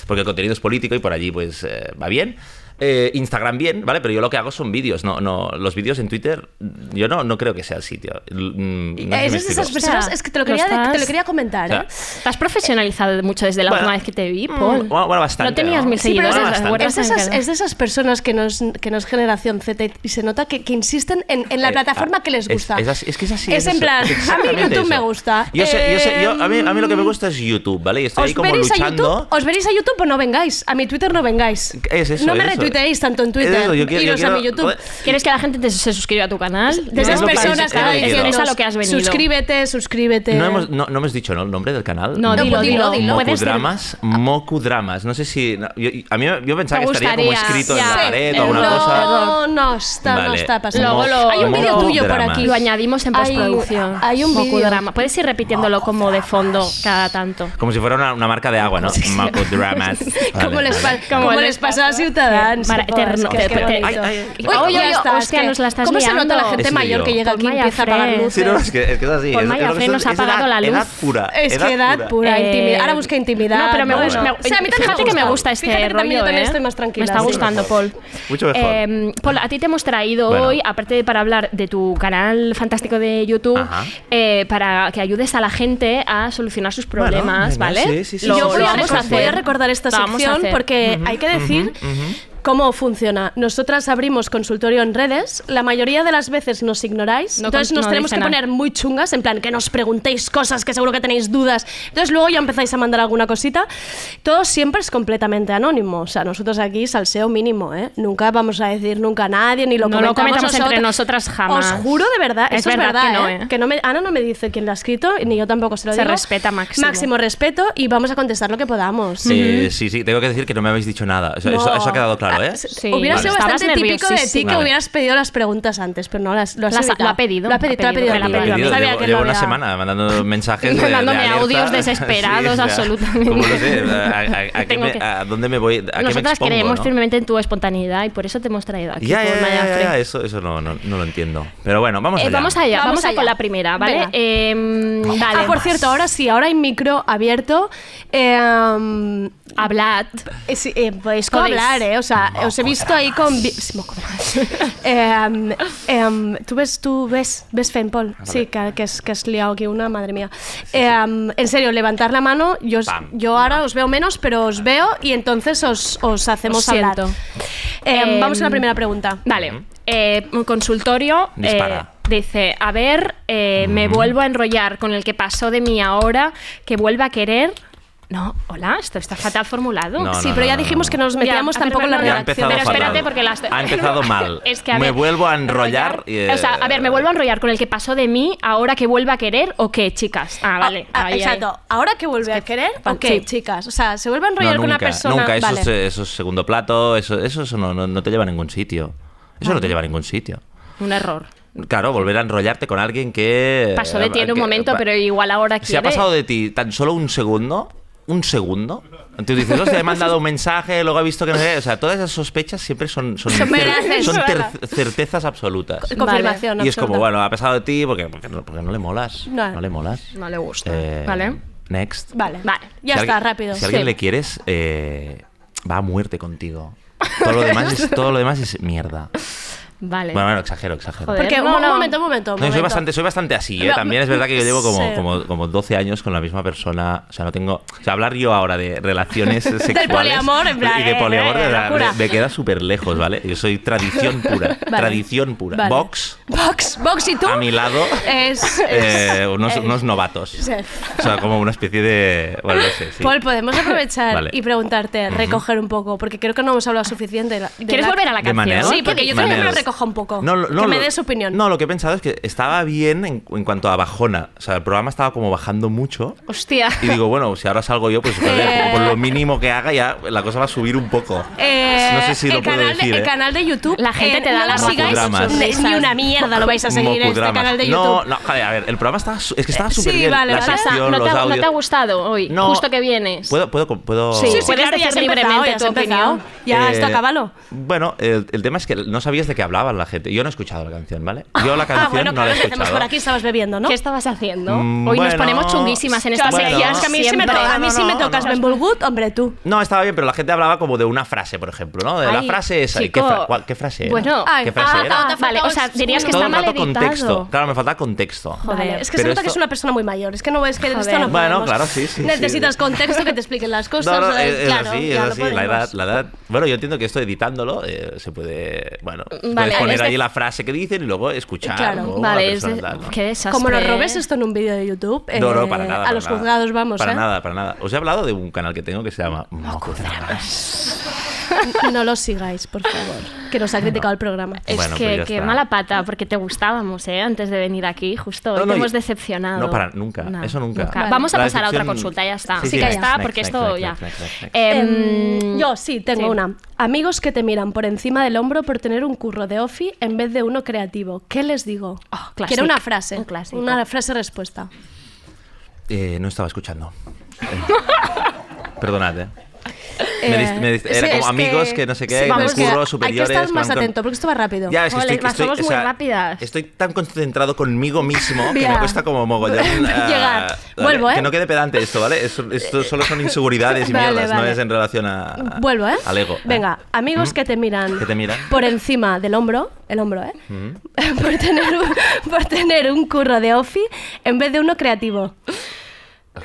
Speaker 16: porque el contenido es político y por allí pues eh, va bien. Eh, Instagram bien, ¿vale? Pero yo lo que hago son vídeos, no, no, los vídeos en Twitter yo no, no creo que sea el sitio. L- mm, no sé si me
Speaker 4: Eres de esas
Speaker 16: explico.
Speaker 4: personas, es que te lo quería,
Speaker 5: ¿Lo estás?
Speaker 4: te lo quería comentar,
Speaker 16: O sea,
Speaker 4: ¿eh?
Speaker 5: ¿Te has profesionalizado mucho desde la
Speaker 16: Bueno,
Speaker 5: última vez que te vi,
Speaker 16: mm,
Speaker 5: Paul?
Speaker 16: bueno, bueno, bastante,
Speaker 5: No tenías
Speaker 16: ¿no?
Speaker 5: mil
Speaker 16: Sí, pero
Speaker 5: seguidores.
Speaker 16: es
Speaker 5: las
Speaker 16: esas-
Speaker 5: guardas
Speaker 4: Es de,
Speaker 5: se han
Speaker 4: esas,
Speaker 5: quedado.
Speaker 4: es de esas personas que no es, que no es generación Z y- y se nota que, que insisten en, en la
Speaker 16: Eh,
Speaker 4: plataforma
Speaker 16: ah,
Speaker 4: que les
Speaker 16: es-
Speaker 4: gusta.
Speaker 16: es así- es que es así,
Speaker 4: Es,
Speaker 16: es
Speaker 4: en
Speaker 16: eso,
Speaker 4: plan,
Speaker 16: es
Speaker 4: a mí
Speaker 16: exactamente
Speaker 4: YouTube me
Speaker 16: eso.
Speaker 4: gusta.
Speaker 16: Yo sé, yo sé, yo- a, mí, a mí lo que me
Speaker 4: Em,
Speaker 16: gusta es YouTube, ¿vale? Y estoy ahí
Speaker 4: ¿Os
Speaker 16: como
Speaker 4: veréis, a YouTube,
Speaker 16: luchando.
Speaker 4: ¿Os veréis a YouTube o no vengáis? A mi Twitter no vengáis.
Speaker 16: Es eso,
Speaker 4: no me
Speaker 16: es eso.
Speaker 4: retuiteéis tanto en Twitter.
Speaker 16: Es eso, yo quiero- yo
Speaker 4: Iros a
Speaker 16: quiero-
Speaker 4: mi YouTube.
Speaker 16: joder.
Speaker 5: ¿Quieres que la gente te- se suscriba a tu canal?
Speaker 4: De esas
Speaker 16: lo que-
Speaker 4: personas
Speaker 16: es lo que
Speaker 4: que
Speaker 16: quiero.
Speaker 5: Es a lo que has venido.
Speaker 4: Suscríbete, suscríbete.
Speaker 16: No, hemos, no, no hemos dicho ¿no? el nombre del canal.
Speaker 5: No,
Speaker 4: No, dilo, pues dilo, dilo, dilo. puedes decir-
Speaker 16: Mocudramas. Mocudramas. No sé si. no, yo, a mí yo pensaba
Speaker 5: Te
Speaker 16: que estaría como
Speaker 5: gustaría,
Speaker 16: escrito en
Speaker 5: ya.
Speaker 16: la pared
Speaker 5: Eh,
Speaker 16: o alguna
Speaker 5: no.
Speaker 16: cosa.
Speaker 4: No, no está, no
Speaker 16: Vale.
Speaker 4: está pasando.
Speaker 16: Luego lo-
Speaker 4: Hay un vídeo
Speaker 16: Mocudramas.
Speaker 4: tuyo por aquí.
Speaker 5: Lo añadimos en
Speaker 4: Hay-
Speaker 5: postproducción.
Speaker 4: hay un vídeo. Oh.
Speaker 5: Mocudrama. Puedes ir repitiéndolo como de fondo cada tanto.
Speaker 16: Como si fuera una, una marca de agua, ¿no? Mocudramas. Vale,
Speaker 4: Como les, pa-
Speaker 16: vale.
Speaker 4: como les pasa a Ciutadans.
Speaker 5: Mara-
Speaker 4: supongo,
Speaker 5: eterno,
Speaker 4: es que-
Speaker 5: eterno.
Speaker 4: qué
Speaker 16: Ay,
Speaker 4: bonito.
Speaker 16: ay, ay.
Speaker 4: Oye,
Speaker 5: Oye,
Speaker 4: ya
Speaker 5: oye,
Speaker 4: está, es
Speaker 5: hostia,
Speaker 4: que-
Speaker 5: nos la estás
Speaker 4: ¿Cómo se nota
Speaker 5: liando?
Speaker 4: la gente
Speaker 16: Ese
Speaker 4: mayor que
Speaker 16: lío.
Speaker 4: llega aquí y
Speaker 5: Vaya
Speaker 4: empieza a
Speaker 5: Fred.
Speaker 4: apagar
Speaker 16: Sí,
Speaker 4: luces?
Speaker 16: no, es que, es que es así.
Speaker 5: Por
Speaker 16: es-
Speaker 5: Maya
Speaker 16: es-
Speaker 5: Fe Pues nos
Speaker 16: es
Speaker 5: ha apagado
Speaker 16: edad-
Speaker 5: la luz.
Speaker 16: Edad pura.
Speaker 4: Es que edad pura,
Speaker 5: Eh,
Speaker 4: intimidad. Ahora busca intimidad.
Speaker 5: No, pero me
Speaker 16: no,
Speaker 5: gusta.
Speaker 16: no.
Speaker 5: me-
Speaker 4: O sea, a mí también
Speaker 5: fíjate que me
Speaker 4: gusta.
Speaker 5: gusta este
Speaker 4: Fíjate que
Speaker 5: rollo.
Speaker 4: también yo también
Speaker 5: ¿eh?
Speaker 4: estoy más tranquila,
Speaker 5: Me está
Speaker 4: sí.
Speaker 5: gustando, Paul.
Speaker 16: Mucho mejor.
Speaker 5: Eh, Paul, a ti te hemos traído
Speaker 16: Bueno.
Speaker 5: hoy, aparte de para hablar de tu canal fantástico de YouTube,
Speaker 16: Ajá.
Speaker 5: eh, para que ayudes a la gente a solucionar sus
Speaker 16: Bueno,
Speaker 5: problemas,
Speaker 16: venga,
Speaker 5: ¿vale?
Speaker 16: sí, sí, sí,
Speaker 5: Lo-
Speaker 16: sí,
Speaker 4: Yo
Speaker 5: lo
Speaker 16: sí,
Speaker 4: voy a,
Speaker 5: vamos a
Speaker 4: recordar,
Speaker 5: hacer.
Speaker 4: voy a recordar esta
Speaker 5: Lo vamos a
Speaker 4: sección
Speaker 5: hacer.
Speaker 4: porque hay que decir cómo funciona. Nosotras abrimos consultorio en redes, la mayoría de las veces nos ignoráis,
Speaker 5: No
Speaker 4: entonces
Speaker 5: con-
Speaker 4: nos
Speaker 5: no
Speaker 4: tenemos
Speaker 5: dice
Speaker 4: que
Speaker 5: nada.
Speaker 4: poner muy chungas, en plan que nos preguntéis cosas que seguro que tenéis dudas. Entonces luego ya empezáis a mandar alguna cosita. Todo siempre es completamente anónimo, o sea, nosotros aquí salseo mínimo, ¿eh? Nunca vamos a decir nunca a nadie ni lo
Speaker 5: No lo
Speaker 4: comentamos,
Speaker 5: comentamos entre
Speaker 4: nosotras.
Speaker 5: nosotras jamás.
Speaker 4: Os juro de verdad,
Speaker 5: Es
Speaker 4: eso es
Speaker 5: verdad
Speaker 4: verdad,
Speaker 5: que no,
Speaker 4: ¿eh?
Speaker 5: ¿eh?
Speaker 4: Que no me, Ana no me dice quién lo ha escrito ni yo tampoco se lo
Speaker 5: Se
Speaker 4: digo.
Speaker 5: respeta máximo.
Speaker 4: Máximo respeto y vamos a contestar lo que podamos.
Speaker 16: Eh, sí, sí, tengo que decir que no me habéis dicho nada. Eso, eso-
Speaker 4: No. Ah,
Speaker 16: eso ha quedado claro, ¿eh?
Speaker 5: Sí.
Speaker 4: Hubiera sido
Speaker 5: Estabas
Speaker 4: bastante típico de ti que
Speaker 5: nerviosísima.
Speaker 4: hubieras pedido las preguntas antes, pero no las lo has
Speaker 5: Las ha-
Speaker 4: evitado.
Speaker 5: lo ha pedido,
Speaker 4: Lo ha pedido,
Speaker 5: ha pedido,
Speaker 4: te lo ha
Speaker 5: me lo ha
Speaker 4: pedido.
Speaker 5: pedido.
Speaker 16: Perdido,
Speaker 4: Sabía
Speaker 16: llevo
Speaker 4: que lo
Speaker 16: llevo una
Speaker 4: había-
Speaker 16: semana mandando mensajes de,
Speaker 5: Mandándome
Speaker 16: de alerta.
Speaker 5: audios desesperados, absolutamente.
Speaker 16: como lo sé, a, a- a qué
Speaker 5: Tengo
Speaker 16: me-
Speaker 5: que-
Speaker 16: a dónde me voy, a qué me
Speaker 5: Nosotras
Speaker 16: expongo,
Speaker 5: creemos
Speaker 16: ¿no?
Speaker 5: firmemente en tu espontaneidad y por eso te hemos traído aquí.
Speaker 16: Ya,
Speaker 5: Paul
Speaker 16: ya, ya,
Speaker 5: Maya
Speaker 16: ya,
Speaker 5: Fred.
Speaker 16: ya, eso, eso no, no, no lo entiendo. Pero bueno, vamos
Speaker 5: Eh,
Speaker 16: allá.
Speaker 5: vamos allá, vamos,
Speaker 4: Vamos
Speaker 5: a
Speaker 4: allá.
Speaker 5: con la primera, ¿vale?
Speaker 4: Venga.
Speaker 5: Eh, dale.
Speaker 4: Ah, por cierto, ahora sí, ahora hay micro abierto. Eh, um,
Speaker 5: Hablad.
Speaker 4: eh, sí, eh, podéis
Speaker 5: Podéis.
Speaker 4: hablar, ¿eh? O sea, sea, os he visto ahí con... vi- Em, em, tú ves, tú ves, ves Fenpol. Sí, que, que, es, que has liado aquí una, madre mía. Em, en serio, levantar la mano, yo, os- yo ahora os veo menos, pero os veo y entonces os, os hacemos
Speaker 5: Os siento.
Speaker 4: hablar. Em,
Speaker 5: Em,
Speaker 4: vamos a la primera pregunta.
Speaker 5: Vale. Eh, un consultorio. eh,
Speaker 16: Dispara.
Speaker 5: dice, a ver, eh, me vuelvo a enrollar con el que pasó de mí ahora, que vuelva a querer. No, hola, esto está fatal formulado.
Speaker 16: No, Sí, no, pero no, ya no, dijimos no. que
Speaker 4: nos metíamos tampoco en la
Speaker 16: Ya ha redacción. empezado
Speaker 5: Pero
Speaker 16: fatal.
Speaker 5: espérate, porque las.
Speaker 16: Ha empezado mal.
Speaker 5: Es que, a
Speaker 16: Me
Speaker 5: ver,
Speaker 16: vuelvo a enrollar. y, eh,
Speaker 5: O sea, a ver, me vuelvo a enrollar con el que pasó de mí ahora que vuelva a querer o qué, chicas. Ah, vale.
Speaker 4: Ah,
Speaker 5: ahí, ahí.
Speaker 4: exacto. Ahora que vuelve a querer, ok,
Speaker 5: sí.
Speaker 4: chicas. O sea, se vuelve a
Speaker 16: no,
Speaker 4: enrollar
Speaker 16: nunca,
Speaker 4: con una persona.
Speaker 16: nunca. Eso,
Speaker 4: vale.
Speaker 16: es, eh, eso es segundo plato, eso, eso, eso no, no- no te lleva a ningún sitio. Eso no te lleva a ningún sitio.
Speaker 5: Un error.
Speaker 16: Claro, volver a enrollarte con alguien que...
Speaker 5: Pasó de ti en un
Speaker 16: Eh, que-
Speaker 5: momento, pero igual ahora quiere.
Speaker 16: Si ha pasado de ti tan solo un segundo, un segundo, tú dices, hostia, he mandado un mensaje, luego he visto que no sé qué". O sea, todas esas sospechas siempre son, son,
Speaker 4: Son veraces.
Speaker 16: son ter- certezas absolutas.
Speaker 4: Co- confirmación
Speaker 16: Y es
Speaker 4: absoluta.
Speaker 16: como, bueno, ha pasado de ti porque, porque, no, porque no le molas.
Speaker 4: No.
Speaker 16: No, le molas.
Speaker 5: No le gusta.
Speaker 16: Eh,
Speaker 5: Vale.
Speaker 16: Next.
Speaker 4: Vale. Ya
Speaker 16: Si
Speaker 4: está,
Speaker 16: alguien-
Speaker 4: rápido.
Speaker 16: Si a alguien
Speaker 4: Sí.
Speaker 16: le quieres, eh, va a muerte contigo. Todo lo demás es, todo lo demás es mierda.
Speaker 5: Vale.
Speaker 16: Bueno, bueno, exagero, exagero.
Speaker 5: Joder,
Speaker 4: Porque,
Speaker 5: no,
Speaker 4: un
Speaker 5: no.
Speaker 4: momento, un momento. un
Speaker 16: No, yo soy
Speaker 4: momento.
Speaker 16: bastante, soy bastante así, ¿eh?
Speaker 4: No,
Speaker 16: También es verdad que yo llevo como,
Speaker 4: sí.
Speaker 16: como, como 12 años con la misma persona. O sea, no tengo. O sea, hablar yo ahora de relaciones
Speaker 4: Del
Speaker 16: sexuales.
Speaker 4: poliamor, en plan,
Speaker 16: Y de
Speaker 4: eh,
Speaker 16: poliamor
Speaker 4: eh,
Speaker 16: de la-
Speaker 4: locura.
Speaker 16: me, me queda súper lejos, ¿vale? Yo soy tradición pura.
Speaker 4: Vale.
Speaker 16: Tradición pura.
Speaker 4: Vale.
Speaker 16: Vox,
Speaker 4: Vox, Vox y tú.
Speaker 16: a mi lado,
Speaker 4: Es. es-
Speaker 16: eh, unos,
Speaker 4: es-
Speaker 16: unos novatos.
Speaker 4: Sí.
Speaker 16: O sea, como una especie de. Bueno, no sé. Sí.
Speaker 4: Paul, podemos aprovechar
Speaker 16: Vale.
Speaker 4: y preguntarte,
Speaker 16: Ujú.
Speaker 4: recoger un poco, porque creo que no hemos hablado suficiente. De la- de
Speaker 5: ¿Quieres
Speaker 4: la-
Speaker 5: volver a la
Speaker 16: ¿De Manel?
Speaker 5: canción?
Speaker 4: Sí, porque yo creo que me lo
Speaker 16: Maneras.
Speaker 4: recoja un poco.
Speaker 16: No, lo- no,
Speaker 4: que me
Speaker 16: lo-
Speaker 4: des opinión.
Speaker 16: No, lo que he pensado es que estaba bien en, en cuanto a bajona. O sea, el programa estaba como bajando mucho.
Speaker 5: Hostia.
Speaker 16: Y digo, bueno, si ahora salgo yo, pues joder, por lo mínimo que haga ya la cosa va a subir un poco.
Speaker 4: Eh,
Speaker 16: no sé si lo
Speaker 4: el
Speaker 16: puedo
Speaker 4: canal
Speaker 16: decir.
Speaker 4: De, el
Speaker 16: ¿eh?
Speaker 4: canal de YouTube.
Speaker 5: La gente
Speaker 4: eh,
Speaker 5: te da
Speaker 4: no lo
Speaker 5: las
Speaker 4: sigáis
Speaker 16: mocudramas.
Speaker 4: ni- Ni una mierda lo vais a seguir este
Speaker 16: Mocudramas.
Speaker 4: canal de YouTube.
Speaker 16: No, no, joder, a ver, el programa estaba, su- es que estaba
Speaker 4: Eh,
Speaker 16: súper
Speaker 4: sí,
Speaker 16: bien.
Speaker 4: vale,
Speaker 16: la
Speaker 4: vale.
Speaker 5: Pasa,
Speaker 16: sección,
Speaker 5: no,
Speaker 16: los
Speaker 5: te, ha- no
Speaker 16: audios.
Speaker 5: te ha gustado hoy,
Speaker 16: No.
Speaker 5: justo que vienes.
Speaker 16: ¿Puedo, puedo, puedo...
Speaker 5: Sí, sí,
Speaker 4: Puedes
Speaker 5: Puedes
Speaker 4: decir
Speaker 5: decir
Speaker 4: libremente
Speaker 5: libremente tu opinión.
Speaker 4: Ya, esto
Speaker 16: Eh,
Speaker 4: acábalo.
Speaker 16: Bueno, el, el tema es que no sabías de qué hablaban la gente. Yo no he escuchado la canción, ¿vale? Yo la canción
Speaker 4: Ah, bueno,
Speaker 16: no
Speaker 4: claro,
Speaker 16: la he
Speaker 4: empecemos
Speaker 16: escuchado.
Speaker 4: por aquí, estabas bebiendo, ¿no?
Speaker 5: ¿Qué estabas haciendo?
Speaker 16: Mm,
Speaker 5: Hoy nos
Speaker 16: bueno.
Speaker 5: ponemos chunguísimas en estas
Speaker 16: Bueno.
Speaker 5: secciones.
Speaker 4: a mí sí me,
Speaker 5: siempre.
Speaker 4: to- a mí
Speaker 16: No,
Speaker 4: sí me
Speaker 16: no,
Speaker 4: tocas
Speaker 16: no.
Speaker 4: Ben Bulgut, hombre, tú.
Speaker 16: No, estaba bien, pero la gente hablaba como de una frase, por ejemplo, ¿no? De la
Speaker 5: Ay,
Speaker 16: frase esa. ¿Y
Speaker 5: chico.
Speaker 16: qué, fra- cuál- qué frase era?
Speaker 5: Bueno,
Speaker 4: Ay,
Speaker 16: ¿Qué frase
Speaker 4: ah,
Speaker 16: era?
Speaker 4: ah,
Speaker 5: Ah, vale, o sea, dirías que
Speaker 16: Todo
Speaker 5: está
Speaker 16: el
Speaker 5: mal
Speaker 16: rato
Speaker 5: editado.
Speaker 16: contexto. Claro, me falta contexto.
Speaker 4: Vale,
Speaker 5: Joder.
Speaker 4: es que se
Speaker 16: Pero
Speaker 4: nota que es
Speaker 16: esto-
Speaker 4: una persona muy mayor. Es que no es que de esto
Speaker 5: Joder.
Speaker 4: no
Speaker 16: Bueno,
Speaker 4: podemos.
Speaker 16: claro, sí, sí,
Speaker 4: Necesitas
Speaker 16: sí.
Speaker 4: contexto que te expliquen las cosas.
Speaker 16: No, no,
Speaker 4: ¿sabes?
Speaker 16: es, es
Speaker 4: claro,
Speaker 16: así,
Speaker 4: ya
Speaker 16: es
Speaker 4: lo
Speaker 16: así. La
Speaker 4: podemos.
Speaker 16: edad, la edad. Bueno, yo entiendo que esto editándolo eh, se puede. Bueno, puedes
Speaker 5: Vale, es
Speaker 16: poner
Speaker 5: de-
Speaker 16: ahí la frase que dicen y luego escuchar.
Speaker 4: Eh, Claro,
Speaker 16: cómo la
Speaker 5: Vale, es
Speaker 16: persona
Speaker 5: de-
Speaker 16: tal, ¿no?
Speaker 5: qué desastre.
Speaker 4: Como nos robes esto en un vídeo de YouTube, eh,
Speaker 16: No, no, para nada.
Speaker 4: a
Speaker 16: para
Speaker 4: los
Speaker 16: nada.
Speaker 4: juzgados vamos,
Speaker 16: Para
Speaker 4: ¿eh?
Speaker 16: nada, para nada. Os he hablado de un canal que tengo que se llama Mocodramas.
Speaker 4: No los sigáis, por favor, que nos ha criticado el programa.
Speaker 5: Es
Speaker 16: Bueno, pues
Speaker 5: que
Speaker 16: ya
Speaker 5: qué
Speaker 16: está.
Speaker 5: mala pata, porque te gustábamos, ¿eh? Antes de venir aquí, justo.
Speaker 16: No,
Speaker 5: hoy
Speaker 16: no,
Speaker 5: te hemos
Speaker 16: y-
Speaker 5: decepcionado.
Speaker 16: no, para- nunca, eso nunca. Vale.
Speaker 5: Vamos a
Speaker 16: La
Speaker 5: pasar a otra
Speaker 16: decepción-
Speaker 5: consulta, ya está.
Speaker 16: Sí,
Speaker 4: sí,
Speaker 5: ya
Speaker 4: next,
Speaker 5: está,
Speaker 16: next,
Speaker 5: porque
Speaker 16: next,
Speaker 5: esto
Speaker 16: next,
Speaker 5: ya.
Speaker 16: next, next, next, next.
Speaker 5: Em,
Speaker 4: Yo sí, tengo
Speaker 5: Sí.
Speaker 4: una. Amigos que te miran por encima del hombro por tener un curro de ofi en vez de uno creativo. ¿Qué les digo?
Speaker 5: Oh, classic.
Speaker 4: Quiero una frase.
Speaker 5: Un clásico.
Speaker 4: una frase respuesta.
Speaker 16: Eh, no estaba escuchando. Eh, Perdonad, eh. Me dist- me dist-
Speaker 4: Eh,
Speaker 16: era
Speaker 4: sí,
Speaker 16: como
Speaker 4: es
Speaker 16: amigos que, no sé qué, en el
Speaker 4: vamos,
Speaker 16: curro,
Speaker 4: que
Speaker 16: superiores.
Speaker 4: Hay que estar más
Speaker 16: plan con-
Speaker 4: atento porque esto va rápido.
Speaker 16: Ya, es que
Speaker 5: Joder,
Speaker 16: estoy,
Speaker 5: las
Speaker 16: estoy-
Speaker 5: somos
Speaker 16: o
Speaker 5: muy
Speaker 16: sea,
Speaker 5: rápidas.
Speaker 16: estoy tan concentrado conmigo mismo que
Speaker 4: Ya.
Speaker 16: me cuesta como mogollón. ah,
Speaker 4: Llegar.
Speaker 16: ¿vale?
Speaker 4: Vuelvo, ¿eh?
Speaker 16: Que no quede pedante esto, ¿vale? Esto, esto solo son inseguridades y
Speaker 4: Vale,
Speaker 16: mierdas, no
Speaker 4: vale.
Speaker 16: es en relación a.
Speaker 4: Vuelvo, ¿eh?
Speaker 16: Al ego.
Speaker 4: Venga, amigos
Speaker 16: ¿Mm?
Speaker 4: que te miran.
Speaker 16: Que te miran.
Speaker 4: Por encima del hombro, el hombro, ¿eh?
Speaker 16: Mm.
Speaker 4: por, tener un, por tener un curro de ofi en vez de uno creativo.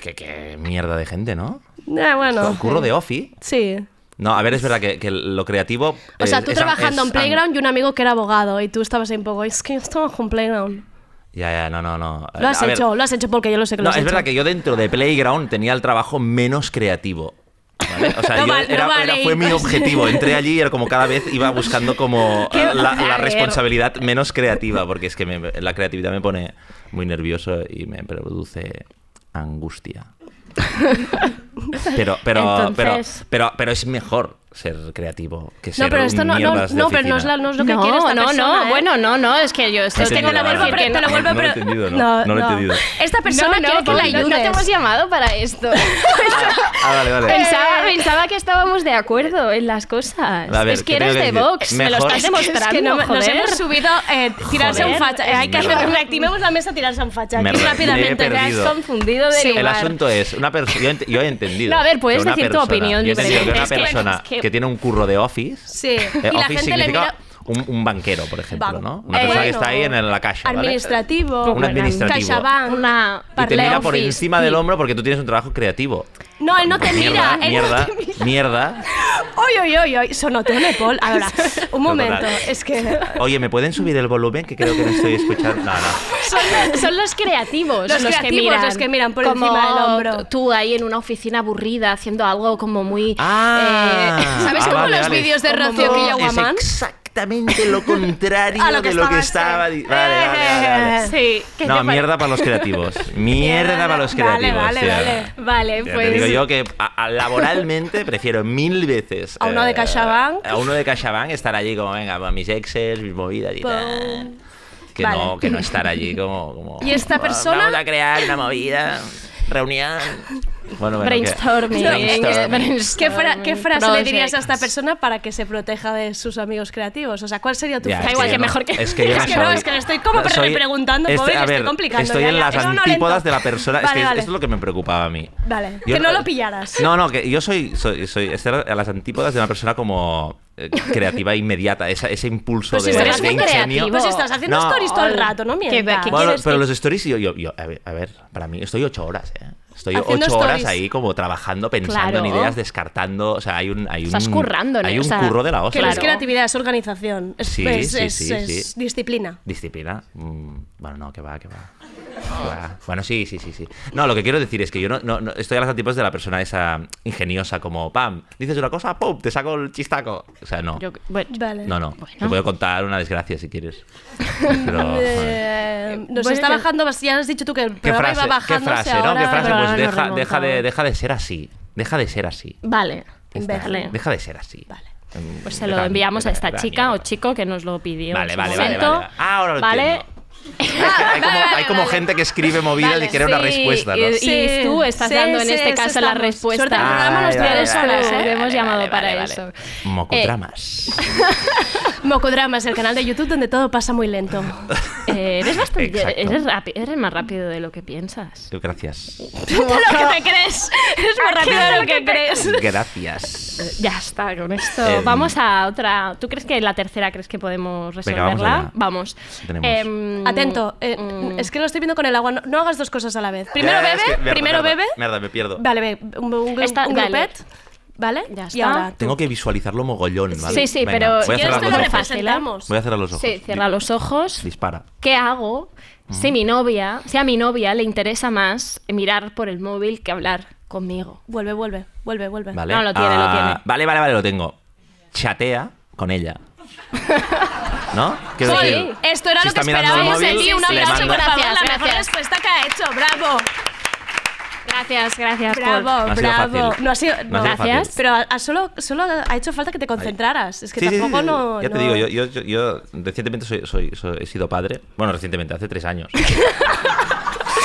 Speaker 16: Qué, qué mierda de gente, ¿no?
Speaker 4: Eh, bueno.
Speaker 16: Con curro de Ofi.
Speaker 4: Sí.
Speaker 16: No, a ver, es verdad que, que lo creativo.
Speaker 4: O
Speaker 16: es-
Speaker 4: sea, tú
Speaker 16: es-
Speaker 4: trabajando
Speaker 16: es-
Speaker 4: en Playground y un amigo que era abogado y tú estabas ahí un poco, es que yo trabajo en Playground.
Speaker 16: Ya, ya, no, no, no.
Speaker 4: Lo has
Speaker 16: A ver,
Speaker 4: hecho, lo has hecho porque yo lo sé que
Speaker 16: No,
Speaker 4: lo has
Speaker 16: es
Speaker 4: hecho.
Speaker 16: verdad que yo dentro de Playground tenía el trabajo menos creativo. ¿vale? O sea,
Speaker 4: No
Speaker 16: yo
Speaker 4: vale, no
Speaker 16: era-
Speaker 4: vale.
Speaker 16: era- fue mi objetivo. Entré allí y era como cada vez iba buscando como
Speaker 5: Qué
Speaker 16: la, la
Speaker 5: barbaridad.
Speaker 16: responsabilidad menos creativa, porque es que me- la creatividad me pone muy nervioso y me produce angustia. Pero, pero,
Speaker 5: Entonces-
Speaker 16: pero, pero, pero es mejor ser creativo que ser
Speaker 4: No, pero esto
Speaker 16: un
Speaker 4: no, no,
Speaker 16: mierdas de
Speaker 4: no, pero no es,
Speaker 16: oficina.
Speaker 4: la- no es lo que quiere esta
Speaker 5: no,
Speaker 4: persona.
Speaker 5: no,
Speaker 4: ¿eh?
Speaker 5: bueno, no, no, es que yo esto
Speaker 16: Es que
Speaker 5: tengo
Speaker 16: te lo
Speaker 5: que
Speaker 16: vuelvo a
Speaker 5: decir que
Speaker 16: pre-
Speaker 5: no.
Speaker 4: te lo vuelvo a
Speaker 16: No lo he
Speaker 4: pre-
Speaker 16: entendido, no, no lo he entendido.
Speaker 4: Esta persona
Speaker 5: No, no,
Speaker 4: quiere que
Speaker 5: porque
Speaker 4: la
Speaker 5: No,
Speaker 4: ayudes.
Speaker 5: no te hemos llamado para esto.
Speaker 16: Ah, vale, vale.
Speaker 5: Pensaba, pensaba que estábamos de acuerdo en las cosas.
Speaker 16: A ver,
Speaker 5: es que
Speaker 16: ¿qué tengo
Speaker 5: eres
Speaker 16: que
Speaker 5: de
Speaker 16: decir?
Speaker 5: Vox, me lo
Speaker 16: Mejor-
Speaker 5: estás
Speaker 16: Es que-
Speaker 5: demostrando.
Speaker 4: Es que no,
Speaker 5: joder.
Speaker 4: nos hemos subido eh, tirarse
Speaker 16: Joder.
Speaker 4: un facha. Eh, hay que
Speaker 16: Me
Speaker 4: hacer,
Speaker 16: lo-
Speaker 4: reactivemos la mesa, tirarse un facha.
Speaker 16: Me
Speaker 4: Aquí
Speaker 16: lo- me he
Speaker 4: rápidamente.
Speaker 5: Te has
Speaker 16: perdido.
Speaker 5: confundido de
Speaker 4: Sí.
Speaker 5: lugar.
Speaker 16: El asunto es, una persona yo, ent- yo he entendido.
Speaker 5: No, a ver, puedes
Speaker 16: que una
Speaker 5: decir tu opinión
Speaker 16: yo he entendido
Speaker 5: diferente.
Speaker 16: que una
Speaker 5: Es que-
Speaker 16: persona
Speaker 5: es
Speaker 16: que,
Speaker 5: que-
Speaker 16: que tiene un curro de office.
Speaker 4: Sí.
Speaker 16: Eh,
Speaker 4: Y la
Speaker 16: office
Speaker 4: gente le
Speaker 16: significa
Speaker 4: mira-
Speaker 16: un, un banquero, por ejemplo,
Speaker 4: Ban-
Speaker 16: ¿no? Una
Speaker 4: Eh,
Speaker 16: persona que
Speaker 4: bueno.
Speaker 16: está ahí en la caja. ¿vale?
Speaker 4: Administrativo,
Speaker 16: ¿eh? Un administrativo.
Speaker 4: CaixaBank,
Speaker 5: una
Speaker 16: Y te
Speaker 4: Parler
Speaker 16: mira por
Speaker 4: Office.
Speaker 16: encima del hombro porque tú tienes un trabajo creativo.
Speaker 4: No, él no te
Speaker 16: mierda,
Speaker 4: mira, él
Speaker 16: mierda,
Speaker 4: no te mira.
Speaker 16: mierda.
Speaker 4: Oy, oy, oy, oy, sonotone, Paul. Ahora, un momento,
Speaker 16: Perdonad.
Speaker 4: es que
Speaker 16: Oye, ¿me pueden subir el volumen? Que creo que no estoy escuchando. No, no.
Speaker 5: Son, son los creativos
Speaker 4: Los
Speaker 5: que
Speaker 4: creativos,
Speaker 5: miran.
Speaker 4: los que miran por
Speaker 5: Como
Speaker 4: encima del hombro.
Speaker 5: t- Tú ahí en una oficina aburrida haciendo algo como muy.
Speaker 16: Ah,
Speaker 5: eh,
Speaker 4: Eh, ¿sabes
Speaker 16: ah,
Speaker 4: cómo
Speaker 16: vale,
Speaker 4: los
Speaker 16: vale.
Speaker 4: vídeos de
Speaker 5: Como-
Speaker 4: Rocío Quillaguamán?
Speaker 16: Es exactamente lo contrario
Speaker 4: A lo que
Speaker 16: de lo que
Speaker 4: estaba
Speaker 16: estaba. di- Vale, vale, vale, vale.
Speaker 5: Sí, ¿qué te
Speaker 16: No,
Speaker 5: pare-
Speaker 16: mierda para los creativos. Mierda para los
Speaker 4: Vale,
Speaker 16: creativos.
Speaker 4: vale,
Speaker 16: tío.
Speaker 4: vale.
Speaker 5: Vale,
Speaker 16: Ya
Speaker 5: pues.
Speaker 16: Te digo yo que a- a laboralmente prefiero mil veces.
Speaker 4: A uno de
Speaker 16: eh,
Speaker 4: CaixaBank.
Speaker 16: A uno de CaixaBank estar allí como, venga, va, mis exes, mis movidas y tal. Que,
Speaker 4: Pues, Vale.
Speaker 16: no, que no estar allí como. como,
Speaker 4: ¿Y esta
Speaker 16: "Va-
Speaker 4: persona?
Speaker 16: Vamos a crear una movida, reunión. Bueno, bueno, ¿qué?
Speaker 5: Brainstorming.
Speaker 16: Brainstorming.
Speaker 4: ¿Qué, fra- qué frase le dirías a
Speaker 5: Projects.
Speaker 4: esta persona para que se proteja de sus amigos creativos? O sea, ¿cuál sería tu
Speaker 16: Ya,
Speaker 4: frase?
Speaker 16: es yo no- Es que, yo
Speaker 4: Es que no,
Speaker 16: soy-
Speaker 4: es que le estoy como
Speaker 16: soy-
Speaker 4: repreguntando,
Speaker 16: estoy-
Speaker 4: pobre, le
Speaker 16: a
Speaker 4: estoy
Speaker 16: ver,
Speaker 4: complicando,
Speaker 16: Estoy
Speaker 4: ya,
Speaker 16: en
Speaker 4: ya,
Speaker 16: las
Speaker 4: es uno lento.
Speaker 16: antípodas de la persona. Es
Speaker 4: Vale,
Speaker 16: que
Speaker 4: vale.
Speaker 16: esto es lo que me preocupaba a mí.
Speaker 4: Vale,
Speaker 16: Yo
Speaker 4: que no
Speaker 16: no-
Speaker 4: lo pillaras.
Speaker 16: No, no, que yo soy, soy, soy estar a las antípodas de una persona como eh, creativa e inmediata, esa- ese impulso
Speaker 4: Pues
Speaker 16: de,
Speaker 4: si eres
Speaker 16: de
Speaker 4: muy
Speaker 16: ingenio.
Speaker 4: Pues si estás haciendo
Speaker 16: No.
Speaker 4: stories todo el rato, no
Speaker 5: Que-
Speaker 4: mientas.
Speaker 5: que-
Speaker 16: Bueno,
Speaker 5: quieres
Speaker 16: pero
Speaker 5: que-
Speaker 16: los stories, yo, yo, yo- a, ver, a ver, para mí, estoy ocho horas, ¿eh? Estoy
Speaker 4: Haciendo
Speaker 16: ocho horas
Speaker 4: stories.
Speaker 16: ahí como trabajando, pensando en
Speaker 5: Claro.
Speaker 16: ideas, descartando. O sea, hay un. Hay un
Speaker 5: Estás currando, ¿no?
Speaker 16: Hay
Speaker 5: O
Speaker 16: un
Speaker 5: sea,
Speaker 16: curro de la
Speaker 4: Que
Speaker 16: hostia.
Speaker 4: no es
Speaker 5: Claro.
Speaker 4: creatividad, es organización. Es,
Speaker 16: Sí,
Speaker 4: es-
Speaker 16: sí,
Speaker 4: es-
Speaker 16: sí,
Speaker 4: es
Speaker 16: sí.
Speaker 4: disciplina.
Speaker 16: ¿Disciplina? Mm, bueno, no, que va, que va. Que va. Bueno, sí, sí, sí, sí. No, lo que quiero decir es que yo no, no- no- estoy a las antípodas de la persona esa ingeniosa, como, pam, dices una cosa, pum, te saco el chistaco. O sea, no.
Speaker 5: Yo- bueno,
Speaker 4: Vale.
Speaker 16: No, no. Te
Speaker 5: Bueno.
Speaker 16: puedo contar una desgracia si quieres. Pero, joder.
Speaker 4: Eh, nos
Speaker 5: Bueno,
Speaker 4: está
Speaker 5: yo-
Speaker 4: bajando, ya has dicho tú que el
Speaker 16: ¿Qué
Speaker 4: programa iba
Speaker 16: frase? ¿Qué
Speaker 4: bajándose
Speaker 16: frase?
Speaker 4: ahora.
Speaker 16: ¿No? ¿Qué frase?
Speaker 5: pero ahora
Speaker 16: Pues
Speaker 5: nos
Speaker 16: deja, deja, de,
Speaker 5: remontamos.
Speaker 16: deja de ser así. Deja de ser así.
Speaker 5: Vale.
Speaker 16: Ya está.
Speaker 5: Vale.
Speaker 16: Deja de ser así. Mm, Vale.
Speaker 5: Pues se lo enviamos a esta chica o chico que nos lo pidió. en
Speaker 16: Vale,
Speaker 5: su
Speaker 16: vale, vale,
Speaker 5: momento.
Speaker 16: vale, vale. Ah, ahora lo
Speaker 5: Vale.
Speaker 16: entiendo. Hay como, hay como gente que escribe movidas y quiere una
Speaker 5: Sí,
Speaker 16: respuesta, ¿no?
Speaker 5: Y, este y
Speaker 4: Sí,
Speaker 5: tú estás
Speaker 4: sí,
Speaker 5: dando en
Speaker 4: sí,
Speaker 5: este
Speaker 4: eso
Speaker 5: caso la
Speaker 4: estamos.
Speaker 5: respuesta.
Speaker 4: Suerte al
Speaker 16: programa, nos
Speaker 5: Por
Speaker 16: vale,
Speaker 5: eso
Speaker 16: vale,
Speaker 4: ¿eh?
Speaker 5: lo
Speaker 16: vale,
Speaker 5: hemos
Speaker 16: vale,
Speaker 5: llamado
Speaker 16: vale,
Speaker 5: para
Speaker 16: vale, vale.
Speaker 5: eso.
Speaker 16: Mocodramas.
Speaker 4: Mocodrama es el canal de YouTube donde todo pasa muy lento.
Speaker 5: Eh, eres bastante.
Speaker 16: Exacto.
Speaker 5: Eres, rapi- eres más rápido de lo que piensas.
Speaker 16: Gracias.
Speaker 5: lo que te crees. Eres más rápido de lo que crees.
Speaker 16: Gracias.
Speaker 5: Ya está, con esto.
Speaker 16: Eh,
Speaker 5: Vamos a otra. ¿Tú crees que la tercera crees que podemos
Speaker 16: Venga, vamos
Speaker 5: resolverla?
Speaker 16: allá.
Speaker 5: vamos.
Speaker 16: Tenemos.
Speaker 5: Em,
Speaker 4: Atento, eh,
Speaker 5: mm,
Speaker 4: es que lo estoy viendo con el agua. No, no hagas dos cosas a la vez. Primero
Speaker 16: Ya,
Speaker 4: bebe,
Speaker 16: es que- mierda,
Speaker 4: primero
Speaker 16: mierda,
Speaker 4: bebe.
Speaker 16: Mierda, me pierdo.
Speaker 4: Vale, bebe. Un, un, gru-
Speaker 5: Esta-
Speaker 4: un
Speaker 5: dale.
Speaker 4: grupet. ¿Vale?
Speaker 5: Ya
Speaker 4: Y
Speaker 5: está.
Speaker 4: ahora. tú.
Speaker 16: Tengo que visualizarlo mogollón, ¿vale?
Speaker 5: Sí, sí,
Speaker 16: Venga,
Speaker 5: pero
Speaker 16: Voy a
Speaker 5: yo
Speaker 16: cerrar
Speaker 5: esto
Speaker 16: los
Speaker 5: lo
Speaker 16: ojos.
Speaker 4: representamos.
Speaker 16: Voy a cerrar los ojos.
Speaker 5: Sí, cierra los ojos.
Speaker 16: Dispara.
Speaker 5: ¿Qué hago si mi novia, si a mi novia le interesa más mirar por el móvil que hablar conmigo?
Speaker 4: Vuelve, vuelve, vuelve, vuelve.
Speaker 16: Vale.
Speaker 5: No, lo tiene, lo
Speaker 16: Ah,
Speaker 5: tiene.
Speaker 16: Vale, vale, vale, lo tengo. Chatea con ella. ¿No? Quiero
Speaker 4: Oye,
Speaker 16: decir,
Speaker 4: esto era
Speaker 16: si
Speaker 4: lo que
Speaker 16: está mirando el
Speaker 4: esperábamos de
Speaker 16: móvil,
Speaker 4: ti. Un
Speaker 16: le
Speaker 4: aplauso,
Speaker 16: mando-
Speaker 4: por favor. La
Speaker 5: Gracias,
Speaker 4: mejor
Speaker 5: gracias.
Speaker 4: respuesta que ha hecho. Bravo.
Speaker 5: Gracias, gracias. Paul.
Speaker 4: Bravo,
Speaker 16: No ha sido
Speaker 4: bravo.
Speaker 16: fácil.
Speaker 4: No ha sido,
Speaker 16: No ha sido
Speaker 5: Gracias.
Speaker 16: fácil.
Speaker 4: Pero a- a solo, solo ha hecho falta que te concentraras. Es que
Speaker 16: Sí, sí, sí,
Speaker 4: tampoco
Speaker 16: sí.
Speaker 4: no.
Speaker 16: Ya te
Speaker 4: no-
Speaker 16: digo, yo, yo, yo, yo recientemente soy, soy- soy- he sido padre. Bueno, recientemente, hace tres años.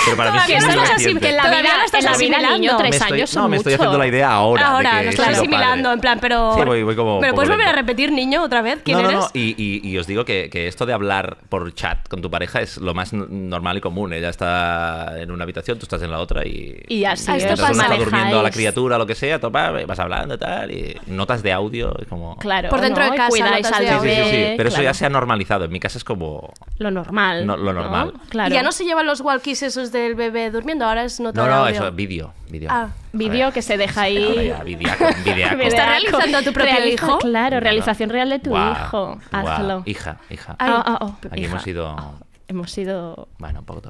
Speaker 16: Pero para mí
Speaker 4: Todavía
Speaker 16: es muy
Speaker 4: estás así,
Speaker 16: reciente.
Speaker 5: Que en la
Speaker 4: Todavía
Speaker 5: vida,
Speaker 4: lo estás
Speaker 5: en la vida
Speaker 4: asimilando.
Speaker 5: niño, tres
Speaker 16: me estoy,
Speaker 5: años son
Speaker 16: No, me estoy
Speaker 5: mucho.
Speaker 16: haciendo la idea ahora. de
Speaker 4: Ahora,
Speaker 16: que
Speaker 4: lo
Speaker 16: he
Speaker 4: estás
Speaker 16: sido
Speaker 4: asimilando,
Speaker 16: padre.
Speaker 4: en plan, pero.
Speaker 16: Sí, voy- voy como un
Speaker 4: ¿Me lo
Speaker 16: poco
Speaker 4: puedes volver a
Speaker 16: lento.
Speaker 4: repetir, niño, otra vez? ¿Quién
Speaker 16: no, no,
Speaker 4: eres?
Speaker 16: no. Y, y- y os digo que, que esto de hablar por chat con tu pareja es lo más n- normal y común. Ella está en una habitación, tú estás en la otra y.
Speaker 5: Y así es.
Speaker 16: mientras uno
Speaker 5: Esto pasa.
Speaker 16: está durmiendo a la
Speaker 5: Manejáis.
Speaker 16: criatura, lo que sea, topa, vas hablando tal. Y notas de audio, es como.
Speaker 5: Claro,
Speaker 4: Por dentro
Speaker 5: ¿no?
Speaker 4: de
Speaker 5: Y
Speaker 4: casa,
Speaker 5: cuidáis
Speaker 4: notas
Speaker 5: al
Speaker 4: de
Speaker 16: Sí, sí, sí,
Speaker 5: bebé.
Speaker 16: sí, sí. Pero eso ya
Speaker 5: claro.
Speaker 16: se ha normalizado. En mi casa es como.
Speaker 5: lo normal.
Speaker 16: No, lo normal.
Speaker 5: Claro.
Speaker 4: Y ya no se llevan los walkies esos del bebé durmiendo, ahora es nota
Speaker 16: No,
Speaker 4: de
Speaker 16: no,
Speaker 4: audio.
Speaker 16: eso es vídeo. vídeo.
Speaker 4: Ah,
Speaker 5: Vídeo que se deja
Speaker 16: Ahora
Speaker 5: ahí.
Speaker 16: ya, videaco, videaco.
Speaker 5: Videaco.
Speaker 4: ¿Estás realizando a tu propio
Speaker 5: Realiza-
Speaker 4: hijo?
Speaker 5: Claro,
Speaker 16: No,
Speaker 5: realización
Speaker 16: no.
Speaker 5: real de tu
Speaker 16: Guau,
Speaker 5: hijo.
Speaker 16: guau.
Speaker 5: Hazlo.
Speaker 16: Hija, hija.
Speaker 4: Ay,
Speaker 5: Ah, ah, oh,
Speaker 16: Aquí
Speaker 5: hija.
Speaker 16: hemos ido.
Speaker 5: Hemos sido
Speaker 16: Bueno, un poco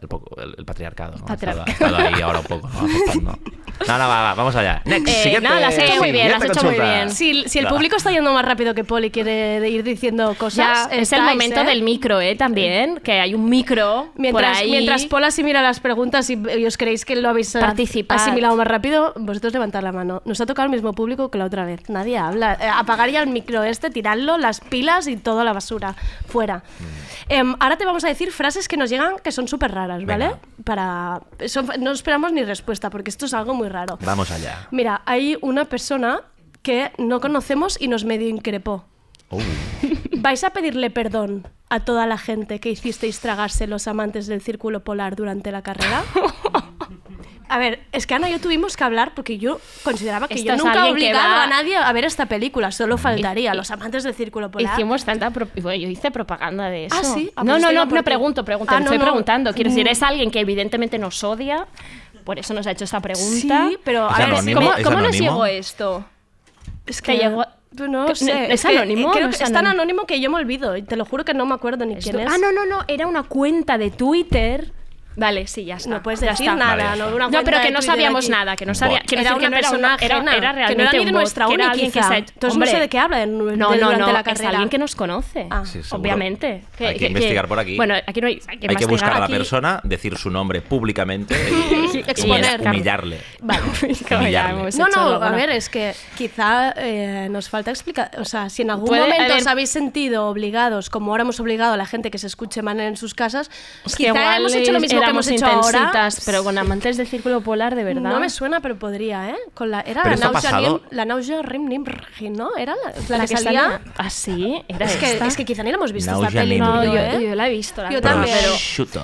Speaker 16: el, poco- el- el patriarcado. ¿no? Ha estado-
Speaker 5: Patriarcado.
Speaker 16: Ha estado, ahí ahora un poco. ¿no? Apostando. No, no, va, va, vamos allá. Next,
Speaker 5: Eh,
Speaker 16: siguiente.
Speaker 5: no, lo has hecho muy bien, lo has
Speaker 16: siguiente
Speaker 5: hecho muy
Speaker 16: consulta.
Speaker 5: bien.
Speaker 4: Si, si el
Speaker 16: Va.
Speaker 4: público está yendo más rápido que Poli quiere ir diciendo
Speaker 5: Ya,
Speaker 4: cosas.
Speaker 5: es el
Speaker 4: estáis,
Speaker 5: momento
Speaker 4: ¿eh?
Speaker 5: del micro, ¿eh? También, que hay un micro
Speaker 4: Mientras,
Speaker 5: por ahí.
Speaker 4: mientras Paul asimila las preguntas y, y os creéis que lo habéis eh,
Speaker 5: Participad.
Speaker 4: asimilado más rápido, vosotros levantad la mano. Nos ha tocado el mismo público que la otra vez. Nadie habla. Eh, apagar ya el micro este, tirarlo, las pilas y toda la basura. Fuera.
Speaker 16: Mm.
Speaker 4: Em, ahora te vamos a decir frases que nos llegan que son súper raras, ¿vale?
Speaker 16: Venga.
Speaker 4: Para, son- no esperamos ni respuesta porque esto es algo muy raro.
Speaker 16: Vamos allá.
Speaker 4: Mira, hay una persona que no conocemos y nos medio increpó.
Speaker 16: Uh,
Speaker 4: ¿Vais a pedirle perdón a toda la gente que hicisteis tragarse los amantes del círculo polar durante la carrera? A ver, es que Ana y yo tuvimos que hablar porque yo consideraba que
Speaker 5: Esto
Speaker 4: yo
Speaker 5: es
Speaker 4: nunca
Speaker 5: alguien
Speaker 4: he
Speaker 5: que
Speaker 4: obligado
Speaker 5: va-
Speaker 4: a nadie a ver esta película, solo faltaría los amantes del Círculo Polar.
Speaker 5: Hicimos tanta. pro- bueno, yo hice propaganda de eso.
Speaker 4: Ah, sí. Ah, pues
Speaker 5: no,
Speaker 4: esto
Speaker 5: no,
Speaker 4: iba
Speaker 5: no,
Speaker 4: por
Speaker 5: no
Speaker 4: ti.
Speaker 5: pregunto, pregunto.
Speaker 4: Ah,
Speaker 5: no
Speaker 4: no,
Speaker 5: estoy
Speaker 4: no.
Speaker 5: preguntando. Quiero decir,
Speaker 4: Mm.
Speaker 5: es alguien que evidentemente nos odia. Por eso nos ha hecho esta pregunta.
Speaker 4: Sí, pero a
Speaker 16: Es
Speaker 4: ver,
Speaker 16: anónimo,
Speaker 5: ¿Cómo,
Speaker 16: es
Speaker 5: cómo nos
Speaker 16: anónimo.
Speaker 5: llegó esto?
Speaker 4: es
Speaker 5: Te llegó-
Speaker 4: No
Speaker 5: que-
Speaker 4: sé.
Speaker 5: ¿es
Speaker 4: que-
Speaker 5: anónimo
Speaker 4: creo
Speaker 5: o no
Speaker 4: que
Speaker 5: es
Speaker 4: es tan
Speaker 5: anónimo?
Speaker 4: anónimo que yo me olvido y te lo juro que no me acuerdo ni quién es.
Speaker 5: Ah, no, no, no. Era una cuenta de Twitter. Vale, sí, ya está.
Speaker 4: No puedes
Speaker 5: ya
Speaker 4: decir
Speaker 5: está.
Speaker 4: nada,
Speaker 16: Vale, ya
Speaker 4: ¿no?
Speaker 16: está.
Speaker 4: Una
Speaker 5: No,
Speaker 4: cuenta
Speaker 5: pero que
Speaker 4: de
Speaker 5: no
Speaker 4: Twitter
Speaker 5: sabíamos
Speaker 4: aquí.
Speaker 5: nada, que no sabía.
Speaker 16: Bot.
Speaker 5: quiero
Speaker 4: Era
Speaker 5: decir
Speaker 4: una
Speaker 5: que no era
Speaker 4: persona
Speaker 5: era-
Speaker 4: ajena,
Speaker 5: era
Speaker 4: que no
Speaker 5: realmente
Speaker 4: era ni
Speaker 5: un
Speaker 4: de
Speaker 5: bot,
Speaker 4: nuestra
Speaker 5: que era
Speaker 4: uni,
Speaker 5: alguien que
Speaker 4: quizá.
Speaker 5: se ha-
Speaker 4: Entonces no
Speaker 5: Hombre,
Speaker 4: sé de qué habla en- de-
Speaker 5: no, no,
Speaker 4: durante
Speaker 5: no,
Speaker 4: la
Speaker 5: Es
Speaker 4: carrera.
Speaker 5: alguien que nos conoce.
Speaker 4: Ah.
Speaker 16: Sí, seguro.
Speaker 5: obviamente.
Speaker 16: Hay que investigar por aquí.
Speaker 5: Bueno, aquí no hay. Hay que,
Speaker 16: Hay que
Speaker 5: investigar
Speaker 16: buscar a la
Speaker 5: aquí.
Speaker 16: persona, decir su nombre públicamente y
Speaker 5: Exponer.
Speaker 16: humillarle.
Speaker 5: Vale, como ya
Speaker 16: Humillarle.
Speaker 5: hemos
Speaker 4: No,
Speaker 5: hecho
Speaker 4: no, a
Speaker 5: alguna-
Speaker 4: ver, es que quizá eh, nos falta explicar, o sea, si en algún
Speaker 5: Puede
Speaker 4: momento
Speaker 5: haber-
Speaker 4: os habéis sentido obligados, como ahora hemos obligado a la gente que se escuche mal en sus casas,
Speaker 5: Es que
Speaker 4: quizá
Speaker 5: igual
Speaker 4: hemos hecho lo mismo que
Speaker 5: éramos
Speaker 4: hemos hecho ahora.
Speaker 5: intensitas, pero con amantes del círculo polar, de verdad.
Speaker 4: No me suena, pero podría, ¿eh? Con la, era
Speaker 16: Pero
Speaker 4: la
Speaker 16: esto ha
Speaker 4: náusea,
Speaker 16: pasado.
Speaker 4: nim- la náusea Rim Nimrhin, ¿no? Era la, la que,
Speaker 5: salía
Speaker 4: salía.
Speaker 5: así, era
Speaker 4: Es que,
Speaker 5: esta.
Speaker 4: es que quizá ni la hemos visto
Speaker 16: Náusea
Speaker 4: esta peli,
Speaker 5: no,
Speaker 16: Nimrhin.
Speaker 5: yo,
Speaker 4: creo, ¿eh?
Speaker 5: yo la he visto. La
Speaker 4: Yo
Speaker 5: verdad,
Speaker 4: también.
Speaker 5: Pero
Speaker 16: Prosciutto.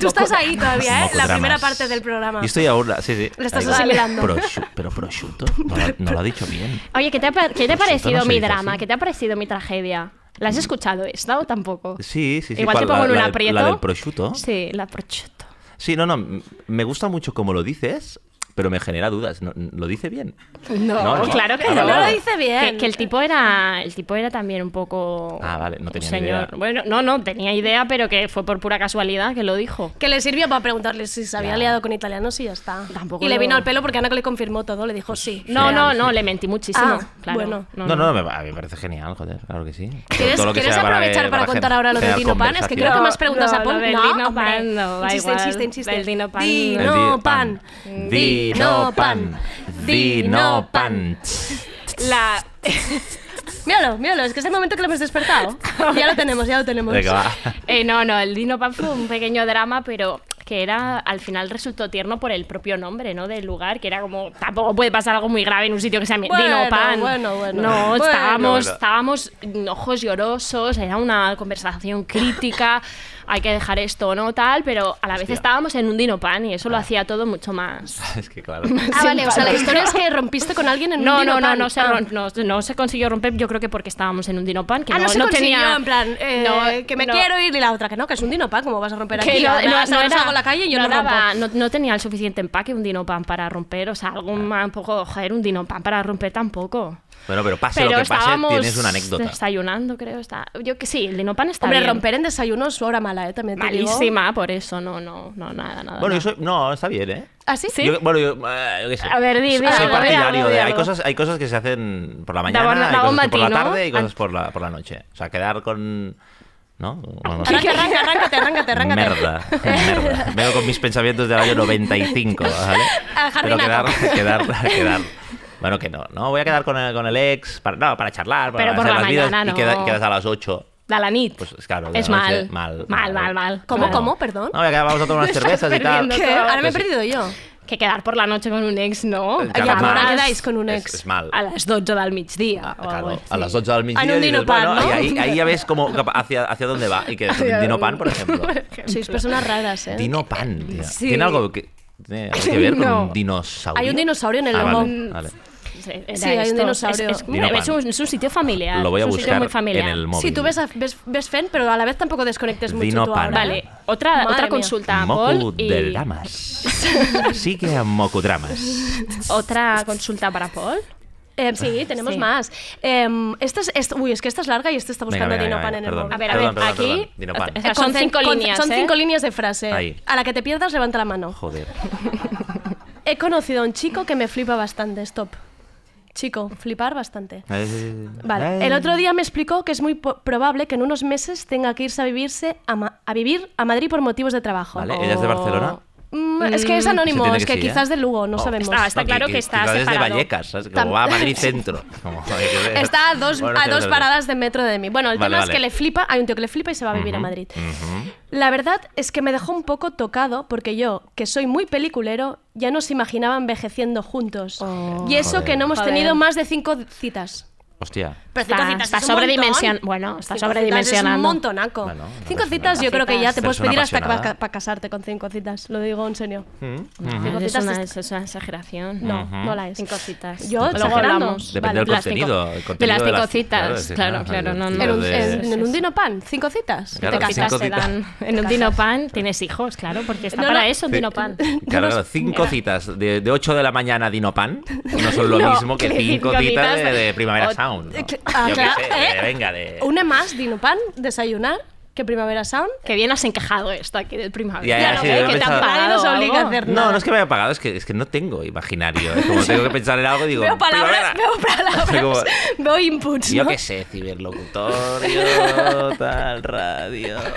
Speaker 4: Tú estás ahí todavía, ¿eh? La
Speaker 16: Mocodramas.
Speaker 4: primera parte del programa.
Speaker 16: Y estoy ahora, sí, sí.
Speaker 4: Lo estás
Speaker 16: ahí va.
Speaker 4: asimilando.
Speaker 16: Prosciu- pero prosciutto, no, lo- no lo ha dicho bien.
Speaker 5: Oye, ¿qué te ha, pa- qué te ha
Speaker 16: Por cierto,
Speaker 5: parecido
Speaker 16: no se
Speaker 5: mi
Speaker 16: dice
Speaker 5: drama?
Speaker 16: así.
Speaker 5: ¿Qué te ha parecido mi tragedia? ¿La has escuchado esta o tampoco?
Speaker 16: Sí, sí, sí.
Speaker 5: Igual
Speaker 16: ¿cuál?
Speaker 5: te pongo
Speaker 16: La-
Speaker 5: en un
Speaker 16: la del-
Speaker 5: aprieto.
Speaker 16: La del prosciutto.
Speaker 5: Sí, la prosciutto.
Speaker 16: Sí, no, no. m- Me gusta mucho cómo lo dices, pero me genera dudas. No- ¿Lo dice bien? No, no.
Speaker 5: claro que
Speaker 16: Ah,
Speaker 5: no.
Speaker 16: vale, vale.
Speaker 4: dice bien.
Speaker 5: Que, que el tipo era, el tipo era también un poco.
Speaker 16: Ah, vale, no
Speaker 5: un
Speaker 16: tenía ni
Speaker 5: señor.
Speaker 16: idea.
Speaker 5: Bueno, no, no tenía idea, pero que fue por pura casualidad que lo dijo.
Speaker 4: Que le sirvió para preguntarle si se había
Speaker 16: Ya.
Speaker 4: liado con italianos y ya está.
Speaker 5: Tampoco
Speaker 4: y le
Speaker 5: lo-
Speaker 4: vino al pelo porque Ana que le confirmó todo, le dijo sí.
Speaker 5: No,
Speaker 16: Sí,
Speaker 5: no,
Speaker 16: sí.
Speaker 5: no, le mentí muchísimo.
Speaker 4: Ah,
Speaker 5: claro.
Speaker 4: bueno.
Speaker 16: No, no, no, me, a mí me parece genial, joder, claro que sí.
Speaker 4: ¿Quieres,
Speaker 16: Todo lo que
Speaker 4: quieres
Speaker 16: sea
Speaker 4: aprovechar para,
Speaker 16: para
Speaker 4: contar ahora lo de
Speaker 16: generar
Speaker 4: Dino Pan? Es que creo que
Speaker 16: conversación.
Speaker 4: más preguntas
Speaker 5: No,
Speaker 4: a Pon.
Speaker 5: lo del
Speaker 4: No,
Speaker 5: Dino
Speaker 4: hombre.
Speaker 5: Pan no, da
Speaker 4: insiste,
Speaker 5: igual.
Speaker 4: insiste, insiste.
Speaker 5: Del Dino Pan.
Speaker 4: Dino Pan.
Speaker 16: Dino Pan. Dino Pan.
Speaker 5: La,
Speaker 4: Míralo, míralo, es que es el momento que lo hemos despertado. ya lo tenemos, ya lo tenemos.
Speaker 16: Venga, va.
Speaker 5: Eh, no, no, el Dino Pan fue un pequeño drama, pero que era al final resultó tierno por el propio nombre, ¿no? Del lugar, que era como tampoco puede pasar algo muy grave en un sitio que se llame
Speaker 4: Bueno,
Speaker 5: Dino Pan.
Speaker 4: bueno, bueno.
Speaker 5: No,
Speaker 4: Bueno.
Speaker 5: estábamos,
Speaker 16: Bueno.
Speaker 5: estábamos mm, ojos llorosos, era una conversación crítica, hay que dejar esto, ¿no? Tal, pero a la vez
Speaker 16: Hostia. Ah.
Speaker 5: estábamos en un Dino Pan y eso lo hacía todo mucho más.
Speaker 16: Es que claro.
Speaker 4: Ah, vale, o sea, la historia es que rompiste con alguien en un
Speaker 5: No,
Speaker 4: Dino
Speaker 5: no, no,
Speaker 4: Pan.
Speaker 5: no se,
Speaker 4: Ah.
Speaker 5: rom- no, no se consiguió romper, yo creo que porque estábamos en un dinopan, que
Speaker 4: Ah, no,
Speaker 5: no,
Speaker 4: se
Speaker 5: no
Speaker 4: consiguió,
Speaker 5: tenía...
Speaker 4: en plan, eh,
Speaker 5: no,
Speaker 4: que me
Speaker 5: no.
Speaker 4: quiero ir y la otra que no, que es un dinopan, ¿cómo vas a romper
Speaker 5: Que
Speaker 4: aquí?
Speaker 5: no,
Speaker 4: Me
Speaker 5: no-
Speaker 4: vas a
Speaker 5: no
Speaker 4: ver,
Speaker 5: era-
Speaker 4: salgo a la calle y yo no, rompo.
Speaker 5: daba- no- no tenía el suficiente empaque un dinopan para romper, o sea, algún más un poco, joder, un dinopan para romper tampoco.
Speaker 16: Bueno, pero pase
Speaker 5: Pero
Speaker 16: lo que pase,
Speaker 5: estábamos
Speaker 16: tienes una anécdota.
Speaker 5: desayunando, creo, está. Yo que sí, el dinopan está
Speaker 4: Hombre,
Speaker 5: bien.
Speaker 4: romper en desayuno es su hora mala, ¿eh? También te digo.
Speaker 5: malísima, por eso no, no, no, nada, nada.
Speaker 16: Bueno,
Speaker 5: nada.
Speaker 16: yo soy, no, está bien, ¿eh?
Speaker 4: ¿Ah, sí?
Speaker 16: Yo- bueno, yo, eh, yo qué sé.
Speaker 5: A ver, di, di
Speaker 16: Soy
Speaker 5: algo, di
Speaker 16: partidario
Speaker 5: algo, di
Speaker 16: de. Hay
Speaker 5: algo.
Speaker 16: cosas, hay cosas que se hacen por la mañana,
Speaker 5: Daba-
Speaker 16: hay
Speaker 5: daba un
Speaker 16: cosas que por la
Speaker 5: matí, ¿no?
Speaker 16: tarde y cosas
Speaker 5: Ant-
Speaker 16: por la, por la noche. O sea, quedar con. ¿No? Bueno, no sé.
Speaker 4: Arranca, arranca, arráncate, arráncate, arráncate.
Speaker 16: Merda, merda. Vengo con mis pensamientos del año 95, ¿vale?
Speaker 4: Ah,
Speaker 16: Pero quedar,
Speaker 4: jardinaco.
Speaker 16: quedar, quedar. Bueno, que no, no, voy a quedar con el, con el ex, para, no, para charlar, para
Speaker 5: Pero por
Speaker 16: hacer
Speaker 5: la
Speaker 16: las vidas,
Speaker 5: mañana
Speaker 16: y
Speaker 5: no.
Speaker 16: queda- quedas a las 8.
Speaker 5: La lanit.
Speaker 16: Pues claro, de
Speaker 5: es
Speaker 16: la noche,
Speaker 5: mal.
Speaker 16: mal.
Speaker 5: Mal, mal, mal.
Speaker 4: ¿Cómo,
Speaker 5: mal.
Speaker 4: cómo? Perdón.
Speaker 16: No, voy a quedar, vamos a tomar unas cervezas y tal. pues
Speaker 4: ¿Qué?
Speaker 5: perdiendo
Speaker 4: Ahora me he
Speaker 16: Entonces,
Speaker 4: perdido yo.
Speaker 5: Que quedar por la noche con un ex, no.
Speaker 16: Eh,
Speaker 4: Ay,
Speaker 16: Claro,
Speaker 4: ¿a qué hora
Speaker 16: mal.
Speaker 4: quedáis con un
Speaker 16: Es,
Speaker 4: ex?
Speaker 16: es mal.
Speaker 5: A las 12 del mediodía. o algo
Speaker 16: Claro, a
Speaker 5: así.
Speaker 16: las 8 del
Speaker 4: Ah, en
Speaker 16: mediodía
Speaker 4: un
Speaker 16: dices,
Speaker 4: dinopan,
Speaker 16: bueno,
Speaker 4: ¿no?
Speaker 16: y ahí, ahí ya ves como capa- hacia, hacia dónde va. Y que es un dinopan, por ejemplo.
Speaker 4: Sois personas raras, ¿eh?
Speaker 16: Dinopan, tío.
Speaker 5: Sí.
Speaker 16: Tiene algo que, tiene algo que ver con
Speaker 5: No.
Speaker 16: un dinosaurio.
Speaker 4: Hay un dinosaurio en el
Speaker 16: ah, vale,
Speaker 4: lomo.
Speaker 16: vale.
Speaker 5: Sí, era
Speaker 4: Sí, hay un
Speaker 5: esto.
Speaker 4: dinosaurio.
Speaker 5: Es, es como-
Speaker 16: Dinopan.
Speaker 5: es un, es un sitio familiar.
Speaker 16: Lo voy a
Speaker 5: es un sitio
Speaker 16: buscar
Speaker 5: muy familiar.
Speaker 16: en el móvil.
Speaker 4: Sí, tú ves, a- ves, ves Fen, pero a la vez tampoco desconectes mucho tú
Speaker 16: Dinopan.
Speaker 4: ahora. ¿eh?
Speaker 5: Vale, otra,
Speaker 4: Madre
Speaker 5: otra
Speaker 4: mía.
Speaker 5: consulta,
Speaker 16: Moku
Speaker 5: Paul. y-
Speaker 16: del Damas. Sigue a Moku Dramas.
Speaker 5: Otra consulta para Paul.
Speaker 4: Eh,
Speaker 16: Ah,
Speaker 4: sí, tenemos
Speaker 5: Sí.
Speaker 4: más. Em, esta es, esta- uy, es que esta es larga y este está buscando
Speaker 16: Venga, venga,
Speaker 4: Dinopan
Speaker 16: venga,
Speaker 4: en el
Speaker 16: perdón.
Speaker 4: móvil.
Speaker 5: A ver, a ver,
Speaker 16: Perdón, perdón,
Speaker 5: aquí.
Speaker 16: perdón. Dinopan.
Speaker 5: o sea,
Speaker 4: Eh,
Speaker 5: son
Speaker 4: con-
Speaker 5: cinco
Speaker 4: con-
Speaker 5: líneas.
Speaker 4: Son
Speaker 5: ¿eh?
Speaker 4: cinco líneas de frase.
Speaker 16: Ahí.
Speaker 4: A la que te pierdas, levanta la mano.
Speaker 16: Joder.
Speaker 4: He conocido a un chico que me flipa bastante. Stop. Chico, flipar bastante.
Speaker 16: Eh,
Speaker 4: Vale.
Speaker 16: eh.
Speaker 4: El otro día me explicó que es muy po- probable que en unos meses tenga que irse a vivirse a, ma- a vivir a Madrid por motivos de trabajo.
Speaker 16: Vale, ella es de Barcelona.
Speaker 4: Mm, es que es anónimo,
Speaker 16: Se entiende
Speaker 4: es Oh. que
Speaker 16: que sí, ¿eh?
Speaker 4: quizás de Lugo, no
Speaker 16: Oh.
Speaker 4: sabemos.
Speaker 5: Ah, está
Speaker 16: No,
Speaker 5: claro que está
Speaker 16: quizás es de
Speaker 5: separado.
Speaker 16: Vallecas, ¿sabes?
Speaker 4: Tam-
Speaker 16: Como va a Madrid Centro. Como, hay que ver.
Speaker 4: Está a dos,
Speaker 16: Bueno,
Speaker 4: a
Speaker 16: sí,
Speaker 4: dos
Speaker 16: sí, sí.
Speaker 4: paradas de metro de mí. Bueno, el
Speaker 16: Vale,
Speaker 4: tema es
Speaker 16: vale.
Speaker 4: que le flipa, hay un tío que le flipa y se va a vivir a
Speaker 16: Ujú,
Speaker 4: Madrid.
Speaker 16: ujú.
Speaker 4: La verdad es que me dejó un poco tocado porque yo, que soy muy peliculero, ya nos imaginaba envejeciendo juntos. y eso
Speaker 16: Oh. Joder.
Speaker 4: que no hemos
Speaker 5: Joder.
Speaker 4: tenido más de cinco citas.
Speaker 16: Hostia.
Speaker 4: Pero cinco
Speaker 5: Está,
Speaker 4: citas
Speaker 5: está
Speaker 4: es un montón.
Speaker 5: sobredimension- bueno,
Speaker 4: Cinco citas
Speaker 5: está
Speaker 4: Es
Speaker 5: sobredimensionando.
Speaker 4: un montonaco.
Speaker 16: Bueno, una
Speaker 4: cinco
Speaker 16: persona-
Speaker 4: citas yo creo que ya te
Speaker 16: Persona
Speaker 4: puedes pedir hasta
Speaker 16: apasionada.
Speaker 4: para casarte con cinco citas. Lo digo en serio. Cinco
Speaker 5: Es,
Speaker 4: citas
Speaker 5: una,
Speaker 4: es-
Speaker 5: es una exageración.
Speaker 4: No,
Speaker 16: Mm, Ujú.
Speaker 4: no la es.
Speaker 5: Cinco citas.
Speaker 4: Yo
Speaker 5: luego
Speaker 4: exagerando.
Speaker 5: hablamos.
Speaker 16: Depende del
Speaker 5: de las
Speaker 16: contenido,
Speaker 5: cinco-
Speaker 16: el
Speaker 5: de
Speaker 16: contenido
Speaker 5: las
Speaker 16: de
Speaker 5: cinco
Speaker 16: las- claro,
Speaker 5: citas,
Speaker 16: sí,
Speaker 5: claro,
Speaker 16: ¿no?
Speaker 5: claro. No,
Speaker 16: En
Speaker 5: no.
Speaker 4: En un,
Speaker 16: de-
Speaker 4: en- en un dino pan, cinco citas.
Speaker 16: Claro,
Speaker 4: te
Speaker 5: Cinco
Speaker 4: casas.
Speaker 5: citas te
Speaker 16: citas.
Speaker 5: dan. En un dino pan tienes hijos, claro, porque está
Speaker 4: No,
Speaker 5: para
Speaker 4: no.
Speaker 5: eso un
Speaker 16: Sí.
Speaker 5: dino pan.
Speaker 16: Claro, claro, cinco citas de, de 8 de la mañana a Dinopan no son lo
Speaker 5: No,
Speaker 16: mismo que
Speaker 5: que
Speaker 16: cinco
Speaker 5: cinco
Speaker 16: citas de,
Speaker 5: citas.
Speaker 16: de Primavera
Speaker 5: O-
Speaker 16: Sound. ¿no?
Speaker 4: Eh, cl- ah,
Speaker 16: Yo qué
Speaker 4: claro,
Speaker 16: sé,
Speaker 4: ¿eh?
Speaker 16: de- venga, de...
Speaker 4: Una más, dino pan, desayunar, que primavera sound.
Speaker 5: Que bien has encajado esto aquí del primavera.
Speaker 16: Ya, ya, sí, yo he
Speaker 5: que te
Speaker 16: pensado-
Speaker 5: han pagado
Speaker 4: Nadie nos
Speaker 5: algo.
Speaker 4: obliga a hacer
Speaker 16: No, no es que me haya pagado, es que, es que no tengo imaginario. Es como tengo que pensar en algo y digo.
Speaker 4: veo palabras,
Speaker 16: "Primavera".
Speaker 4: veo
Speaker 16: Soy como,
Speaker 4: palabras, veo inputs.
Speaker 16: Yo
Speaker 4: ¿no?
Speaker 16: qué sé, ciberlocutorio, tal, radio.
Speaker 4: A ver,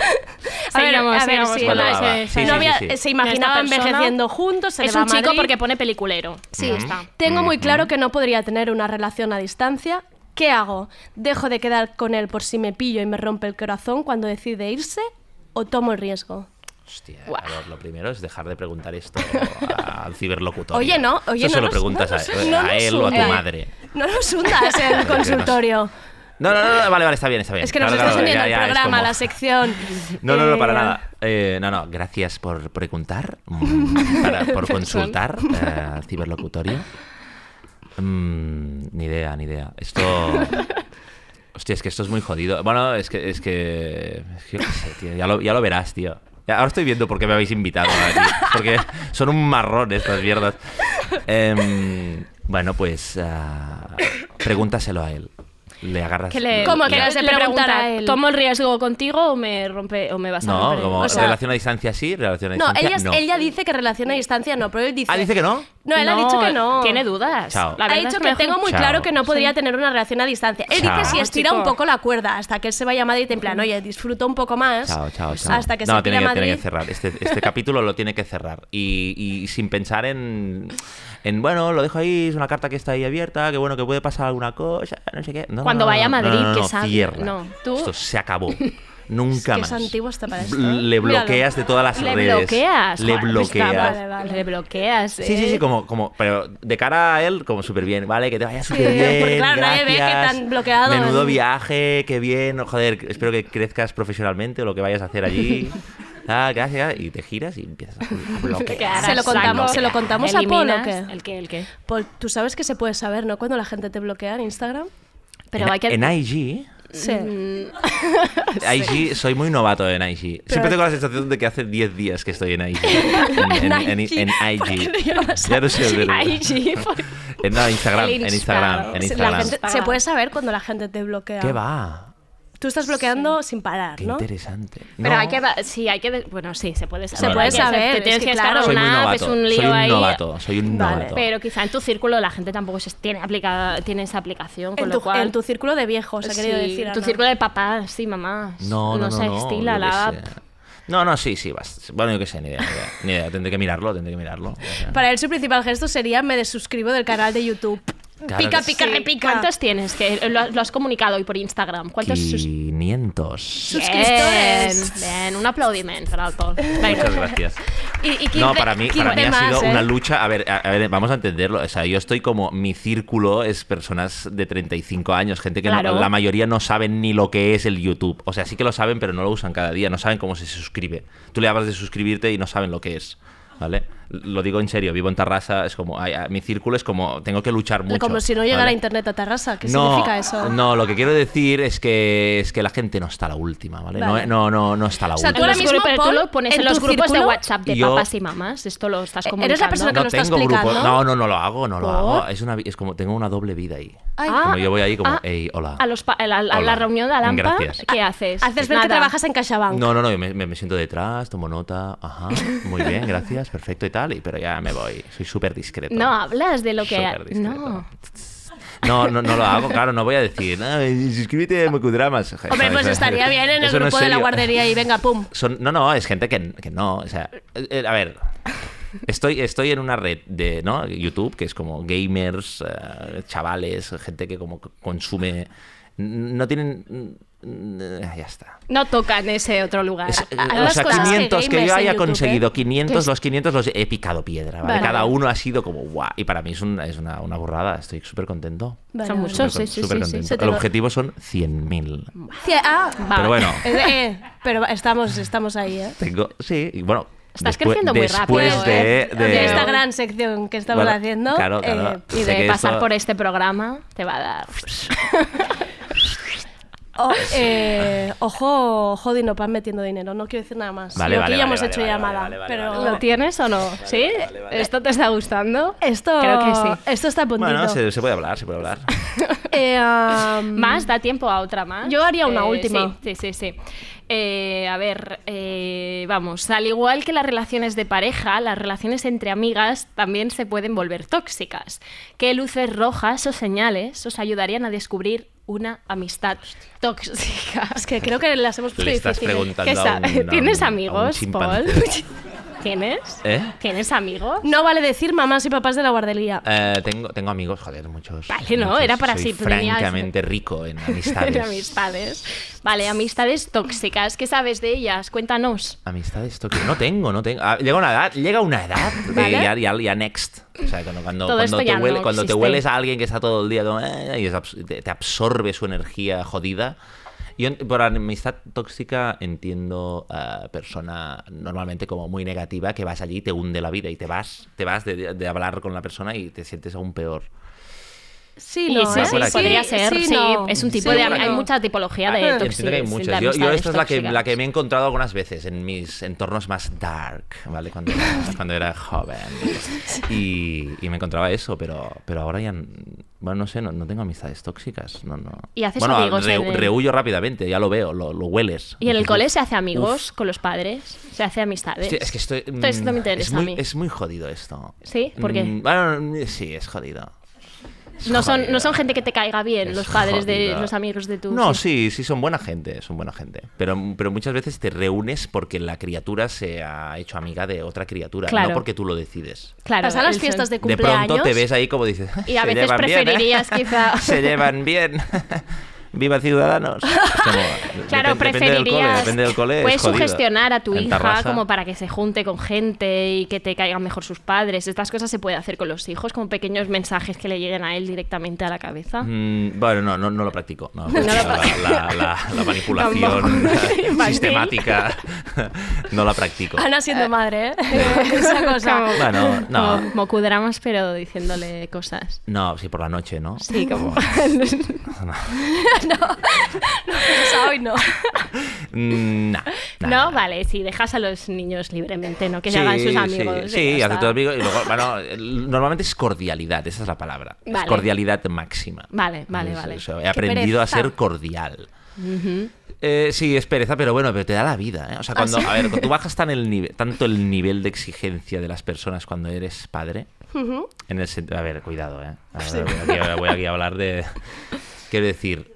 Speaker 5: Seguimos,
Speaker 4: a ver,
Speaker 5: seguimos
Speaker 4: sí,
Speaker 5: con
Speaker 16: Bueno,
Speaker 5: la-
Speaker 16: va, va.
Speaker 5: ese-
Speaker 16: Sí,
Speaker 4: No había-
Speaker 16: sí, sí.
Speaker 4: Se imaginaba
Speaker 5: Esta persona
Speaker 4: envejeciendo juntos, se
Speaker 5: Es
Speaker 4: le va
Speaker 5: un chico
Speaker 4: a Madrid.
Speaker 5: porque pone peliculero.
Speaker 4: Sí,
Speaker 5: Ya está.
Speaker 4: Tengo muy claro que no podría tener una relación a distancia. ¿Qué hago? ¿Dejo de quedar con él por si me pillo y me rompe el corazón cuando decide irse? ¿O tomo el riesgo?
Speaker 16: Hostia, a ver, lo primero es dejar de preguntar esto al ciberlocutorio.
Speaker 4: Oye, no, oye,
Speaker 16: Eso
Speaker 4: no
Speaker 16: se lo
Speaker 4: nos-
Speaker 16: preguntas
Speaker 4: no
Speaker 16: a-
Speaker 4: nos-
Speaker 16: a,
Speaker 4: no nos
Speaker 16: él o a tu
Speaker 4: hundas.
Speaker 16: madre.
Speaker 4: No nos hundas el consultorio.
Speaker 16: No, no, no, no, vale, vale, está bien, está bien.
Speaker 4: Es que nos
Speaker 16: Claro,
Speaker 4: estás
Speaker 16: claro,
Speaker 4: hundiendo
Speaker 16: ya-
Speaker 4: el
Speaker 16: ya es
Speaker 4: programa,
Speaker 16: como-
Speaker 4: la sección.
Speaker 16: No, no, no, para
Speaker 4: Eh,
Speaker 16: nada. Eh, no, no, gracias por preguntar, mm, para- por consultar eh, al ciberlocutorio. Mm, ni idea, ni idea. Esto... Hostia, es que esto es muy jodido. Bueno, es que... Es que, es que yo qué sé, tío, ya lo, ya lo verás, tío. Ya, Ahora estoy viendo por qué me habéis invitado. aquí, porque son un marrón estas mierdas. Em, bueno, pues... ah, pregúntaselo a él. Le agarras...
Speaker 5: Que le,
Speaker 4: ¿Cómo
Speaker 5: le-
Speaker 4: que has de
Speaker 5: le
Speaker 4: preguntar
Speaker 5: preguntará,
Speaker 4: a él?
Speaker 5: ¿Tomo el riesgo contigo o me rompe o me vas a romper?
Speaker 16: No,
Speaker 5: el-
Speaker 16: como
Speaker 4: O sea-
Speaker 16: relación a distancia sí, relación a
Speaker 4: No,
Speaker 16: distancia
Speaker 4: ella,
Speaker 16: no.
Speaker 4: ella dice que relación a distancia no, pero él dice...
Speaker 16: Ah, dice que no.
Speaker 4: No, él ha dicho que no.
Speaker 5: Tiene dudas.
Speaker 16: Chao.
Speaker 5: La
Speaker 4: ha
Speaker 5: verdad es
Speaker 4: dicho
Speaker 5: me
Speaker 4: que
Speaker 5: dejó-
Speaker 4: tengo muy
Speaker 16: Chao.
Speaker 4: claro que no podría
Speaker 5: Sí. Ah,
Speaker 4: tener una relación a distancia. Él
Speaker 16: Chao.
Speaker 4: dice si estira un
Speaker 5: Chico. Mm.
Speaker 4: poco la cuerda hasta que él se vaya a Madrid, en plan, oye, disfruto un poco más
Speaker 16: Chao, chao, chao.
Speaker 4: Pues hasta que
Speaker 16: no,
Speaker 4: se
Speaker 16: tiene
Speaker 4: pira a
Speaker 16: que,
Speaker 4: Madrid.
Speaker 16: tiene que cerrar. Este, este capítulo lo tiene que cerrar. Y, y sin pensar en, en, bueno, lo dejo ahí, es una carta que está ahí abierta, que bueno, que puede pasar alguna cosa, no sé qué. No, no,
Speaker 5: Cuando
Speaker 16: no,
Speaker 5: vaya a
Speaker 16: no,
Speaker 5: Madrid,
Speaker 16: no, no,
Speaker 5: que
Speaker 16: no,
Speaker 5: sabe.
Speaker 16: cierra.
Speaker 5: No, tú-
Speaker 16: Esto se acabó. Nunca
Speaker 4: que
Speaker 16: más.
Speaker 4: es antiguo este para esto, ¿eh?
Speaker 16: Le
Speaker 4: Míralo.
Speaker 16: bloqueas de todas las
Speaker 5: Le
Speaker 16: redes.
Speaker 5: bloqueas.
Speaker 16: Le
Speaker 5: Joder, pues está, vale,
Speaker 16: bloqueas.
Speaker 5: vale. Le bloqueas.
Speaker 16: Sí, sí, sí,
Speaker 5: eh.
Speaker 16: como, como, pero de cara a él, como súper bien, ¿vale? Que te vaya súper
Speaker 4: porque
Speaker 16: bien.
Speaker 4: claro, nadie ve que
Speaker 16: gracias,
Speaker 4: tan bloqueado
Speaker 16: Menudo
Speaker 4: en-
Speaker 16: viaje, qué bien, joder, espero que crezcas profesionalmente o lo que vayas a hacer allí. Ah, gracias. Y te giras y empiezas a
Speaker 5: Te
Speaker 16: bloquear.
Speaker 5: quedarás
Speaker 4: Se lo contamos-
Speaker 5: saco.
Speaker 4: se lo contamos a Paul, ¿o qué?
Speaker 5: ¿El qué? ¿El qué?
Speaker 4: Paul, tú sabes que se puede saber, ¿no? Cuando la gente te bloquea en Instagram.
Speaker 5: Pero
Speaker 16: en,
Speaker 5: hay que...
Speaker 16: en IG,
Speaker 4: Sí.
Speaker 5: Mm.
Speaker 16: IG, soy muy novato en IG. Siempre tengo la sensación de que hace 10 días que estoy en IG. En, en- en- en IG. Ya no sé dónde lo-
Speaker 5: Ay, sí, por-
Speaker 16: En, no, Instagram,
Speaker 5: El
Speaker 16: en Instagram,
Speaker 4: La
Speaker 5: Instagram.
Speaker 16: en Instagram.
Speaker 4: gente- se puede saber cuando la gente te bloquea.
Speaker 16: ¿Qué va?
Speaker 4: Tú estás bloqueando sin parar,
Speaker 16: Qué
Speaker 4: ¿no?
Speaker 16: interesante.
Speaker 5: Pero
Speaker 16: No.
Speaker 5: hay que... da- Sí, hay que... de- Bueno, sí, se puede saber.
Speaker 16: Se puede
Speaker 5: Hay que-
Speaker 4: saber,
Speaker 5: Te
Speaker 4: es
Speaker 5: tienes
Speaker 4: que
Speaker 5: que descargar
Speaker 4: claro.
Speaker 16: soy muy
Speaker 5: una app,
Speaker 16: novato,
Speaker 5: es un lío
Speaker 16: soy un
Speaker 5: ahí.
Speaker 16: novato, soy un
Speaker 4: Vale.
Speaker 16: novato.
Speaker 5: Pero quizá en tu círculo la gente tampoco se tiene, aplicada, tiene esa aplicación, con
Speaker 4: En
Speaker 5: lo
Speaker 4: tu,
Speaker 5: cual...
Speaker 4: en tu círculo de viejos, ha querido
Speaker 5: Sí,
Speaker 4: decir.
Speaker 5: tu
Speaker 4: Ana.
Speaker 5: círculo de papás sí, mamás.
Speaker 16: No, no, no.
Speaker 5: se
Speaker 16: no,
Speaker 5: estila
Speaker 16: yo
Speaker 5: la app.
Speaker 16: qué sé. No, no, sí, sí, vas. Bueno, yo qué sé, ni idea, ni idea. Ni idea, Tendré que mirarlo, tendré que mirarlo. O sea,
Speaker 4: Para él su principal gesto sería me desuscribo del canal de YouTube.
Speaker 16: Claro
Speaker 4: pica,
Speaker 16: que sí.
Speaker 4: pica,
Speaker 5: Sí,
Speaker 4: repica.
Speaker 5: ¿Cuántos tienes? Que lo, lo has comunicado hoy por Instagram. ¿Cuántos sus-
Speaker 16: 500.
Speaker 5: Bien,
Speaker 4: suscriptores?
Speaker 5: Bien, un aplaudimiento para el Paul.
Speaker 16: Muchas
Speaker 5: Venga.
Speaker 16: gracias.
Speaker 4: Y, y
Speaker 16: No,
Speaker 4: 15
Speaker 16: para mí, para
Speaker 4: 15
Speaker 16: mí ha
Speaker 4: más,
Speaker 16: sido
Speaker 4: ¿eh?
Speaker 16: una lucha. A ver, a, a ver, vamos a entenderlo. O sea, yo estoy como. Mi círculo es personas de 35 años, gente que no-
Speaker 5: Claro.
Speaker 16: la mayoría no saben ni lo que es el YouTube. O sea, sí que lo saben, pero no lo usan cada día. No saben cómo se suscribe. Tú le hablas de suscribirte y no saben lo que es. ¿Vale? Lo digo en serio, vivo en Tarrasa, es como. ay, ay, mi círculo es como. Tengo que luchar mucho.
Speaker 4: Como si no llegara
Speaker 16: ¿vale?
Speaker 4: internet a Tarrasa. ¿Qué
Speaker 16: no,
Speaker 4: significa eso?
Speaker 16: No, lo que quiero decir es que, es que la gente no está a la última, ¿vale? No-
Speaker 4: Vale.
Speaker 16: No, no, no, está a la
Speaker 4: O sea,
Speaker 16: última.
Speaker 4: ahora
Speaker 5: Los
Speaker 4: mismo,
Speaker 5: grupos- pero tú
Speaker 4: Paul,
Speaker 5: lo pones en,
Speaker 4: en
Speaker 5: los
Speaker 4: tu
Speaker 5: grupos de
Speaker 4: círculo-
Speaker 5: WhatsApp de
Speaker 16: Yo-
Speaker 5: papás y mamás. Esto lo estás
Speaker 4: Eres la
Speaker 5: comunicando.
Speaker 4: persona que-
Speaker 16: No
Speaker 4: lo está
Speaker 16: tengo grupo.
Speaker 4: explicando.
Speaker 16: No, no, no lo hago, no lo
Speaker 5: ¿Por?
Speaker 16: hago. Es una, vi- es como tengo una doble vida ahí.
Speaker 4: Ay.
Speaker 5: Ah,
Speaker 16: como yo voy ahí como,
Speaker 5: ah,
Speaker 16: hey, hola.
Speaker 5: A, los pa- a la, a la
Speaker 16: Hola.
Speaker 5: reunión de la Lampa,
Speaker 16: Gracias.
Speaker 5: ¿qué haces?
Speaker 4: Haces ver que
Speaker 5: Nada.
Speaker 4: trabajas en CaixaBank.
Speaker 16: No, no, no, yo me, me- me siento detrás, tomo nota, ajá, muy bien, gracias, perfecto y tal, y, pero ya me voy, soy súper discreto.
Speaker 5: No, hablas de lo que...
Speaker 16: Súper discreto.
Speaker 5: No.
Speaker 16: No, no, no lo hago, claro, no voy a decir, "Ah, suscríbete a Mocudramas.
Speaker 4: Hombre, pues estaría bien en el grupo de la guardería y venga, pum.
Speaker 16: Son- no, no, es gente que, que no. O sea, eh, eh, a ver. Estoy, estoy en una red de ¿no? YouTube que es como gamers, eh, chavales, gente que como c- consume. n- No tienen Ya está.
Speaker 5: No tocan ese otro lugar.
Speaker 16: Es- eh, o sea, 500 que, yo haya
Speaker 5: ¿eh?
Speaker 4: ¿eh?
Speaker 16: conseguido, 500, los 500 los he picado piedra, ¿vale?
Speaker 5: Vale.
Speaker 16: Cada uno ha sido como guau. Y para mí es una, es una, una burrada, estoy súper contento.
Speaker 5: Vale, Son vale. muchos, sí, sí,
Speaker 16: Súper
Speaker 5: sí, sí.
Speaker 16: contento.
Speaker 5: Se te
Speaker 16: El
Speaker 5: va-
Speaker 16: objetivo son 100.000.
Speaker 4: Cien- ah,
Speaker 16: Pero bueno.
Speaker 4: Eh, eh, pero estamos, estamos ahí, ¿eh?
Speaker 16: Tengo, sí, y bueno.
Speaker 4: Estás
Speaker 16: después-
Speaker 4: creciendo muy
Speaker 16: después
Speaker 4: rápido,
Speaker 16: de,
Speaker 4: ¿eh?
Speaker 16: de-
Speaker 4: De esta gran sección que estamos
Speaker 16: Bueno,
Speaker 4: haciendo.
Speaker 16: claro, claro.
Speaker 4: eh,
Speaker 5: Y
Speaker 16: Sé
Speaker 5: de
Speaker 16: que
Speaker 5: pasar
Speaker 16: esto-
Speaker 5: por este programa te va a dar.
Speaker 4: o- Oh, eh, ojo, ojo, de no pan metiendo dinero. No quiero decir nada más.
Speaker 5: Vale,
Speaker 4: Lo
Speaker 5: vale,
Speaker 4: que ya
Speaker 5: vale,
Speaker 4: hemos
Speaker 5: vale,
Speaker 4: hecho
Speaker 5: vale,
Speaker 4: llamada. pero
Speaker 5: ¿Lo tienes o no? ¿Sí? ¿Esto te está gustando?
Speaker 4: Esto,
Speaker 5: Creo que sí.
Speaker 4: Esto está a puntito.
Speaker 16: Bueno, se, se puede hablar, se puede hablar.
Speaker 5: más, da tiempo a otra más.
Speaker 4: Eh, um, Yo haría una
Speaker 5: Eh,
Speaker 4: última.
Speaker 5: Sí, sí, sí. sí. Eh, a ver, eh, vamos, al igual que las relaciones de pareja, las relaciones entre amigas también se pueden volver tóxicas. ¿Qué luces rojas o señales os ayudarían a descubrir una amistad tóxica? Es
Speaker 4: que creo que las hemos ¿eh?
Speaker 16: Le estás preguntando
Speaker 5: ¿Qué sa-
Speaker 16: a un- a
Speaker 5: ¿Tienes
Speaker 16: un- a un
Speaker 5: amigos, Paul?
Speaker 16: chimpancé.
Speaker 5: ¿Tienes?
Speaker 16: ¿Eh?
Speaker 5: ¿Tienes amigos?
Speaker 4: No vale decir mamás y papás de la guardería.
Speaker 16: Eh, tengo, tengo amigos, joder, muchos.
Speaker 5: Vale, no,
Speaker 16: muchos.
Speaker 5: era para
Speaker 16: Soy
Speaker 5: sí, pero tenías-
Speaker 16: francamente rico en amistades.
Speaker 5: En amistades. Vale, amistades tóxicas. ¿Qué sabes de ellas? Cuéntanos.
Speaker 16: Amistades tóxicas. No tengo, no tengo. Ah, llega una edad, llega una edad de ya, ya- ya next. O sea, cuando, cuando,
Speaker 5: Todo
Speaker 16: cuando
Speaker 5: esto
Speaker 16: te,
Speaker 5: ya
Speaker 16: huele-
Speaker 5: no
Speaker 16: cuando te
Speaker 5: existe.
Speaker 16: hueles a alguien que está todo el día como, "Eh", y es abs- te, te absorbe su energía jodida. Yo en- por amistad tóxica entiendo a persona normalmente como muy negativa que vas allí y te hunde la vida y te vas, te vas de, de hablar con la persona y te sientes aún peor.
Speaker 4: Sí,
Speaker 5: Y
Speaker 4: no,
Speaker 5: sí,
Speaker 4: ¿eh?
Speaker 5: sí, podría ser, sí,
Speaker 4: no.
Speaker 5: es un tipo
Speaker 4: Sí,
Speaker 5: de...
Speaker 4: bueno.
Speaker 5: Hay mucha tipología de
Speaker 16: Entiendo
Speaker 5: toxi-
Speaker 16: que hay
Speaker 5: de
Speaker 16: muchas. Yo, yo
Speaker 5: amistades
Speaker 16: esta es la que,
Speaker 5: tóxicas.
Speaker 16: la que me he encontrado algunas veces en mis entornos más dark, ¿vale? Cuando, era- cuando era joven. Y, y me encontraba eso, pero, pero ahora ya... n- Bueno, no sé, no, no tengo amistades tóxicas. No, no.
Speaker 5: ¿Y haces
Speaker 16: bueno,
Speaker 5: amigos
Speaker 16: re-
Speaker 5: en el-
Speaker 16: rehuyo rápidamente, ya lo veo, lo, lo hueles.
Speaker 5: Y en el
Speaker 16: Dices,
Speaker 5: cole
Speaker 16: "Uf,
Speaker 5: se hace amigos
Speaker 16: uf".
Speaker 5: con los padres, se hace amistades.
Speaker 16: Hostia, es que estoy...
Speaker 5: Entonces, esto me
Speaker 16: mm,
Speaker 5: interesa
Speaker 16: es muy,
Speaker 5: a mí.
Speaker 16: Es muy jodido esto.
Speaker 5: ¿Sí? ¿Por qué?
Speaker 16: Mm, Bueno, mm, sí, es jodido.
Speaker 5: No son, no son gente que te caiga bien,
Speaker 16: Es
Speaker 5: los padres
Speaker 16: jodida.
Speaker 5: de los amigos de tu...
Speaker 16: No, sí, sí, son buena gente, son buena gente. Pero, pero muchas veces te reúnes porque la criatura se ha hecho amiga de otra criatura,
Speaker 5: Claro.
Speaker 16: no porque tú lo decides.
Speaker 5: Claro,
Speaker 4: Pasan las
Speaker 5: el-
Speaker 4: fiestas de
Speaker 16: De
Speaker 4: cumpleaños.
Speaker 16: pronto te ves ahí como dices.
Speaker 5: Y a
Speaker 16: "Se
Speaker 5: veces
Speaker 16: llevan bien, ¿eh?
Speaker 5: preferirías quizá...
Speaker 16: Se llevan bien. Viva Ciudadanos. Es como,
Speaker 5: Claro,
Speaker 16: depen-
Speaker 5: preferirías.
Speaker 16: Depende del cole, depende del cole. es
Speaker 5: puedes
Speaker 16: jodido.
Speaker 5: sugestionar a tu
Speaker 16: En
Speaker 5: hija
Speaker 16: Tarrasa,
Speaker 5: como para que se junte con gente y que te caigan mejor sus padres. Estas cosas se puede hacer con los hijos, como pequeños mensajes que le lleguen a él directamente a la cabeza.
Speaker 16: mm, bueno, no, no, no lo practico. No,
Speaker 5: No lo
Speaker 16: la,
Speaker 5: practico.
Speaker 16: la- la- la manipulación
Speaker 5: Tampoco.
Speaker 16: sistemática no la practico.
Speaker 5: Ah,
Speaker 4: Ana siendo madre, ¿eh? Esa cosa.
Speaker 5: Como-
Speaker 16: Bueno, no.
Speaker 5: Como mocudramas, pero diciéndole cosas.
Speaker 16: No, sí, por la noche, ¿no?
Speaker 5: Sí, como.
Speaker 4: Esa pues hoy no.
Speaker 16: Mm, nah, nah.
Speaker 5: No, vale, si dejas a los niños libremente, ¿no? Que se hagan sus amigos.
Speaker 16: Sí,
Speaker 5: y
Speaker 16: sí
Speaker 5: ya
Speaker 16: hace
Speaker 5: está.
Speaker 16: tus amigos y luego, bueno, el- normalmente es cordialidad, esa es la palabra. Es
Speaker 5: Vale.
Speaker 16: cordialidad máxima.
Speaker 5: Vale, vale,
Speaker 16: Es-
Speaker 5: vale.
Speaker 16: o sea, he
Speaker 5: Qué
Speaker 16: aprendido a
Speaker 5: pereza.
Speaker 16: ser cordial.
Speaker 5: Ujú.
Speaker 16: Eh, sí, es pereza, pero bueno, pero te da la vida. ¿eh? O sea,
Speaker 5: Ah,
Speaker 16: cuando,
Speaker 5: sí.
Speaker 16: a ver, cuando tú bajas tan el nive- tanto el nivel de exigencia de las personas cuando eres padre,
Speaker 4: Ujú.
Speaker 16: en el sentido. A ver, cuidado, ¿eh? A ver,
Speaker 4: Sí.
Speaker 16: voy, aquí, voy aquí a hablar de. Quiero decir,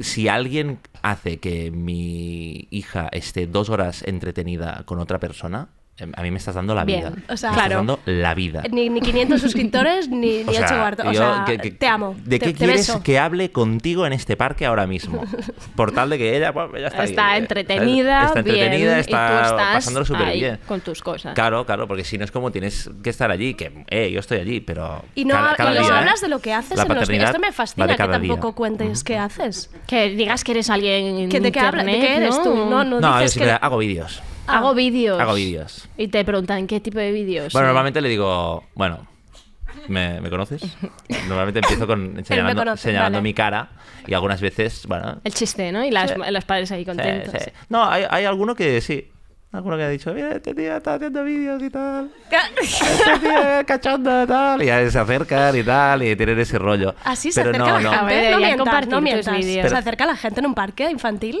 Speaker 16: si alguien hace que mi hija esté dos horas entretenida con otra persona, em, a mí me estás dando la
Speaker 4: Bien,
Speaker 16: vida.
Speaker 4: o sea,
Speaker 16: me estás
Speaker 4: claro.
Speaker 16: dando la vida.
Speaker 4: Ni, ni 500 suscriptores ni, ni
Speaker 16: O sea,
Speaker 4: 8 cuartos. O
Speaker 16: yo-
Speaker 4: sea,
Speaker 16: que- que-
Speaker 4: te amo.
Speaker 16: ¿De
Speaker 4: Te-
Speaker 16: qué
Speaker 4: te
Speaker 16: quieres
Speaker 4: beso.
Speaker 16: que hable contigo en este parque ahora mismo? Por tal de que ella pues, ya está, ahí,
Speaker 5: Está
Speaker 16: eh,
Speaker 5: entretenida,
Speaker 16: está entretenida,
Speaker 5: bien,
Speaker 16: está
Speaker 5: y tú estás
Speaker 16: pasándolo súper
Speaker 5: ahí
Speaker 16: bien.
Speaker 5: con tus cosas.
Speaker 16: Claro, claro, porque si no es como tienes que estar allí, que eh, yo estoy allí, pero.
Speaker 4: Y no,
Speaker 16: cada-
Speaker 4: ha-
Speaker 16: cada
Speaker 4: y no
Speaker 16: día, ¿eh?
Speaker 4: hablas de lo que haces
Speaker 16: La
Speaker 4: en los
Speaker 16: paternidad
Speaker 4: Esto me
Speaker 16: va
Speaker 4: fascina
Speaker 16: de
Speaker 4: que
Speaker 16: cada día. Mm.
Speaker 4: tampoco cuentes qué haces.
Speaker 5: Que digas que eres alguien en
Speaker 4: Que de qué habla- de qué
Speaker 5: internet,
Speaker 4: eres
Speaker 5: ¿no?
Speaker 4: tú, no, no.
Speaker 16: No, yo
Speaker 4: dices
Speaker 16: siempre
Speaker 4: que-
Speaker 16: hago vídeos.
Speaker 5: Hago vídeos.
Speaker 16: Hago vídeos.
Speaker 5: Y te preguntan qué tipo de vídeos.
Speaker 16: Bueno,
Speaker 5: Eh,
Speaker 16: normalmente le digo, bueno, ¿me, me conoces? Normalmente empiezo con señalando,
Speaker 5: conoce,
Speaker 16: señalando
Speaker 5: vale.
Speaker 16: mi cara y algunas veces, bueno...
Speaker 5: El chiste, ¿no? Y las,
Speaker 16: Sí.
Speaker 5: los padres ahí
Speaker 16: sí,
Speaker 5: contentos.
Speaker 16: sí. No, hay, hay alguno que sí. Alguno que ha dicho, mira, este tío está haciendo vídeos y tal. Este tío es cachondo y tal. Y ya se acercan y tal, y tienen ese rollo.
Speaker 4: Así se
Speaker 16: Pero
Speaker 4: acerca
Speaker 16: no,
Speaker 4: la
Speaker 16: no.
Speaker 4: gente. No
Speaker 5: ver, deberían
Speaker 4: mientas,
Speaker 5: compartir
Speaker 4: no
Speaker 5: tus
Speaker 4: mientas.
Speaker 5: vídeos.
Speaker 4: Se acerca la gente en un parque infantil.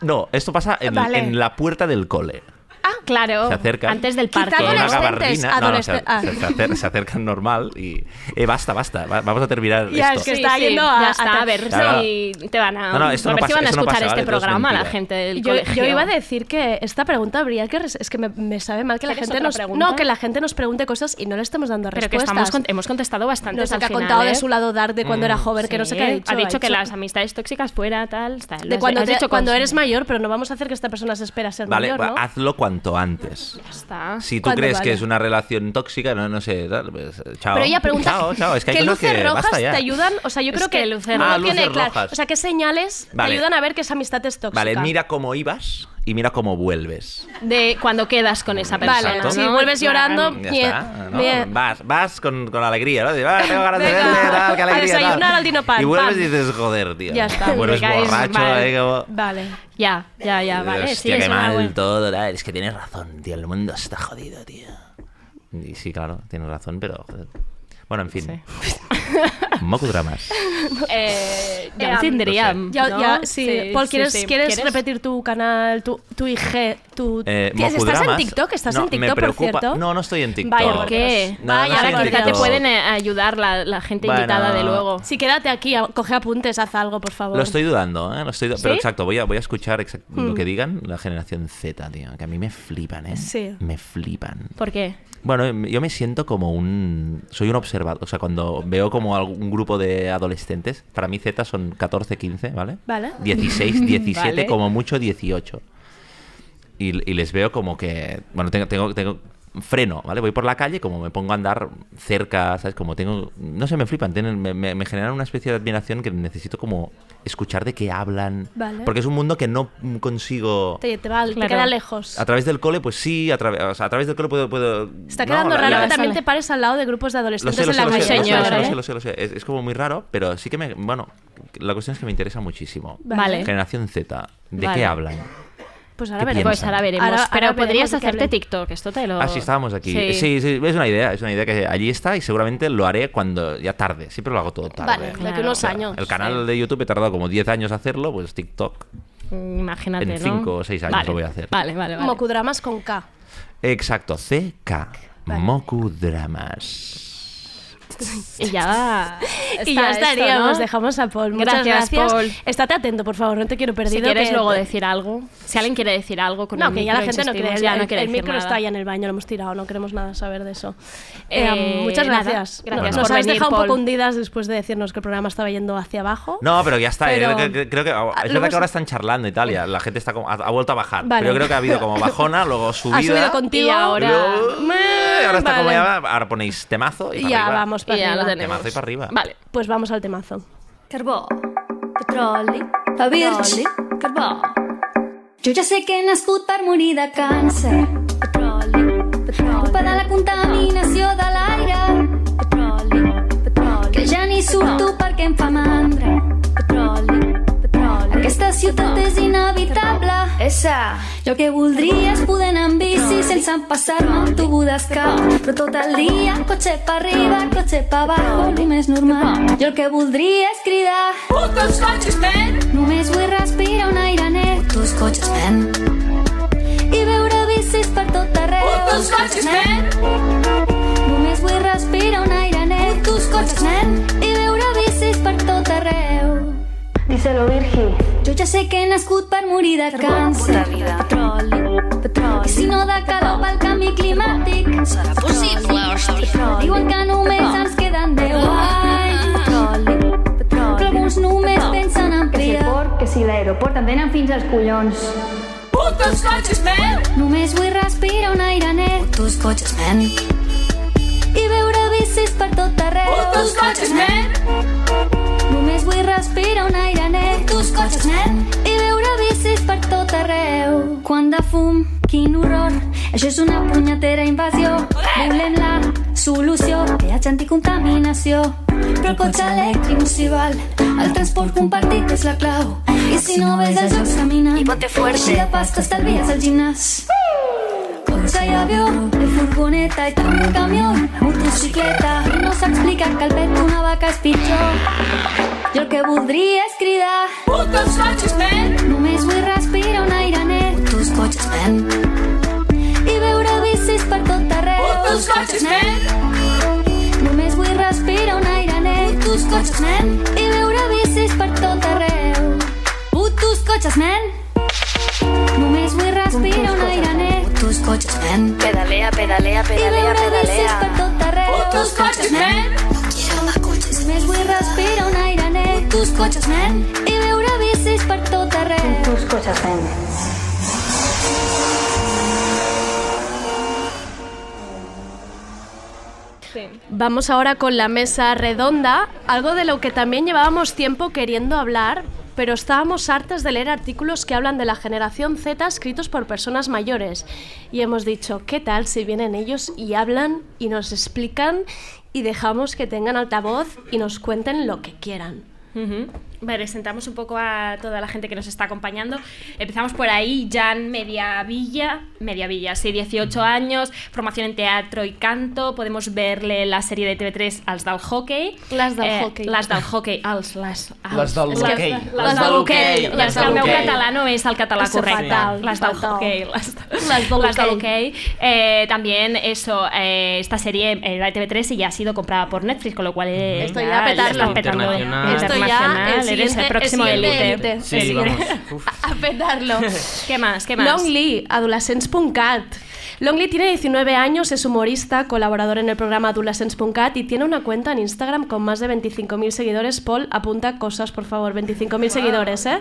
Speaker 16: No, esto pasa en,
Speaker 4: Vale.
Speaker 16: en la puerta del cole.
Speaker 4: Ah,
Speaker 5: Claro,
Speaker 16: se acercan
Speaker 5: antes del parque.
Speaker 16: con una
Speaker 15: Adolescentes,
Speaker 16: gabardina. No, no, se,
Speaker 15: adolescentes.
Speaker 16: se- se acer- se acercan normal y eh, basta, basta, va- vamos a terminar
Speaker 15: Ya,
Speaker 16: esto.
Speaker 15: es que está yendo a-
Speaker 5: ya está,
Speaker 15: a-
Speaker 5: a ver
Speaker 16: Claro.
Speaker 5: si te van a,
Speaker 16: No, no, esto
Speaker 5: a
Speaker 16: no
Speaker 5: ver si
Speaker 16: pasa,
Speaker 5: van a
Speaker 16: eso no
Speaker 5: escuchar este
Speaker 16: pasa, vale, todo es
Speaker 5: programa la
Speaker 16: mentira.
Speaker 5: gente del
Speaker 4: Yo,
Speaker 5: colegio.
Speaker 4: yo iba a decir que esta pregunta habría que res- es que me, me sabe mal que la
Speaker 5: ¿Quieres
Speaker 4: gente
Speaker 5: otra
Speaker 4: nos
Speaker 5: pregunta?
Speaker 4: no que la gente nos pregunte cosas y no le estemos dando
Speaker 5: Pero que
Speaker 4: respuestas.
Speaker 5: estamos con- hemos contestado bastante.
Speaker 4: no sé qué ha contado de su lado dark de cuando
Speaker 16: Mm.
Speaker 4: era joven, que no sé qué ha dicho.
Speaker 5: ¿eh? Ha dicho que las amistades tóxicas fuera, tal, tal.
Speaker 4: de cuando,
Speaker 5: has
Speaker 4: te-
Speaker 5: dicho
Speaker 4: cuando
Speaker 5: cosas.
Speaker 4: eres mayor, pero no vamos a hacer que esta persona se espera ser
Speaker 16: Vale,
Speaker 4: mayor, ¿no?
Speaker 16: pues hazlo cuanto antes.
Speaker 5: Ya está.
Speaker 16: Si tú
Speaker 4: ¿Cuándo
Speaker 16: crees que
Speaker 4: vale?
Speaker 16: es una relación tóxica, no, no sé, tal, pues, eh, chao.
Speaker 4: Pero ella pregunta
Speaker 16: Chao, chao, es que hay
Speaker 4: ¿qué
Speaker 16: cosas
Speaker 4: luces
Speaker 16: que
Speaker 4: rojas
Speaker 16: basta ya.
Speaker 4: te ayudan? O sea, yo
Speaker 5: Es
Speaker 4: creo
Speaker 5: que
Speaker 4: que,
Speaker 5: luces
Speaker 4: uno
Speaker 16: rojas. Ah,
Speaker 4: tiene
Speaker 16: luces
Speaker 4: claro.
Speaker 16: rojas.
Speaker 4: O sea, ¿qué señales
Speaker 16: Vale.
Speaker 4: te ayudan a ver que esa amistad es tóxica?
Speaker 16: Vale, mira cómo ibas y mira cómo vuelves.
Speaker 5: De cuando quedas con esa persona.
Speaker 16: Exacto.
Speaker 4: si vuelves llorando,
Speaker 16: Ya
Speaker 4: Bien,
Speaker 16: está, ¿no?
Speaker 4: bien.
Speaker 16: Vas, vas con, con alegría, ¿no? De, "Ah, tengo ganas de
Speaker 4: Venga,
Speaker 16: verle, tal, qué
Speaker 4: a
Speaker 16: alegría, tal".
Speaker 4: desayunar al Dino Pan,
Speaker 16: Y vuelves
Speaker 4: pam.
Speaker 16: y dices, joder, tío.
Speaker 4: Ya está.
Speaker 16: Vuelves
Speaker 5: Me caes
Speaker 16: borracho,
Speaker 5: mal.
Speaker 16: ahí como...
Speaker 4: Vale.
Speaker 5: Ya, ya, ya, vale.
Speaker 16: Hostia,
Speaker 5: sí,
Speaker 16: qué
Speaker 5: es una
Speaker 16: mal
Speaker 5: buena-
Speaker 16: todo. tal. Es que tienes razón, tío. El mundo está jodido, tío. Y sí, claro, tienes razón, pero joder. Bueno, en fin. Moco dramas.
Speaker 5: Eh, ya
Speaker 4: Eh,
Speaker 5: lo tendría.
Speaker 16: no
Speaker 4: Ya,
Speaker 5: ¿no?
Speaker 4: ya, sí. Paul, ¿quieres,
Speaker 5: sí, sí.
Speaker 4: ¿quieres, repetir tu canal, tu, tu IG, tu...
Speaker 16: Eh,
Speaker 4: ¿Tienes- ¿Estás en
Speaker 16: Mocudramas.
Speaker 4: TikTok? ¿Estás
Speaker 16: No,
Speaker 4: en
Speaker 16: me
Speaker 4: TikTok, por
Speaker 16: preocupa.
Speaker 4: cierto?
Speaker 16: No, no estoy en TikTok.
Speaker 4: Vaya,
Speaker 5: ¿Por qué?
Speaker 16: No, no
Speaker 4: Vaya,
Speaker 16: estoy en
Speaker 5: Ahora quizá te
Speaker 16: TikTok.
Speaker 5: pueden eh, ayudar la, la gente
Speaker 16: Bueno.
Speaker 5: invitada de luego.
Speaker 4: Sí, quédate aquí, a- coge apuntes, haz algo, por favor.
Speaker 16: Lo estoy dudando, ¿eh? Lo estoy du- Pero
Speaker 4: ¿Sí?
Speaker 16: exacto, voy a, voy a escuchar exact- lo
Speaker 4: Hmm.
Speaker 16: que digan la generación Z, tío. Que a mí me flipan, ¿eh?
Speaker 4: Sí.
Speaker 16: Me flipan.
Speaker 5: ¿Por qué?
Speaker 16: Bueno, em, yo me siento como un... Soy un observador. O sea, cuando veo como algún grupo de adolescentes, para mí Z son 14, 15, ¿vale?
Speaker 4: Vale.
Speaker 16: 16, 17,
Speaker 5: Vale.
Speaker 16: como mucho 18. Y, y les veo como que... Bueno, tengo, tengo, tengo freno, ¿vale? Voy por la calle, como me pongo a andar cerca, ¿sabes? Como tengo... No sé, me flipan. tienen- me, me- me generan una especie de admiración que necesito como escuchar de qué hablan.
Speaker 4: Vale.
Speaker 16: Porque es un mundo que no consigo...
Speaker 4: Te, te va, te
Speaker 5: Claro.
Speaker 4: queda lejos.
Speaker 16: A través del cole, pues sí, a, través o sea, a través del cole puedo... puedo
Speaker 4: Está
Speaker 16: no,
Speaker 4: quedando
Speaker 16: la-
Speaker 4: raro
Speaker 16: la-
Speaker 4: que también
Speaker 5: Sale.
Speaker 4: te pares al lado de grupos de
Speaker 16: lo sé,
Speaker 4: adolescentes
Speaker 16: lo
Speaker 4: en
Speaker 16: sé,
Speaker 4: la
Speaker 16: lo sé,
Speaker 4: calle.
Speaker 16: lo sé, lo sé,
Speaker 5: señor,
Speaker 16: lo
Speaker 5: ¿eh?
Speaker 16: sé, lo sé, lo sé. Es, es como muy raro, pero sí que me... Bueno, la cuestión es que me interesa muchísimo.
Speaker 5: Vale.
Speaker 16: Generación Z, ¿de
Speaker 5: Vale.
Speaker 16: qué hablan?
Speaker 4: Pues ahora
Speaker 16: ¿Qué
Speaker 4: veremos.
Speaker 5: Pues ahora veremos.
Speaker 4: Ahora-
Speaker 5: Pero
Speaker 4: ahora veremos
Speaker 5: podrías
Speaker 4: de qué
Speaker 5: hacerte
Speaker 4: hablen.
Speaker 5: TikTok, esto te lo.
Speaker 16: Ah, sí, estábamos aquí.
Speaker 5: Sí.
Speaker 16: Sí. sí, es una idea, es una idea que allí está y seguramente lo haré cuando ya tarde. Siempre lo hago todo tarde.
Speaker 4: Vale, de aquí
Speaker 5: Claro.
Speaker 4: unos años.
Speaker 16: El canal de YouTube he tardado como 10 años hacerlo, pues TikTok.
Speaker 5: Mm, Imagínate.
Speaker 16: En
Speaker 5: ¿no?
Speaker 16: cinco o seis años
Speaker 5: Vale,
Speaker 16: lo voy a hacer.
Speaker 5: Vale, vale, vale.
Speaker 4: Mocudramas con K.
Speaker 16: Exacto, CK. Moku Dramas.
Speaker 5: Y ya.
Speaker 4: y ya
Speaker 5: está esto,
Speaker 4: estaríamos.
Speaker 5: ¿no?
Speaker 4: Dejamos a Paul. Muchas
Speaker 5: Gracias,
Speaker 4: gracias.
Speaker 5: Paul.
Speaker 4: Estate atento, por favor, no te quiero perdido.
Speaker 5: Si quieres
Speaker 4: que-
Speaker 5: luego decir algo. Si alguien quiere decir algo con
Speaker 4: No,
Speaker 5: el
Speaker 4: que ya la
Speaker 5: micro,
Speaker 4: gente no
Speaker 5: insistimos,
Speaker 4: quiere.
Speaker 5: ya
Speaker 4: el,
Speaker 5: no quiere
Speaker 4: el
Speaker 5: decir
Speaker 4: micro
Speaker 5: nada.
Speaker 4: está ya en el baño, lo hemos tirado, no queremos nada saber de eso. Eh,
Speaker 5: Eh,
Speaker 4: muchas
Speaker 5: nada.
Speaker 4: gracias.
Speaker 5: Gracias
Speaker 4: Nos-
Speaker 16: por
Speaker 4: Nos habéis
Speaker 5: venir,
Speaker 4: dejado un
Speaker 5: Paul.
Speaker 4: poco hundidas después de decirnos que el programa estaba yendo hacia abajo.
Speaker 16: No, pero ya está. eh,
Speaker 4: Pero-
Speaker 16: Creo, que, creo que-
Speaker 4: Ah,
Speaker 16: es
Speaker 4: lo
Speaker 16: verdad
Speaker 4: hemos-
Speaker 16: que ahora están charlando y tal. y la gente está como, ha, ha vuelto a bajar.
Speaker 4: Vale.
Speaker 16: Pero yo creo que ha habido como bajona, luego subida.
Speaker 4: Ha subido contigo.
Speaker 5: Y ahora-
Speaker 16: luego-
Speaker 4: Meh,
Speaker 16: ahora está como
Speaker 4: vale.
Speaker 16: ya. Ahora ponéis temazo y
Speaker 4: Y
Speaker 16: para
Speaker 4: ya
Speaker 16: arriba.
Speaker 4: vamos para
Speaker 5: Y ya lo
Speaker 4: arriba.
Speaker 5: tenemos.
Speaker 16: Temazo y para arriba.
Speaker 5: Vale.
Speaker 4: Pues vamos al temazo.
Speaker 13: Carbó,
Speaker 17: petroli,
Speaker 13: Pavirci.
Speaker 17: carbó,
Speaker 13: Jo ja sé que he nascut per morir de càncer.
Speaker 17: petroli, petroli,
Speaker 13: Culpa de la contaminació de l'aire.
Speaker 17: petroli, petroli,
Speaker 13: Que ja ni surto perquè em fa mandra.
Speaker 17: petroli, petroli.
Speaker 13: Aquesta ciutat és inevitable.
Speaker 17: Esa.
Speaker 13: Jo el que voldria és poder anar amb bici sense passar-me el tubo d'escap. Però tot el dia, cotxe pa arriba, cotxe pa abajo, el més normal. Jo el que voldria és cridar... Putos cotxes, men! Només vull respirar un aire net. Putos cotxes, men! I veure bicis per tot arreu. Putos cotxes, men! Només vull respirar un aire net. Putos cotxes, men! I veure bicis per tot arreu.
Speaker 17: Díselo, Virgi.
Speaker 13: Jo ja sé que he nascut per morir de càncer.
Speaker 17: Petroli,
Speaker 13: I
Speaker 17: petroli.
Speaker 13: si no de calor pel canvi climàtic serà possible, Ah. hòstia. Diuen que només ens queden 10 anys,
Speaker 17: Petroli,
Speaker 13: Ah. però
Speaker 17: petroli.
Speaker 13: alguns només pensen en
Speaker 17: Que si el
Speaker 13: crida.
Speaker 17: port, que si l'aeroport, em venen fins als collons.
Speaker 13: Putos cotxes, man! Només vull respirar un aire net. Putos cotxes, man! I veure bicis per tot arreu. Putos cotxes, man! Només vull respirar un aire net. Putos cotxes, man! I veure bicis per tot arreu. Quan de fum, quin horror. Això és una punyetera invasió. Volem la solució. Viatge anticontaminació. Però el cotxe elèctric no s'hi val. El transport compartit és la clau. I si no ves els jocs caminant, i ponte fuerte. Així de pas t'estalvies al gimnàs. Cotxe i avió, de furgoneta i també un camió, la motocicleta. I no s'ha explicat que el pet d'una vaca és pitjor. Jo el que voldria és cridar... Putos cotxes, men! Només vull respirar un aire net. Putos cotxes, men! cotxes, men.
Speaker 17: Pedalea, pedalea, pedalea, pedalea.
Speaker 13: per tot arreu.
Speaker 17: Fot tus cotxes, men.
Speaker 13: No quiero más cotxes. Només vull respirar un aire net. Fot tus cotxes, men. I veure bicis per tot arreu.
Speaker 17: Fot tus cotxes, men.
Speaker 4: Vamos ahora con la mesa redonda, algo de lo que también llevábamos tiempo queriendo hablar, pero estábamos hartas de leer artículos que hablan de la generación Z escritos por personas mayores. Y hemos dicho, ¿qué tal si vienen ellos y hablan y nos explican y dejamos que tengan altavoz y nos cuenten lo que quieran?
Speaker 5: Ujú. Vale, sentamos un poco a toda la gente que nos está acompañando. Empezamos por ahí, Jan Mediavilla, Mediavilla, sí, 18 años, formación en teatro y canto. Podemos verle la serie de TV3 Als del Hockey. Eh,
Speaker 4: Las del hockey.
Speaker 5: Las del Hockey. Als, les, als.
Speaker 18: Les del
Speaker 5: És que-
Speaker 18: hoquei.
Speaker 5: Les del hoquei.
Speaker 18: Les
Speaker 5: És que el
Speaker 18: del
Speaker 5: meu
Speaker 18: hoquei.
Speaker 5: català no és el català
Speaker 18: Eso
Speaker 5: correcte.
Speaker 18: fatal,
Speaker 5: les del
Speaker 18: fatal.
Speaker 5: hockey. Les, de-
Speaker 18: Las del
Speaker 5: les del
Speaker 18: hoquei.
Speaker 5: hoquei. Eh, también eso, eh, esta serie era de TV3 y ya ha sido comprada por Netflix, con lo cual eh,
Speaker 4: Esto ya a
Speaker 5: la
Speaker 4: petarlo.
Speaker 5: está petando. eh.
Speaker 4: Internacional. Esto ya, el
Speaker 5: Internacional, eres
Speaker 4: siguiente- el
Speaker 5: el próximo
Speaker 4: siguiente
Speaker 5: élite.
Speaker 4: élite.
Speaker 18: Sí,
Speaker 5: El siguiente-
Speaker 18: vamos.
Speaker 4: a petarlo.
Speaker 5: ¿Qué más? ¿Qué más?
Speaker 4: Longley, adolescents.cat. Longley tiene 19 años, es humorista, colaborador en el programa adolescents.cat y tiene una cuenta en Instagram con más de 25.000 seguidores. Paul, apunta cosas, por favor, 25.000 seguidores, ¿eh?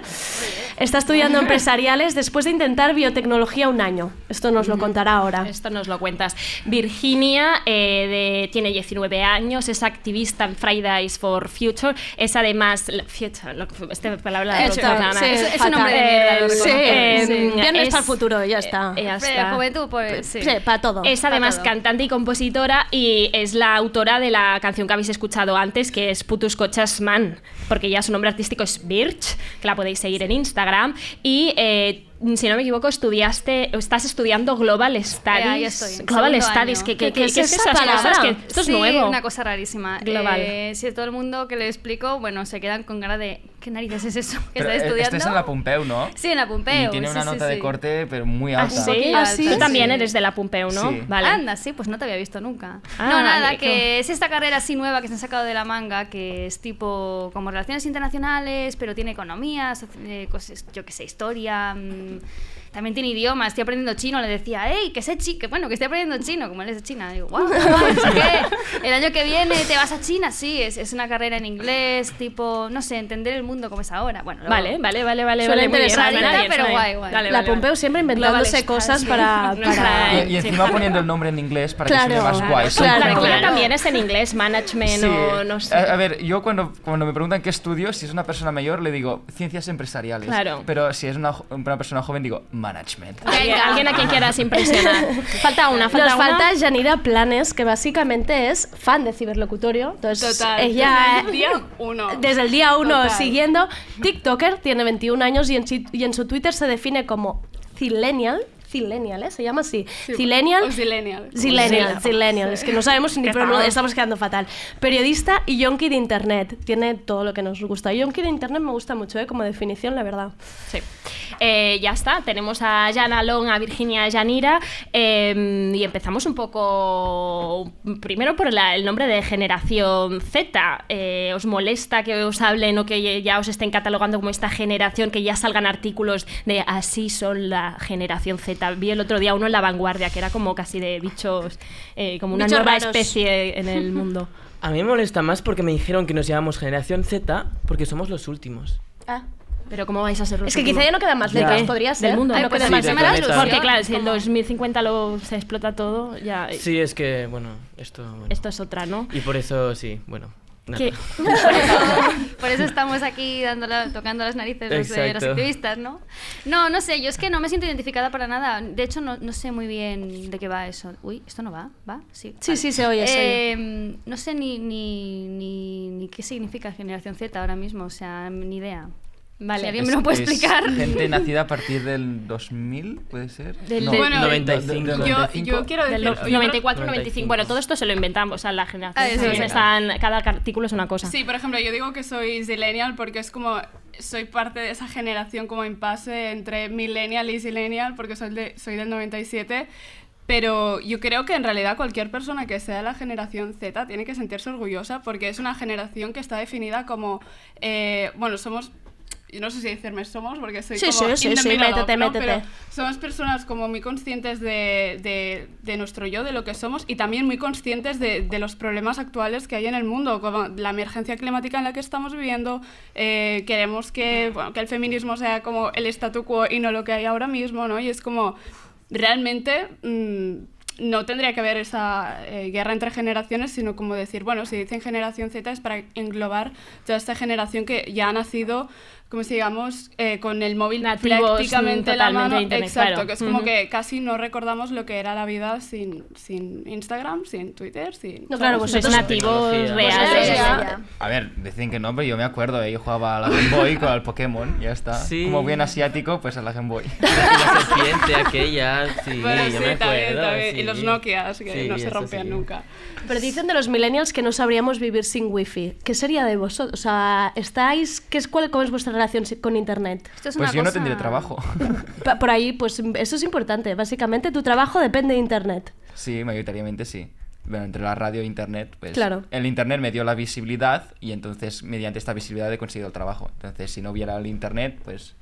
Speaker 4: Está estudiando empresariales después de intentar biotecnología un año. Esto nos lo contará ahora.
Speaker 5: Esto nos lo cuentas. Virginia eh, de- tiene 19 años, es activista en Fridays for Future, es además... la- Future, lo, esta palabra
Speaker 4: Esto,
Speaker 5: la
Speaker 4: sí, es- es un nombre de mierda, lo reconozco.
Speaker 5: Eh,
Speaker 4: Sí, ya no está el futuro, ya está. Pero
Speaker 5: juventud,
Speaker 4: pues, sí. Sí, pa' todo,
Speaker 5: Es
Speaker 4: pa'
Speaker 5: además
Speaker 4: todo.
Speaker 5: cantante y compositora y es la autora de la canción que habéis escuchado antes, que es Putus Cochas Man, porque ya su nombre artístico es Birch, que la podéis seguir en Instagram. Y eh, si no me equivoco, estudiaste, o estás estudiando Global Studies.
Speaker 19: Eh, ahí estoy, en
Speaker 5: Global
Speaker 19: segundo
Speaker 5: Studies,
Speaker 19: año.
Speaker 5: que,
Speaker 19: ¿Qué-
Speaker 5: que,
Speaker 19: qué
Speaker 5: que,
Speaker 19: es
Speaker 5: que es
Speaker 19: esa
Speaker 5: esas cosas que
Speaker 19: palabra?
Speaker 5: esto es
Speaker 19: Sí,
Speaker 5: nuevo.
Speaker 19: una cosa rarísima.
Speaker 5: Global.
Speaker 19: Eh, si a todo el mundo que le explico, bueno, se quedan con cara de ¿qué narices es eso que
Speaker 18: Pero,
Speaker 19: estás
Speaker 16: e-
Speaker 18: eh,
Speaker 19: estudiando?
Speaker 18: Este es en la Pompeu, ¿no?
Speaker 19: Sí, en la Pompeu,
Speaker 18: Y tiene
Speaker 19: sí,
Speaker 18: una
Speaker 19: sí,
Speaker 18: nota de
Speaker 19: sí.
Speaker 18: corte, pero muy
Speaker 5: Ah,
Speaker 18: alta.
Speaker 5: sí,
Speaker 19: Ah, sí.
Speaker 5: tú también
Speaker 19: Sí.
Speaker 5: eres de la Pompeu, ¿no?
Speaker 18: Sí.
Speaker 5: Vale.
Speaker 19: Anda, sí, pues no te había visto nunca.
Speaker 5: Ah,
Speaker 19: no, nada,
Speaker 5: vale,
Speaker 19: que es esta carrera así nueva que se han sacado de la manga, que es tipo como relaciones internacionales, pero tiene economía, so- eh, cosas, yo qué sé, historia. mm, también tiene idioma, estoy aprendiendo chino, le decía, hey, que sé chi- que bueno, que estoy aprendiendo chino, como él es de China, digo, wow, el año que viene te vas a China, sí, es, es una carrera en inglés, tipo, no sé, entender el mundo como es ahora. Bueno, luego-
Speaker 5: Vale, vale, vale, vale,
Speaker 19: Suena
Speaker 5: vale, muy bien,
Speaker 19: interesante,
Speaker 5: suena bien,
Speaker 19: pero
Speaker 5: suena
Speaker 19: guay,
Speaker 5: bien.
Speaker 19: guay.
Speaker 5: Dale,
Speaker 4: La
Speaker 5: vale, vale.
Speaker 4: Pompeu siempre inventándose cosas para... para-
Speaker 18: Y, y encima poniendo el nombre en inglés para que suene más guay. Son
Speaker 5: Claro, Eh, la
Speaker 18: como-
Speaker 5: tuya también es en inglés, management
Speaker 18: Sí.
Speaker 5: o no sé.
Speaker 18: A, a ver, yo cuando, cuando me preguntan qué estudio, si es una persona mayor, le digo ciencias empresariales.
Speaker 5: Claro.
Speaker 18: Pero si es una, jo- una persona joven, digo management.
Speaker 5: Alguien- Alguien a quien quieras impresionar. Falta una, falta
Speaker 4: Nos
Speaker 5: una.
Speaker 4: falta Yanira Planes, que básicamente es fan de Ciberlocutorio. Entonces,
Speaker 5: Total,
Speaker 4: ella
Speaker 5: desde el
Speaker 19: día uno.
Speaker 4: Desde el día uno
Speaker 19: Total.
Speaker 4: siguiendo. TikToker, tiene 21 años y en, chi- y en su Twitter se define como Zillennial. Zillennial, ¿eh? Se llama así. Zillennial.
Speaker 19: Zillennial.
Speaker 4: Zillennial, Zillennial. Es que no sabemos ni
Speaker 19: Qué
Speaker 4: pero
Speaker 19: fatal.
Speaker 4: estamos quedando fatal. Periodista y yonki de internet. Tiene todo lo que nos gusta. Yonki de internet me gusta mucho, ¿eh? Como definición, la verdad.
Speaker 5: Sí. Eh, ya está, tenemos a Jana Long, a Virginia Yanira eh, y empezamos un poco primero por la- el nombre de generación Z. Eh, ¿Os molesta que os hablen o que ya os estén catalogando como esta generación, que ya salgan artículos de así son la generación Z? Vi el otro día uno en La Vanguardia, que era como casi de bichos, eh, como una
Speaker 20: Bichos
Speaker 5: nueva
Speaker 20: raros.
Speaker 5: especie en el mundo.
Speaker 20: A mí me molesta más porque me dijeron que nos llamamos Generación Z porque somos los últimos.
Speaker 5: Pero ¿cómo vais a ser
Speaker 4: Ah.
Speaker 5: los
Speaker 4: Es que
Speaker 5: últimos?
Speaker 4: quizá ya no quedan más
Speaker 20: Ya. letras,
Speaker 5: ¿De qué?
Speaker 4: podría ser.
Speaker 5: Del mundo.
Speaker 4: Ay,
Speaker 5: no
Speaker 4: pues
Speaker 5: quedan
Speaker 20: sí,
Speaker 5: más
Speaker 20: del
Speaker 5: letras.
Speaker 20: planeta.
Speaker 5: Porque claro, si el 2050 lo, se explota todo, ya... eh,
Speaker 20: Sí, es que, bueno, esto... bueno.
Speaker 5: Esto es otra, ¿no?
Speaker 20: Y por eso, sí, bueno. nada.
Speaker 5: Que-
Speaker 19: Por eso, por eso estamos aquí dándole- tocando las narices los, de los
Speaker 20: Exacto.
Speaker 19: activistas, ¿no? No, no sé, yo es que no me siento identificada para nada. De hecho, no, no sé muy bien de qué va eso. Uy, ¿esto no va? ¿Va? Sí.
Speaker 4: Sí, sí, se oye, se oye.
Speaker 19: Eh, No sé ni, ni, ni, ni qué significa generación Z ahora mismo, o sea, ni idea. Vale. Si alguien me lo
Speaker 18: Es-
Speaker 19: puede
Speaker 18: es
Speaker 19: explicar.
Speaker 18: Gente nacida a partir del 2000, ¿puede ser?
Speaker 5: Del-
Speaker 18: No,
Speaker 5: del-
Speaker 18: del-
Speaker 5: Bueno,
Speaker 18: del- del
Speaker 5: yo-
Speaker 18: 95.
Speaker 5: yo quiero Del decir- no- yo 94, 95. Bueno, todo esto se lo inventamos, o sea, la generación.
Speaker 21: Ah, eso
Speaker 5: Sí,
Speaker 21: es.
Speaker 5: están- cada artículo es una cosa.
Speaker 21: Sí, por ejemplo, yo digo que soy zillennial porque es como soy parte de esa generación como en pase entre millennial y zillennial porque soy, de- soy del 97. Pero yo creo que en realidad cualquier persona que sea de la generación Z tiene que sentirse orgullosa porque es una generación que está definida como, eh, bueno, somos yo no sé si decirme somos, porque soy
Speaker 15: Sí,
Speaker 21: como
Speaker 15: sí,
Speaker 21: in
Speaker 15: sí,
Speaker 21: the
Speaker 15: sí,
Speaker 21: middle
Speaker 15: métete,
Speaker 21: of, ¿no?
Speaker 15: métete.
Speaker 21: Pero somos personas como muy conscientes de, de- de nuestro yo, de lo que somos, y también muy conscientes de, de los problemas actuales que hay en el mundo, como la emergencia climática en la que estamos viviendo, eh, queremos que, bueno, que el feminismo sea como el statu quo y no lo que hay ahora mismo, ¿no? Y es como, realmente... mm, no tendría que haber esa eh, guerra entre generaciones, sino como decir, bueno, si dicen generación Z es para englobar toda esta generación que ya ha nacido, como si digamos, eh, con el móvil
Speaker 5: Nativos,
Speaker 21: prácticamente
Speaker 5: mm,
Speaker 21: en la
Speaker 5: totalmente
Speaker 21: mano.
Speaker 5: de internet,
Speaker 21: Exacto,
Speaker 5: claro.
Speaker 21: que es como
Speaker 5: Ujú.
Speaker 21: que casi no recordamos lo que era la vida sin, sin Instagram, sin Twitter, sin...
Speaker 5: No, claro,
Speaker 21: ¿sabes?
Speaker 5: vosotros- Nativos Tecnología. reales.
Speaker 21: Vosotros ya-
Speaker 5: Ya.
Speaker 18: A ver, decían que no, pero yo me acuerdo, ¿eh? yo jugaba a la Game Boy con el Pokémon, ya está.
Speaker 1: Sí.
Speaker 18: Como bien asiático, pues a la Game Boy.
Speaker 1: La serpiente aquella, sí,
Speaker 21: Bueno, sí,
Speaker 1: yo me acuerdo.
Speaker 21: también, también. Y los
Speaker 1: sí.
Speaker 21: Nokias, que
Speaker 1: Sí,
Speaker 21: no se
Speaker 1: eso
Speaker 21: rompían
Speaker 1: sí.
Speaker 21: nunca.
Speaker 4: Pero dicen de los millennials que no sabríamos vivir sin wifi. ¿Qué sería de vosotros? O sea, ¿estáis? ¿Qué es, cuál, ¿Cómo es vuestra relación si- con internet?
Speaker 18: Pues yo no tendré trabajo.
Speaker 4: Pa- Por ahí, pues eso es importante. Básicamente, tu trabajo depende de internet.
Speaker 18: Sí, mayoritariamente sí. Bueno, entre la radio e internet, pues.
Speaker 4: Claro.
Speaker 18: El internet me dio la visibilidad y entonces, mediante esta visibilidad, he conseguido el trabajo. Entonces, si no hubiera el internet, pues.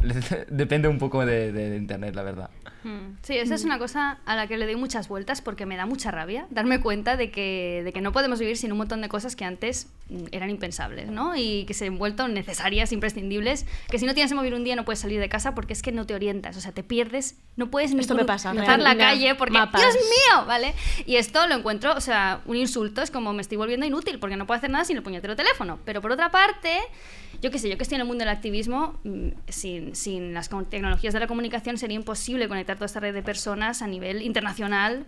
Speaker 18: Depende un poco de, de- de internet, la verdad.
Speaker 19: Mm, Sí, esa es una cosa a la que le doy muchas vueltas porque me da mucha rabia darme cuenta de que, de que no podemos vivir sin un montón de cosas que antes mm, eran impensables, ¿no? Y que se han vuelto necesarias, imprescindibles, que si no tienes móvil un día no puedes salir de casa porque es que no te orientas, o sea, te pierdes, no puedes ni
Speaker 4: Esto me
Speaker 19: cru-
Speaker 4: pasa,
Speaker 19: cruzar
Speaker 4: real.
Speaker 19: la
Speaker 4: Mira,
Speaker 19: calle porque,
Speaker 4: mapas.
Speaker 19: ¡Dios mío! ¿Vale? Y esto lo encuentro, o sea, un insulto, es como me estoy volviendo inútil porque no puedo hacer nada sin el puñetero teléfono. Pero por otra parte, yo qué sé, yo que estoy en el mundo del activismo, mm, sin, sin las con- tecnologías de la comunicación sería imposible conectar toda esta red de personas a nivel internacional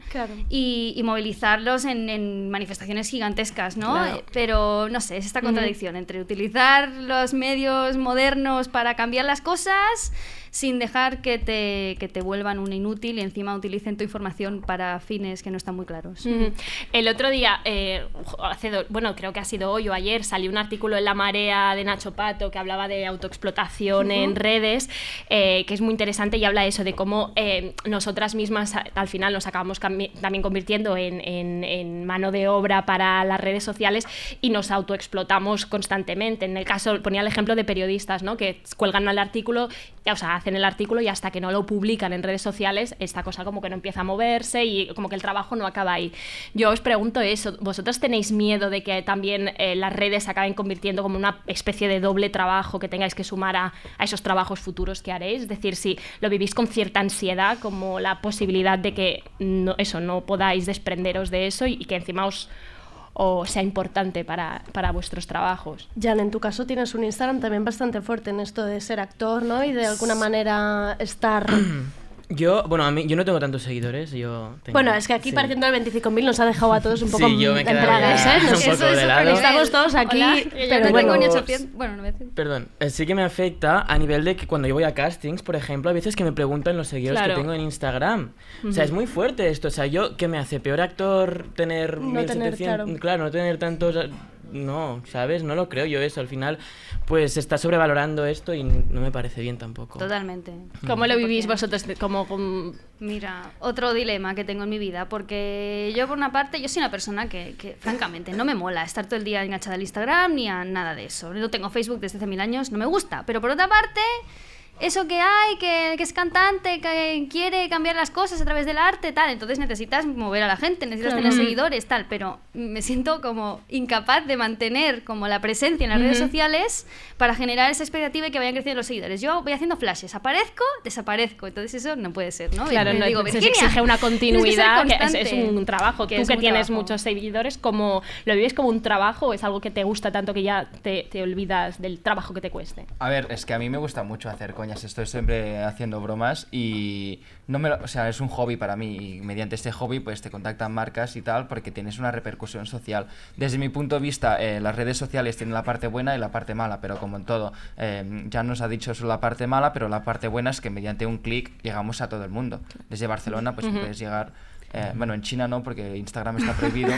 Speaker 19: y, y movilizarlos en, en manifestaciones gigantescas, ¿no?
Speaker 5: Claro.
Speaker 19: Eh, Pero no sé, es esta
Speaker 5: Ujú.
Speaker 19: contradicción entre utilizar los medios modernos para cambiar las cosas sin dejar que te, que te vuelvan un inútil y encima utilicen tu información para fines que no están muy claros.
Speaker 5: Ujú. El otro día, eh, jo- hace do- bueno, creo que ha sido hoy o ayer, salió un artículo en La Marea de Nacho Pato que hablaba de autoexplotación
Speaker 19: Ujú.
Speaker 5: en redes, eh, que es muy interesante y habla de eso, de cómo eh, nosotras mismas a- al final nos acabamos cami- también convirtiendo en, en- en mano de obra para las redes sociales y nos autoexplotamos constantemente. En el caso, ponía el ejemplo de periodistas, ¿no? Que cuelgan el artículo, o sea, hacen el artículo y hasta que no lo publican en redes sociales, esta cosa como que no empieza a moverse y como que el trabajo no acaba ahí. Yo os pregunto eso, ¿vosotros tenéis miedo de que también eh, las redes se acaben convirtiendo como una especie de doble trabajo que tengáis que sumar a, a esos trabajos futuros que haréis? Es decir, si lo vivís con cierta ansiedad, como la posibilidad de que no, eso, no podáis desprenderos de eso y, y que encima os o sea importante para, para vuestros trabajos.
Speaker 4: Jan, en tu caso tienes un Instagram también bastante fuerte en esto de ser actor, ¿no? Y de alguna manera estar...
Speaker 20: Yo, bueno, a mí, yo no tengo tantos seguidores, yo tengo-
Speaker 4: Bueno, es que aquí
Speaker 20: sí.
Speaker 4: partiendo del 25.000 nos ha dejado a todos un poco
Speaker 20: Sí, yo me he
Speaker 4: en
Speaker 20: quedado
Speaker 4: bragas,
Speaker 20: ya
Speaker 4: ¿eh? Nos-
Speaker 20: un poco de lado.
Speaker 4: Estamos todos aquí,
Speaker 19: Hola, yo
Speaker 4: pero
Speaker 19: no
Speaker 4: bueno.
Speaker 19: tengo ni 800, bueno, no voy a decir.
Speaker 20: Perdón, eh, sí que me afecta a nivel de que cuando yo voy a castings, por ejemplo, a veces que me preguntan los seguidores
Speaker 19: Claro.
Speaker 20: que tengo en Instagram. O sea, es
Speaker 19: Ujú.
Speaker 20: muy fuerte esto. O sea, yo, ¿qué me hace? ¿Peor actor tener
Speaker 4: No tener,
Speaker 20: 1700?
Speaker 4: claro.
Speaker 20: no tener tantos... eh, No, ¿sabes? No lo creo yo eso. Al final, pues se está sobrevalorando esto y no me parece bien tampoco.
Speaker 19: Totalmente.
Speaker 5: ¿Cómo lo vivís vosotros? Como,
Speaker 19: Mira, otro dilema que tengo en mi vida, porque yo por una parte, yo soy una persona que, que, francamente no me mola estar todo el día enganchada al Instagram ni a nada de eso. No tengo Facebook desde hace mil años, no me gusta. Pero por otra parte, eso que hay, que, que es cantante, que quiere cambiar las cosas a través del arte, tal, entonces necesitas mover a la gente, necesitas
Speaker 5: Claro.
Speaker 19: tener
Speaker 5: Ujú.
Speaker 19: seguidores, tal, pero me siento como incapaz de mantener como la presencia en las redes
Speaker 5: Ujú.
Speaker 19: sociales para generar esa expectativa y que vayan creciendo los seguidores. Yo voy haciendo flashes, aparezco, desaparezco, entonces eso no puede ser, ¿no?
Speaker 5: Claro,
Speaker 19: Y
Speaker 5: no,
Speaker 19: digo,
Speaker 5: se
Speaker 19: "Virginia,
Speaker 5: exige una
Speaker 19: tienes que ser
Speaker 5: continuidad, que es,
Speaker 19: constante".
Speaker 5: es un trabajo.
Speaker 19: Que
Speaker 5: Tú
Speaker 19: es
Speaker 5: que
Speaker 19: un
Speaker 5: tienes
Speaker 19: trabajo.
Speaker 5: muchos seguidores, como ¿lo vives como un trabajo o es algo que te gusta tanto que ya te, te olvidas del trabajo que te cueste?
Speaker 18: A ver, es que a mí me gusta mucho hacer coñas, estoy siempre haciendo bromas y no me lo- o sea, es un hobby para mí y mediante este hobby pues te contactan marcas y tal porque tienes una repercusión social. Desde mi punto de vista, eh, las redes sociales tienen la parte buena y la parte mala, pero como en todo, eh, ya nos ha dicho solo la parte mala, pero la parte buena es que mediante un clic llegamos a todo el mundo. Desde Barcelona pues
Speaker 5: Ujú.
Speaker 18: puedes llegar eh, bueno, en China no, porque Instagram está prohibido,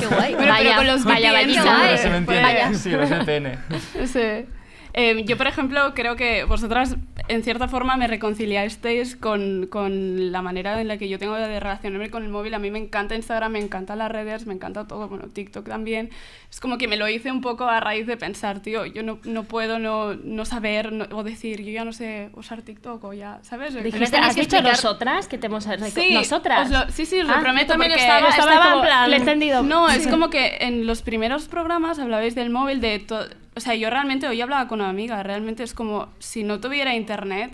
Speaker 5: Qué guay.
Speaker 18: Bueno, pero
Speaker 5: vaya,
Speaker 18: con los
Speaker 5: vaya,
Speaker 18: VPN,
Speaker 5: vaya,
Speaker 18: ¿no? Pero se me
Speaker 5: vaya.
Speaker 18: entiende. Sí, los VPN.
Speaker 21: Sí. Eh, yo, por ejemplo, creo que vosotras, en cierta forma, me reconciliasteis con, con la manera en la que yo tengo de relacionarme con el móvil. A mí me encanta Instagram, me encantan las redes, me encanta todo, bueno, TikTok también. Es como que me lo hice un poco a raíz de pensar, tío, yo no, no puedo no, no saber no- o decir, yo ya no sé usar TikTok o ya, ¿sabes?
Speaker 5: Dijiste,
Speaker 21: Tenéis
Speaker 5: ¿has
Speaker 21: que
Speaker 5: dicho
Speaker 21: explicar-
Speaker 5: nosotras? Que te hemos reco-
Speaker 21: Sí, os
Speaker 5: ¿Nosotras?
Speaker 21: lo- sí, sí, os lo
Speaker 5: Ah,
Speaker 21: prometo.
Speaker 5: yo también
Speaker 21: porque
Speaker 5: estaba, estaba en plan...
Speaker 21: le
Speaker 5: Le he entendido.
Speaker 21: No,
Speaker 5: Sí.
Speaker 21: es como que en los primeros programas hablabais del móvil, de todo. O sea, yo realmente hoy hablaba con una amiga, realmente es como si no tuviera internet.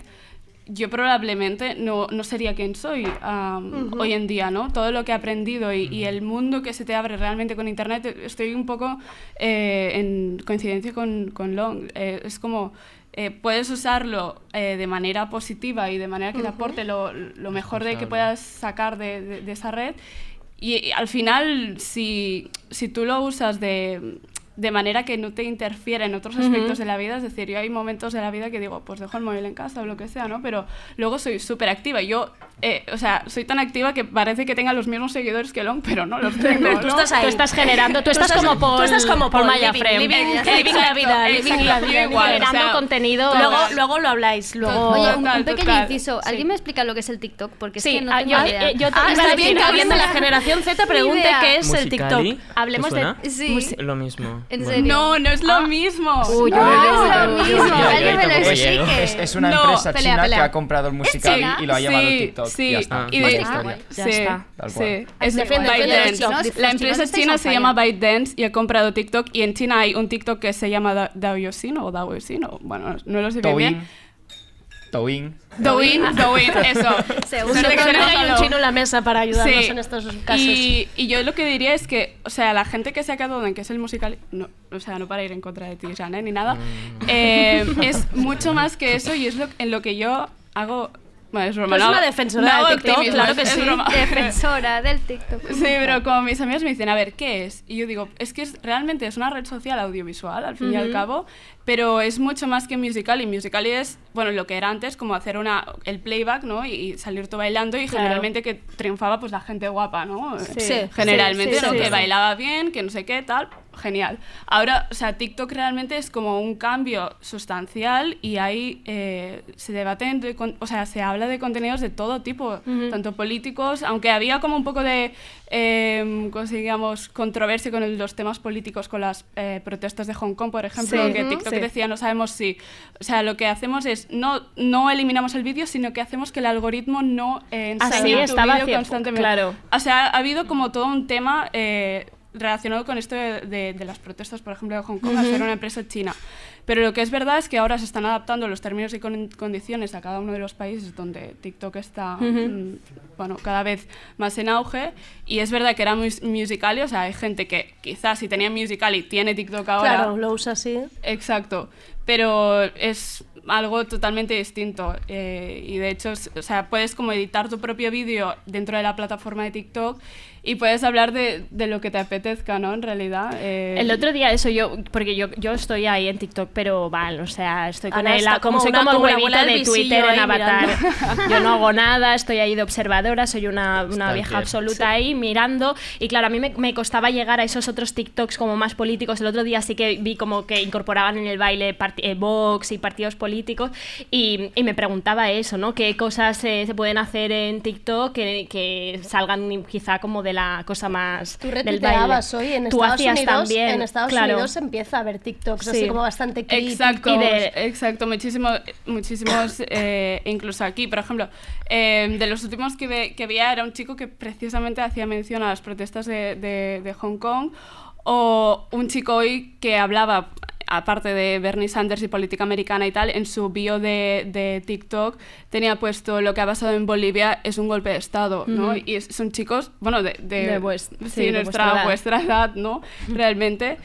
Speaker 21: Yo probablemente no, no sería quien soy am,
Speaker 15: Ujú.
Speaker 21: hoy en día, ¿no? Todo lo que he aprendido y, y el mundo que se te abre realmente con Internet, estoy un poco eh, en coincidencia con, con Long. Eh, es como, eh, puedes usarlo eh, de manera positiva y de manera que te
Speaker 15: Ujú.
Speaker 21: aporte lo, lo mejor de que
Speaker 15: Responsable.
Speaker 21: puedas sacar de, de- de esa red. Y, y al final, si, si tú lo usas de, de manera que no te interfiera en otros
Speaker 15: Ujú.
Speaker 21: aspectos de la vida, es decir, yo hay momentos de la vida que digo, pues dejo el móvil en casa o lo que sea, ¿no? Pero luego soy súper activa. Yo, eh, o sea, soy tan activa que parece que tenga los mismos seguidores que Long, pero no los tengo.
Speaker 5: Pero tú
Speaker 21: ¿no?
Speaker 5: estás ahí. Tú estás generando- tú Tú estás estás- como Paul- tú estás como Paul Paul Maya living, Frame. living- living la vida,
Speaker 19: Eh,
Speaker 5: living la vida, generando contenido.
Speaker 4: Luego, luego lo habláis, luego...
Speaker 19: Oye, un, un pequeño inciso. ¿Alguien me explica lo que es el TikTok? Porque
Speaker 4: Sí,
Speaker 19: es que no
Speaker 4: ah,
Speaker 19: tengo
Speaker 4: yo-
Speaker 19: ni idea.
Speaker 4: eh, yo te Ah, iba a está decir, bien que alguien de la generación Z pregunte qué es el
Speaker 20: Musicali,
Speaker 4: TikTok.
Speaker 20: ¿te
Speaker 4: Hablemos de-
Speaker 20: suena?
Speaker 19: sí. Musi-
Speaker 20: Lo mismo.
Speaker 19: ¿En
Speaker 20: Bueno.
Speaker 19: serio? Ah.
Speaker 21: No, no es lo mismo.
Speaker 19: Uy,
Speaker 20: A ver,
Speaker 19: no,
Speaker 20: yo-
Speaker 19: es lo
Speaker 20: yo- yo-
Speaker 19: mismo.
Speaker 20: yo- yo
Speaker 19: Alguien me lo
Speaker 20: tampoco llego.
Speaker 19: explique.
Speaker 18: Es, es una
Speaker 19: No,
Speaker 18: empresa
Speaker 19: pelea,
Speaker 18: china
Speaker 19: pelea.
Speaker 18: que ha comprado el musical
Speaker 21: china?
Speaker 18: y lo ha llamado
Speaker 21: Sí,
Speaker 18: TikTok.
Speaker 21: sí.
Speaker 18: Ya está.
Speaker 21: Y
Speaker 18: Más
Speaker 21: de-
Speaker 18: historia.
Speaker 21: Ya sí, está.
Speaker 18: Tal
Speaker 21: sí.
Speaker 18: cual.
Speaker 21: Es de
Speaker 19: Defiende, defiende
Speaker 21: ByteDance.
Speaker 19: los chinos,
Speaker 21: La empresa
Speaker 19: los chinos estáis
Speaker 21: china
Speaker 19: on
Speaker 21: se
Speaker 19: fire.
Speaker 21: llama ByteDance y ha comprado TikTok y en China hay un TikTok que se llama Da- Daoyosino o Daoyosino, bueno, no lo sé bien bien.
Speaker 18: Douyin. Douyin.
Speaker 21: Douyin, Douyin, eso.
Speaker 4: Seguro
Speaker 21: Suerte que
Speaker 4: que no
Speaker 21: tenemos
Speaker 4: hay un
Speaker 21: algo.
Speaker 4: chino en la mesa para ayudarnos
Speaker 21: Sí.
Speaker 4: en estos casos.
Speaker 21: Y, y yo lo que diría es que, o sea, la gente que se ha quedado en que es el musical, no, o sea, no para ir en contra de ti, Janet, ni nada, eh, es mucho más que eso y es lo, en lo que yo hago. Bueno, es broma,
Speaker 4: Tú
Speaker 21: no
Speaker 4: eres Pues una
Speaker 21: hago-
Speaker 4: defensora
Speaker 21: no
Speaker 4: de
Speaker 21: hago
Speaker 4: TikTok,
Speaker 21: activismo,
Speaker 4: claro que
Speaker 21: es
Speaker 4: sí.
Speaker 21: broma.
Speaker 19: Defensora del TikTok.
Speaker 21: Sí, pero como mis amigos me dicen, a ver, ¿qué es? Y yo digo, es que es- realmente es una red social audiovisual, al fin y al
Speaker 19: Ujú.
Speaker 21: cabo, pero es mucho más que musical. Y musical es, bueno, lo que era antes, como hacer una, el playback, ¿no? Y, y salir tú bailando y
Speaker 15: Claro.
Speaker 21: generalmente que triunfaba pues la gente guapa, ¿no?
Speaker 15: Sí. Sí,
Speaker 21: Generalmente,
Speaker 15: sí, sí,
Speaker 21: ¿no?
Speaker 15: sí,
Speaker 21: que
Speaker 15: sí.
Speaker 21: bailaba bien, que no sé qué, tal. Genial. Ahora, o sea, TikTok realmente es como un cambio sustancial y ahí eh, se debaten, de con- o sea, se habla de contenidos de todo tipo,
Speaker 15: Ujú.
Speaker 21: tanto políticos, aunque había como un poco de, eh, ¿cómo se digamos, controversia con el- los temas políticos, con las eh, protestas de Hong Kong, por ejemplo,
Speaker 15: Sí.
Speaker 21: que
Speaker 15: Ujú.
Speaker 21: TikTok
Speaker 15: Sí.
Speaker 21: decía, no sabemos si, o sea, lo que hacemos es, no, no eliminamos el vídeo, sino que hacemos que el algoritmo no eh,
Speaker 5: Ah, sí,
Speaker 21: enseñe tu
Speaker 5: estaba
Speaker 21: vídeo
Speaker 5: hacia-
Speaker 21: constantemente.
Speaker 5: claro.
Speaker 21: O sea, ha habido como todo un tema eh, relacionado con esto de, de- de las protestas, por ejemplo, de Hong Kong, al
Speaker 15: Ujú.
Speaker 21: ser una empresa china. Pero lo que es verdad es que ahora se están adaptando los términos y con- condiciones a cada uno de los países donde TikTok está
Speaker 15: Ujú.
Speaker 21: mm, bueno, cada vez más en auge. Y es verdad que era mus- Musical.ly, o sea, hay gente que quizás si tenía Musical.ly tiene TikTok ahora.
Speaker 4: Claro, lo usa así.
Speaker 21: Exacto, pero es algo totalmente distinto eh, y de hecho, es- o sea, puedes como editar tu propio vídeo dentro de la plataforma de TikTok y puedes hablar de, de lo que te apetezca, ¿no? En realidad. eh,
Speaker 5: El otro día, eso yo, porque yo, yo estoy ahí en TikTok, pero mal, o sea, estoy con
Speaker 4: Ana
Speaker 5: el,
Speaker 4: está
Speaker 5: como,
Speaker 4: como
Speaker 5: soy
Speaker 4: una-
Speaker 5: como el
Speaker 4: como la
Speaker 5: huevito
Speaker 4: abuela del
Speaker 5: de
Speaker 4: visillo
Speaker 5: Twitter en
Speaker 4: ahí
Speaker 5: Avatar.
Speaker 4: mirando.
Speaker 5: Yo no hago nada, estoy ahí de observadora, soy una, una vieja
Speaker 4: bien.
Speaker 5: absoluta
Speaker 4: Sí.
Speaker 5: ahí mirando. Y claro, a mí me, me costaba llegar a esos otros TikToks como más políticos. El otro día sí que vi como que incorporaban en el baile parti- eh, Vox y partidos políticos y, y me preguntaba eso, ¿no? ¿Qué cosas eh, se pueden hacer en TikTok que, que salgan quizá como de la cosa más
Speaker 4: Tú
Speaker 5: del
Speaker 4: retuiteabas
Speaker 5: baile?
Speaker 4: hoy en
Speaker 5: Tú
Speaker 4: Estados
Speaker 5: hacías
Speaker 4: Unidos,
Speaker 5: también,
Speaker 4: en Estados
Speaker 5: claro.
Speaker 4: Unidos empieza a haber TikToks así
Speaker 5: Sí.
Speaker 4: como bastante críticos.
Speaker 21: Exacto, exacto, muchísimo, muchísimos, eh, incluso aquí, por ejemplo, eh, de los últimos que, ve- que veía era un chico que precisamente hacía mención a las protestas de, de- de Hong Kong o un chico hoy que hablaba, aparte de Bernie Sanders y política americana y tal, en su bio de, de TikTok tenía puesto lo que ha pasado en Bolivia es un golpe de Estado, ¿no?
Speaker 5: Ujú.
Speaker 21: Y es- son chicos, bueno, de, de,
Speaker 5: De vues-
Speaker 21: sí,
Speaker 5: sí, de
Speaker 21: nuestra,
Speaker 5: vuestra edad.
Speaker 21: vuestra nuestra edad, ¿no? Realmente.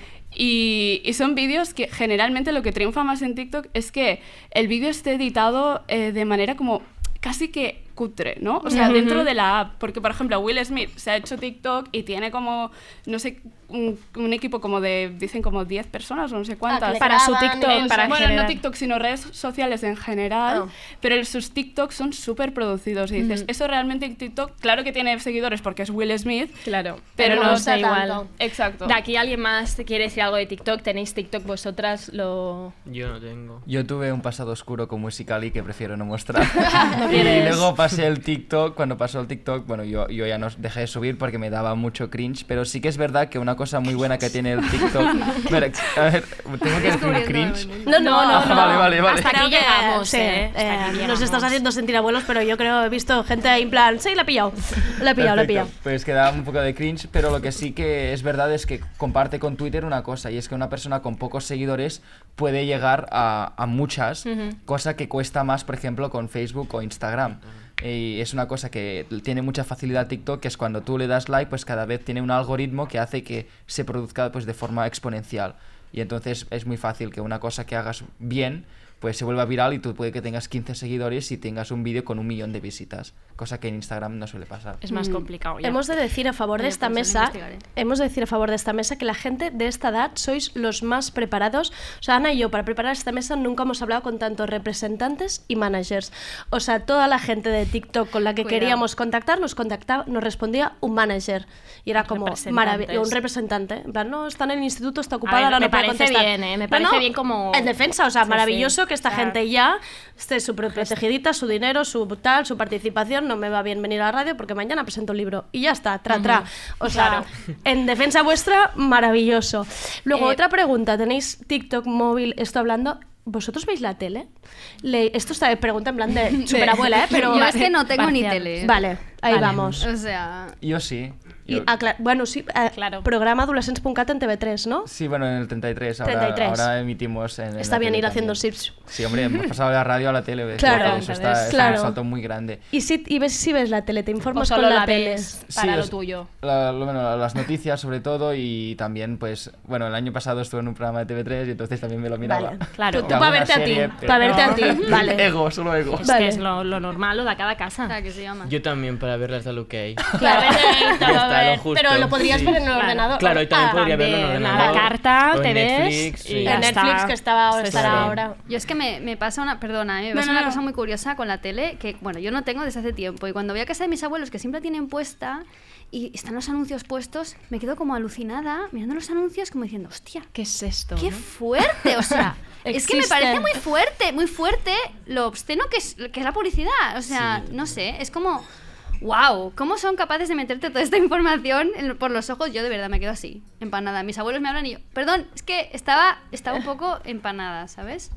Speaker 21: Y, y son vídeos que generalmente lo que triunfa más en TikTok es que el vídeo esté editado eh, de manera como casi que cutre, ¿no? O sea,
Speaker 8: Ujú.
Speaker 21: dentro de la app. Porque, por ejemplo, Will Smith se ha hecho TikTok y tiene como, no sé, un, un equipo como de, dicen como 10 personas o no sé
Speaker 8: Ah, que
Speaker 21: cuántas.
Speaker 8: le Para su graban, TikTok,
Speaker 21: En-
Speaker 8: para
Speaker 21: bueno,
Speaker 8: generar.
Speaker 21: no TikTok, sino redes sociales en general.
Speaker 8: Oh.
Speaker 21: Pero el- sus TikToks son súper producidos. Y dices,
Speaker 8: Ujú.
Speaker 21: eso realmente en TikTok, claro que tiene seguidores porque es Will Smith.
Speaker 5: Claro.
Speaker 21: Pero, no,
Speaker 5: está igual.
Speaker 21: Exacto.
Speaker 5: De aquí alguien más te quiere decir algo de TikTok. ¿Tenéis TikTok vosotras? Lo...
Speaker 20: Yo no tengo.
Speaker 18: Yo tuve un pasado oscuro con Musical.ly que prefiero no mostrar.
Speaker 5: No
Speaker 18: y
Speaker 5: quieres.
Speaker 18: luego pasé el TikTok. Cuando pasó el TikTok, bueno, yo, yo ya no dejé de subir porque me daba mucho cringe. Pero sí que es verdad que una cosa muy buena que tiene el TikTok... Pero, a ver, ¿tengo que decir cringe?
Speaker 4: No, no, no.
Speaker 18: Ah, Vale, vale, vale.
Speaker 4: Hasta aquí
Speaker 15: Creo que,
Speaker 4: llegamos,
Speaker 15: sí,
Speaker 4: eh, hasta
Speaker 15: eh,
Speaker 4: aquí
Speaker 15: Nos
Speaker 4: llegamos.
Speaker 15: estás haciendo sentir abuelos, pero yo creo he visto gente ahí en plan, sí, la he pillado. La he pillado, la he
Speaker 18: Perfecto.
Speaker 15: pillado.
Speaker 18: Pues queda un poco de cringe, pero lo que sí que es verdad es que comparte con Twitter una cosa, y es que una persona con pocos seguidores puede llegar a, a muchas,
Speaker 5: Ujú.
Speaker 18: cosa que cuesta más, por ejemplo, con Facebook o Instagram. Y es una cosa que tiene mucha facilidad TikTok, que es cuando tú le das like, pues cada vez tiene un algoritmo que hace que se produzca pues, de forma exponencial. Y entonces es muy fácil que una cosa que hagas bien, pues se vuelva viral y tú puede que tengas 15 seguidores y tengas un vídeo con un millón de visitas, cosa que en Instagram no suele pasar.
Speaker 5: Es más complicado ya.
Speaker 4: Mm. Hemos de decir a favor de
Speaker 5: Vale,
Speaker 4: esta
Speaker 5: pues,
Speaker 4: mesa,
Speaker 5: ahora investigaré.
Speaker 4: hemos de decir a favor de esta mesa que la gente de esta edad sois los más preparados. O sea, Ana y yo para preparar esta mesa nunca hemos hablado con tantos representantes y managers. O sea, toda la gente de TikTok con la que
Speaker 15: Cuidado.
Speaker 4: queríamos contactar nos contactaba, nos respondía un manager y era como
Speaker 5: Representantes.
Speaker 4: maravilloso, un representante. En plan, no, está en el instituto, está
Speaker 5: A
Speaker 4: ocupada,
Speaker 5: ver,
Speaker 4: ahora
Speaker 5: me
Speaker 4: no puede
Speaker 5: parece
Speaker 4: contestar.
Speaker 5: bien, ¿eh? Me
Speaker 4: No,
Speaker 5: parece
Speaker 4: no,
Speaker 5: bien como-
Speaker 4: en defensa, o sea,
Speaker 5: Sí, sí.
Speaker 4: maravilloso que esta
Speaker 5: O sea,
Speaker 4: gente ya esté súper protegidita, Este su dinero, su tal, su participación, no me va bien venir a la radio porque mañana presento un libro y ya está, tra, tra. O sea, en defensa vuestra, maravilloso. Luego,
Speaker 15: Eh,
Speaker 4: otra pregunta, ¿tenéis TikTok móvil, esto hablando? ¿Vosotros veis la tele? Le- esto está pregunta en plan de superabuela, ¿eh? Pero
Speaker 19: Yo es que no tengo ni
Speaker 4: Parcial.
Speaker 19: tele.
Speaker 4: Vale, ahí
Speaker 19: Vale.
Speaker 4: vamos.
Speaker 19: O sea,
Speaker 18: Yo sí.
Speaker 4: Y,
Speaker 18: Yo-
Speaker 4: acla- bueno, sí, eh, programa adolescents.cat en TV3, ¿no?
Speaker 18: Sí, bueno, en el 33. Ahora,
Speaker 4: 33.
Speaker 18: ahora emitimos en. en
Speaker 4: Está
Speaker 18: la
Speaker 4: bien
Speaker 18: tele
Speaker 4: ir haciendo
Speaker 18: también.
Speaker 4: sips.
Speaker 18: Sí, hombre, hemos pasado de la radio a la tele. ¿ves?
Speaker 4: Claro,
Speaker 18: Entonces, eso Pues está, es
Speaker 4: claro.
Speaker 18: un salto muy grande.
Speaker 4: Y si y ves si ves la tele, te informas
Speaker 5: solo
Speaker 4: con la,
Speaker 5: la
Speaker 4: tele.
Speaker 5: ves para
Speaker 18: Sí,
Speaker 5: lo
Speaker 18: es-
Speaker 5: tuyo.
Speaker 18: la- lo- bueno, las noticias sobre todo y también, pues, bueno, el año pasado estuve en un programa de TV3 y entonces también me lo miraba.
Speaker 5: Vale, claro. Tú-
Speaker 18: Y
Speaker 5: tú pa'
Speaker 18: alguna
Speaker 5: verte a ti,
Speaker 18: serie, eh, pero
Speaker 5: pa' verte a
Speaker 18: no.
Speaker 5: ti, vale.
Speaker 18: Ego, solo ego.
Speaker 5: Es que es lo, lo normal, lo de cada casa.
Speaker 4: Ah,
Speaker 5: que se llama.
Speaker 20: Yo también para ver las de lo que hay.
Speaker 5: Claro,
Speaker 20: Ya
Speaker 5: claro, a
Speaker 20: está,
Speaker 5: ver,
Speaker 20: justo,
Speaker 4: pero lo podrías ver en el ordenador.
Speaker 20: Claro, y también
Speaker 4: Ah,
Speaker 20: podría verlo en el
Speaker 4: también,
Speaker 20: ordenador.
Speaker 5: la carta,
Speaker 20: o en
Speaker 5: te ves
Speaker 20: Netflix,
Speaker 5: y
Speaker 20: sí.
Speaker 5: ya En está. Netflix,
Speaker 4: que estaba
Speaker 5: ahora, Sí, estará
Speaker 20: claro.
Speaker 5: ahora.
Speaker 19: Yo es que me, me pasa una, perdona, eh, me
Speaker 5: No,
Speaker 19: pasa
Speaker 5: no,
Speaker 19: una
Speaker 5: no.
Speaker 19: cosa muy curiosa con la tele que, bueno, yo no tengo desde hace tiempo y cuando voy a casa de mis abuelos que siempre la tienen puesta y están los anuncios puestos, me quedo como alucinada mirando los anuncios como diciendo, hostia,
Speaker 5: ¿qué es esto?
Speaker 19: Qué fuerte, o sea, es que me
Speaker 5: Existen.
Speaker 19: parece muy fuerte, muy fuerte lo obsceno que es, que es la publicidad, o sea, no sé, es como wow, ¿cómo son capaces de meterte toda esta información en- por los ojos? Yo de verdad me quedo así, empanada. Mis abuelos me hablan y yo, perdón, es que estaba estaba un poco empanada, ¿sabes?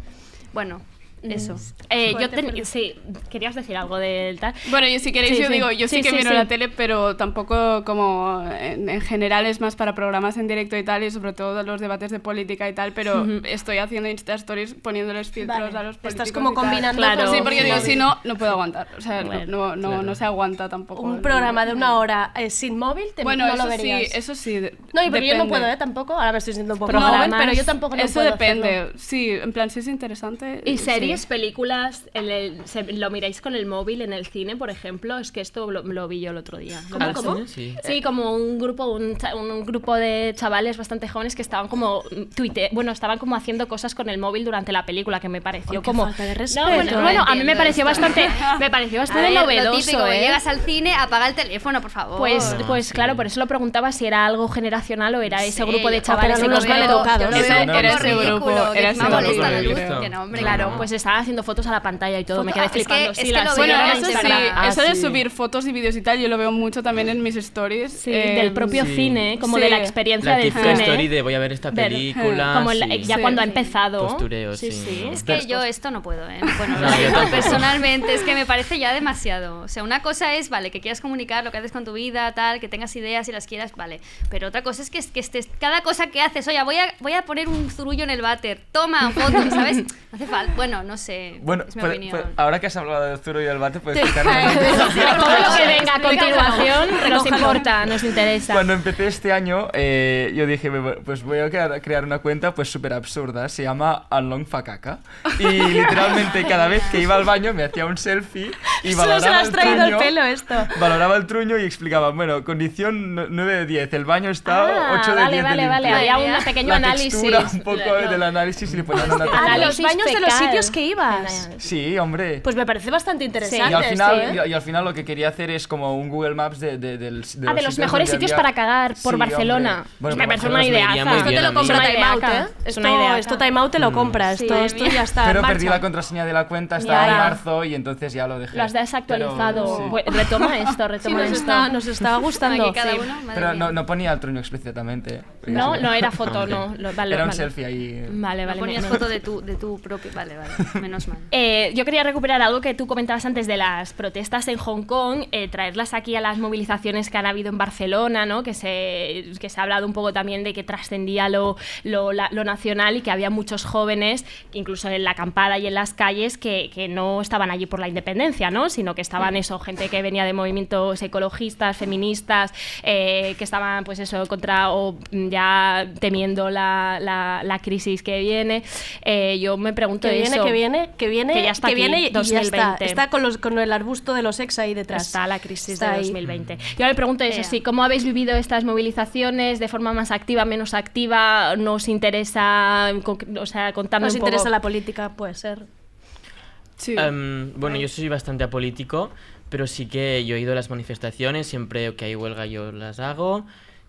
Speaker 19: Bueno, eso.
Speaker 5: Eh, yo ten- sí, querías decir algo del tal.
Speaker 21: Bueno, y si queréis,
Speaker 5: Sí,
Speaker 21: yo
Speaker 5: sí.
Speaker 21: digo, yo sí,
Speaker 5: Sí,
Speaker 21: que
Speaker 5: sí,
Speaker 21: miro
Speaker 5: sí.
Speaker 21: la tele, pero tampoco como en, en general es más para programas en directo y tal, y sobre todo los debates de política y tal, pero
Speaker 15: Ujú.
Speaker 21: estoy haciendo Insta Stories poniéndoles filtros
Speaker 15: Vale.
Speaker 21: a los políticos.
Speaker 15: Estás como
Speaker 21: y tal.
Speaker 15: combinando Claro. con-
Speaker 21: Sí, porque digo,
Speaker 15: Vale.
Speaker 21: si no, no puedo aguantar. O sea, no-
Speaker 15: Bueno,
Speaker 21: no, no,
Speaker 15: claro.
Speaker 21: no se aguanta tampoco.
Speaker 4: Un
Speaker 21: el-
Speaker 4: programa de una hora eh, sin móvil, te,
Speaker 21: Bueno,
Speaker 4: no
Speaker 21: eso
Speaker 4: lo verías.
Speaker 21: sí, eso sí. de-
Speaker 4: No, y porque yo no
Speaker 21: depende.
Speaker 4: puedo, ¿eh? Tampoco. Ahora me estoy sintiendo un poco
Speaker 21: No,
Speaker 4: joven, pero yo tampoco no
Speaker 21: Eso
Speaker 4: puedo
Speaker 21: depende.
Speaker 4: hacerlo.
Speaker 21: Sí, en plan, si es interesante.
Speaker 5: ¿Y
Speaker 21: sí.
Speaker 5: series, películas, el- el- se- lo miráis con el móvil en el cine, por ejemplo? Es que esto lo, lo vi yo el otro día.
Speaker 4: ¿Cómo,
Speaker 5: ¿Lo
Speaker 4: cómo?
Speaker 5: viste?
Speaker 4: Sí.
Speaker 5: Sí, como un grupo, un, cha- un grupo de chavales bastante jóvenes que estaban como mm, tuite, bueno, estaban como haciendo cosas con el móvil durante la película que me pareció
Speaker 4: qué
Speaker 5: como
Speaker 4: falta de
Speaker 5: No,
Speaker 4: respeto.
Speaker 5: bueno,
Speaker 4: No
Speaker 5: bueno, a mí
Speaker 4: entiendo
Speaker 5: me pareció
Speaker 4: esto.
Speaker 5: bastante me pareció
Speaker 19: A
Speaker 5: bastante
Speaker 19: ver,
Speaker 5: novedoso,
Speaker 19: lo típico,
Speaker 5: ¿eh?
Speaker 19: llegas al cine, apaga el teléfono, por favor.
Speaker 5: Pues,
Speaker 20: Ah,
Speaker 5: pues claro, por eso lo preguntaba si era algo generacional o era ese grupo de chavales
Speaker 19: no
Speaker 5: en concreto.
Speaker 21: Ese- era ese grupo. Era ese grupo.
Speaker 5: Claro, pues estaban haciendo fotos a la pantalla y todo. me
Speaker 21: Foto-
Speaker 5: quedé
Speaker 21: ah, es
Speaker 5: flipando.
Speaker 21: que-
Speaker 5: sí,
Speaker 21: es que
Speaker 5: la
Speaker 21: lo
Speaker 5: señora
Speaker 21: veo,
Speaker 5: en
Speaker 21: eso sí,
Speaker 5: Instagram. Ah,
Speaker 21: eso de
Speaker 5: sí.
Speaker 21: subir fotos y vídeos y tal, yo lo veo mucho también en mis stories. eh,
Speaker 5: Sí, del propio Sí. cine, como de la experiencia
Speaker 20: La
Speaker 5: del
Speaker 20: típica
Speaker 5: cine.
Speaker 20: story de voy a ver esta
Speaker 5: Ver,
Speaker 20: película.
Speaker 5: como el-
Speaker 20: sí.
Speaker 5: ya cuando ha empezado.
Speaker 20: Postureo,
Speaker 5: Sí,
Speaker 20: sí.
Speaker 5: sí.
Speaker 19: Es que yo esto no puedo, ¿eh? Bueno, lo
Speaker 20: No, yo
Speaker 19: digo
Speaker 20: tampoco.
Speaker 19: personalmente, es que me parece ya demasiado. O sea, una cosa es, vale, que quieras comunicar lo que haces con tu vida, tal, que tengas ideas y las quieras, vale. Pero otra cosa es que, que estés, cada cosa que haces, oye, voy a, voy a poner un zurullo en el váter, toma, foto, ¿sabes? No hace falta. Bueno, no sé.
Speaker 18: Bueno,
Speaker 19: es mi
Speaker 18: pero-
Speaker 19: opinión.
Speaker 18: pero ahora que has hablado del zuro y el bate, pues puedes
Speaker 19: Te-
Speaker 18: explicarnos.
Speaker 5: Todo lo que venga a continuación nos
Speaker 19: Recójalo.
Speaker 5: importa, nos interesa.
Speaker 18: Cuando empecé este año, eh, yo dije, "Me voy- pues voy a crear- crear una cuenta pues súper absurda, se llama Unlong Fakaka. Y literalmente cada vez que iba al baño me hacía un selfie y
Speaker 4: Solo
Speaker 18: valoraba
Speaker 4: se le has
Speaker 18: el
Speaker 4: traído al
Speaker 18: truño-
Speaker 4: pelo esto.
Speaker 18: Valoraba el truño y explicaba, bueno, condición 9 de 10, el baño está
Speaker 5: Ah,
Speaker 18: 8 de
Speaker 5: vale,
Speaker 18: 10 de
Speaker 5: vale, vale,
Speaker 18: limpio.
Speaker 5: había un pequeño
Speaker 18: La
Speaker 5: análisis.
Speaker 18: textura un poco
Speaker 5: Lo-
Speaker 18: del análisis y le ponían una
Speaker 4: Ah,
Speaker 18: textura.
Speaker 4: los baños de los
Speaker 5: fecal.
Speaker 4: sitios que ibas.
Speaker 18: Sí, hombre.
Speaker 4: Pues me parece bastante interesante.
Speaker 18: y, al
Speaker 4: sí,
Speaker 18: final,
Speaker 4: ¿eh?
Speaker 18: y, y al final lo que quería hacer es como un Google Maps de, de- del- de
Speaker 5: Ah, de los
Speaker 18: sitios
Speaker 5: mejores
Speaker 18: donde
Speaker 5: sitios
Speaker 18: había-
Speaker 5: para cagar por
Speaker 18: Sí,
Speaker 5: Barcelona.
Speaker 18: hombre. Bueno,
Speaker 5: me
Speaker 18: por
Speaker 5: parece una
Speaker 18: Barcelona
Speaker 5: idea.
Speaker 18: se me iría muy bien a mí.
Speaker 4: compra
Speaker 5: Es una
Speaker 4: Time Out,
Speaker 5: ideaca.
Speaker 4: ¿eh?
Speaker 5: Es
Speaker 4: Esto,
Speaker 5: una ideaca.
Speaker 4: esto Time Out te
Speaker 21: Mm.
Speaker 4: lo compras. esto, esto ya está. en
Speaker 18: Pero perdí
Speaker 4: marcha.
Speaker 18: la contraseña de la cuenta hasta
Speaker 4: Ya, ya.
Speaker 18: marzo y entonces ya lo dejé.
Speaker 5: Lo has desactualizado.
Speaker 18: Pero, sí.
Speaker 5: Bueno, Retoma esto,
Speaker 4: Sí,
Speaker 5: retoma
Speaker 4: nos,
Speaker 5: esto.
Speaker 4: está, nos estaba gustando.
Speaker 5: Aquí cada uno,
Speaker 18: Pero no, no ponía el truño explícitamente.
Speaker 5: No, no era foto, no. Lo- vale,
Speaker 18: era un
Speaker 5: vale.
Speaker 18: selfie ahí.
Speaker 5: Vale,
Speaker 19: No
Speaker 5: vale.
Speaker 19: ponías
Speaker 5: me-
Speaker 19: foto de tu, de tu propio. Vale, vale. Menos mal.
Speaker 5: Eh, yo quería recuperar algo que tú comentabas antes de las protestas en Hong Kong, eh, traerlas aquí a las movilizaciones que han habido en Barcelona, ¿no? que, se, que se ha hablado un poco también de que trascendía lo, lo, la- lo nacional y que había muchos jóvenes, incluso en la acampada y en las calles, que, que no estaban allí por la independencia, ¿no? sino que estaban eso, gente que venía de movimientos ecologistas, feministas, eh, que estaban pues eso contra o mm, ya temiendo la, la- la crisis que viene. Eh, yo me pregunto
Speaker 4: Que viene,
Speaker 5: eso
Speaker 4: que viene, que viene,
Speaker 5: que ya está aquí,
Speaker 4: viene y- y ya está.
Speaker 5: 2020.
Speaker 4: Está con, los, con el arbusto de los ex ahí detrás.
Speaker 5: Está la crisis
Speaker 4: Está
Speaker 5: de
Speaker 4: ahí.
Speaker 5: 2020. Yo me pregunto eso,
Speaker 4: Ea.
Speaker 5: sí, ¿cómo habéis vivido estas movilizaciones de forma más activa, menos activa? ¿Nos interesa, con- o sea, contadme
Speaker 4: Nos
Speaker 5: un poco.
Speaker 4: interesa la política, puede ser.
Speaker 20: Em, bueno, yo soy bastante apolítico, pero sí que yo he ido a las manifestaciones, siempre que hay huelga yo las hago.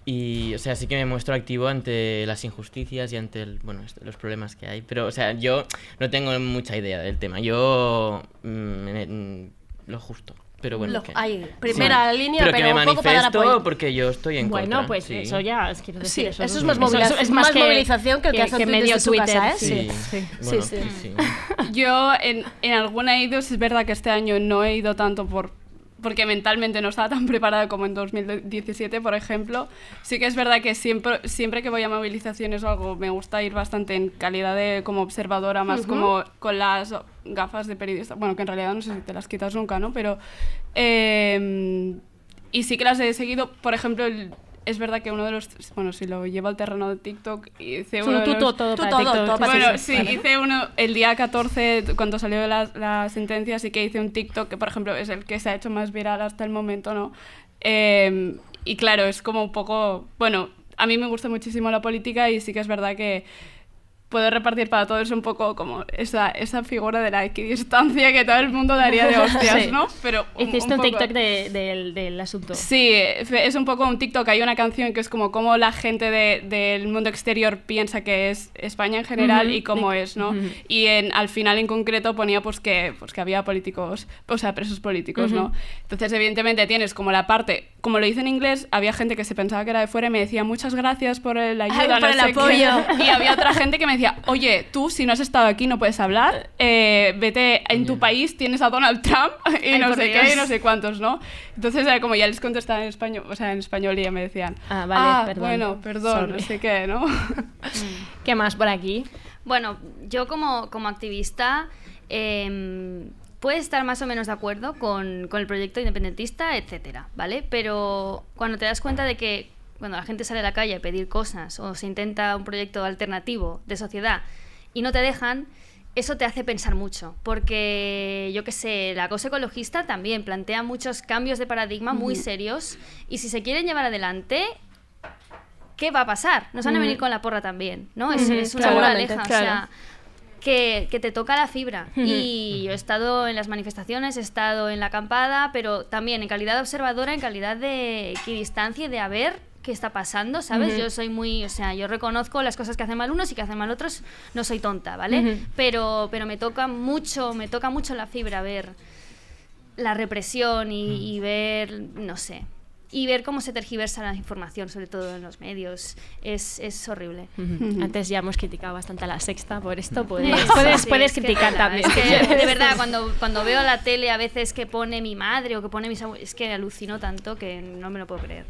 Speaker 20: Y, o sea, sí que me muestro activo ante las injusticias y ante el- bueno, esto- los problemas que hay. Pero, o sea, yo no tengo mucha idea del tema. Yo. mm, mm, lo justo. Pero bueno.
Speaker 4: Lo-
Speaker 20: que-
Speaker 4: ahí, primera línea,
Speaker 20: Pero que
Speaker 4: pero
Speaker 20: me
Speaker 4: un poco para dar
Speaker 20: manifiesto
Speaker 4: apoyo.
Speaker 20: porque yo estoy en
Speaker 5: Bueno,
Speaker 20: contra.
Speaker 5: pues
Speaker 20: sí.
Speaker 5: eso ya, os quiero decir,
Speaker 4: Sí,
Speaker 5: eso,
Speaker 4: eso es más
Speaker 5: eso-
Speaker 4: movilización-
Speaker 5: eso es
Speaker 4: más movilización que el que hace un tuit
Speaker 5: medio
Speaker 4: desde su casa,
Speaker 5: Twitter,
Speaker 4: ¿eh?
Speaker 5: sí.
Speaker 4: Sí.
Speaker 20: Bueno,
Speaker 4: sí.
Speaker 20: sí, sí.
Speaker 21: Yo en, en alguna he ido, es verdad que este año no he ido tanto por porque mentalmente no estaba tan preparada como en 2017, por ejemplo. Sí que es verdad que siempre, siempre que voy a movilizaciones o algo, me gusta ir bastante en calidad de como observadora, más
Speaker 8: Ujú.
Speaker 21: como con las gafas de periodista. Bueno, que en realidad no sé si te las quitas nunca, ¿no? Pero... eh, y sí que las he seguido, por ejemplo, el- es verdad que uno de los... Bueno, si lo llevo al terreno de TikTok, hice
Speaker 5: Tú-
Speaker 21: uno de
Speaker 5: tú
Speaker 21: los-
Speaker 5: todo, todo Tú para todo, TikTok, todo para
Speaker 21: Bueno,
Speaker 5: TikTok.
Speaker 21: sí,
Speaker 5: Vale.
Speaker 21: hice uno el día 14, cuando salió la, la sentencia, así que hice un TikTok, que por ejemplo es el que se ha hecho más viral hasta el momento, ¿no? Eh, y claro, es como un poco... Bueno, a mí me gusta muchísimo la política y sí que es verdad que puedo repartir para todos un poco como esa, esa figura de la equidistancia que todo el mundo daría de hostias,
Speaker 5: Sí.
Speaker 21: ¿no? Pero
Speaker 5: Hiciste un,
Speaker 21: poco-
Speaker 5: TikTok de- del- del asunto.
Speaker 21: Sí, fe- es un poco un TikTok. Hay una canción que es como cómo la gente de- del mundo exterior piensa que es España en general
Speaker 5: Ujú.
Speaker 21: y cómo es, ¿no?
Speaker 5: Ujú.
Speaker 21: Y en- al final en concreto ponía pues que, pues que había políticos, o sea, presos políticos,
Speaker 5: Ujú.
Speaker 21: ¿no? Entonces, evidentemente tienes como la parte, como lo dice en inglés, había gente que se pensaba que era de fuera y me decía muchas gracias por la ayuda,
Speaker 4: Ay, por
Speaker 21: no
Speaker 4: el
Speaker 21: sé qué".
Speaker 4: apoyo.
Speaker 21: Y había otra gente que me decía, oye, tú si no has estado aquí no puedes hablar, eh, vete en tu país, tienes a Donald Trump y
Speaker 5: Ay,
Speaker 21: no
Speaker 5: por
Speaker 21: sé
Speaker 5: Dios.
Speaker 21: qué, y no sé cuántos, ¿no? Entonces era como ya les contestaba en español, o sea, en español y ya me decían,
Speaker 5: Ah,
Speaker 21: ah,
Speaker 5: vale, perdón.
Speaker 21: bueno, perdón, no
Speaker 5: Sorry.
Speaker 21: sé qué, ¿no?
Speaker 5: ¿Qué más por aquí?
Speaker 19: Bueno, yo como, como activista eh, puedo estar más o menos de acuerdo con, con el proyecto independentista, etcétera, ¿vale? Pero cuando te das cuenta de que cuando la gente sale a la calle a pedir cosas o se intenta un proyecto alternativo de sociedad y no te dejan, eso te hace pensar mucho, porque yo qué sé, la cosa ecologista también plantea muchos cambios de paradigma muy
Speaker 5: Ujú.
Speaker 19: serios y si se quieren llevar adelante, ¿qué va a pasar? Nos van a
Speaker 5: Ujú.
Speaker 19: venir con la porra también, ¿no? Es,
Speaker 5: Ujú,
Speaker 19: es una
Speaker 5: seguramente,
Speaker 19: moraleja, o
Speaker 5: claro.
Speaker 19: sea, que, que te toca la fibra.
Speaker 5: Ujú.
Speaker 19: Y yo he estado en las manifestaciones, he estado en la acampada, pero también en calidad de observadora, en calidad de equidistancia y de a ver qué está pasando, ¿sabes?
Speaker 5: Ujú.
Speaker 19: Yo soy muy, o sea, yo reconozco las cosas que hacen mal unos y que hacen mal otros, no soy tonta, ¿vale?
Speaker 5: Ujú.
Speaker 19: Pero pero me toca mucho, me toca mucho la fibra ver la represión y, y ver, no sé, y ver cómo se tergiversa la información, sobre todo en los medios, es, es horrible.
Speaker 5: Ujú. Antes ya hemos criticado bastante a la sexta por esto,
Speaker 19: Sí,
Speaker 5: puedes, puedes,
Speaker 19: sí,
Speaker 5: puedes
Speaker 19: es que
Speaker 5: criticar
Speaker 19: es verdad,
Speaker 5: también.
Speaker 19: es que, de verdad, cuando, cuando veo la tele a veces que pone mi madre o que pone mis abuelos, es que alucino tanto que no me lo puedo creer.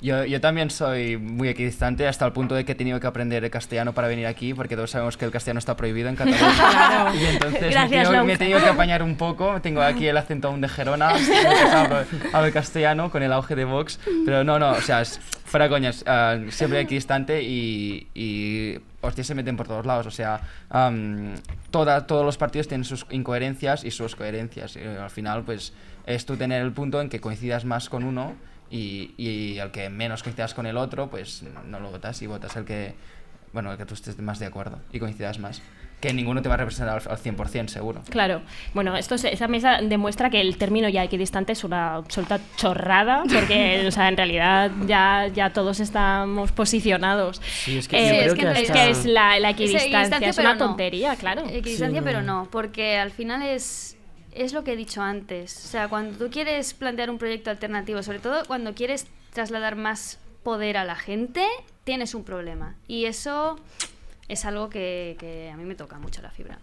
Speaker 18: Yo, yo también soy muy equidistante hasta el punto de que he tenido que aprender el castellano para venir aquí, porque todos sabemos que el castellano está prohibido en Cataluña.
Speaker 8: Claro.
Speaker 18: Y entonces me he
Speaker 8: Gracias,
Speaker 18: tenido- me,
Speaker 8: Lauca.
Speaker 18: he tenido que apañar un poco. Tengo aquí el acento aún de Gerona, entonces hablo, hablo castellano con el auge de Vox. Pero no, no, o sea, es- fuera coñas, ah, siempre equidistante y, y hostias se meten por todos lados. O sea, am, toda- todos los partidos tienen sus incoherencias y sus coherencias. Y, al final, pues, es tú tener el punto en que coincidas más con uno y, y al que menos coincidas con el otro, pues no lo votas y votas el que, bueno, el que tú estés más de acuerdo y coincidas más. Que ninguno te va a representar al, al 100% seguro.
Speaker 5: Claro. Bueno, esto es- esa mesa demuestra que el término ya equidistante es una absoluta chorrada, porque o sea, en realidad ya, ya todos estamos posicionados.
Speaker 20: Sí, es que
Speaker 5: Eh,
Speaker 20: yo creo
Speaker 5: es que,
Speaker 20: que
Speaker 5: es,
Speaker 20: hasta-
Speaker 5: que es la, la
Speaker 19: Es
Speaker 5: equidistancia,
Speaker 19: equidistancia,
Speaker 5: es una
Speaker 19: pero no.
Speaker 5: tontería, claro.
Speaker 19: Equidistancia,
Speaker 5: Sí, no.
Speaker 19: pero no, porque al final es, es lo que he dicho antes. O sea, cuando tú quieres plantear un proyecto alternativo, sobre todo cuando quieres trasladar más poder a la gente, tienes un problema. Y eso es algo que, que a mí me toca mucho la fibra.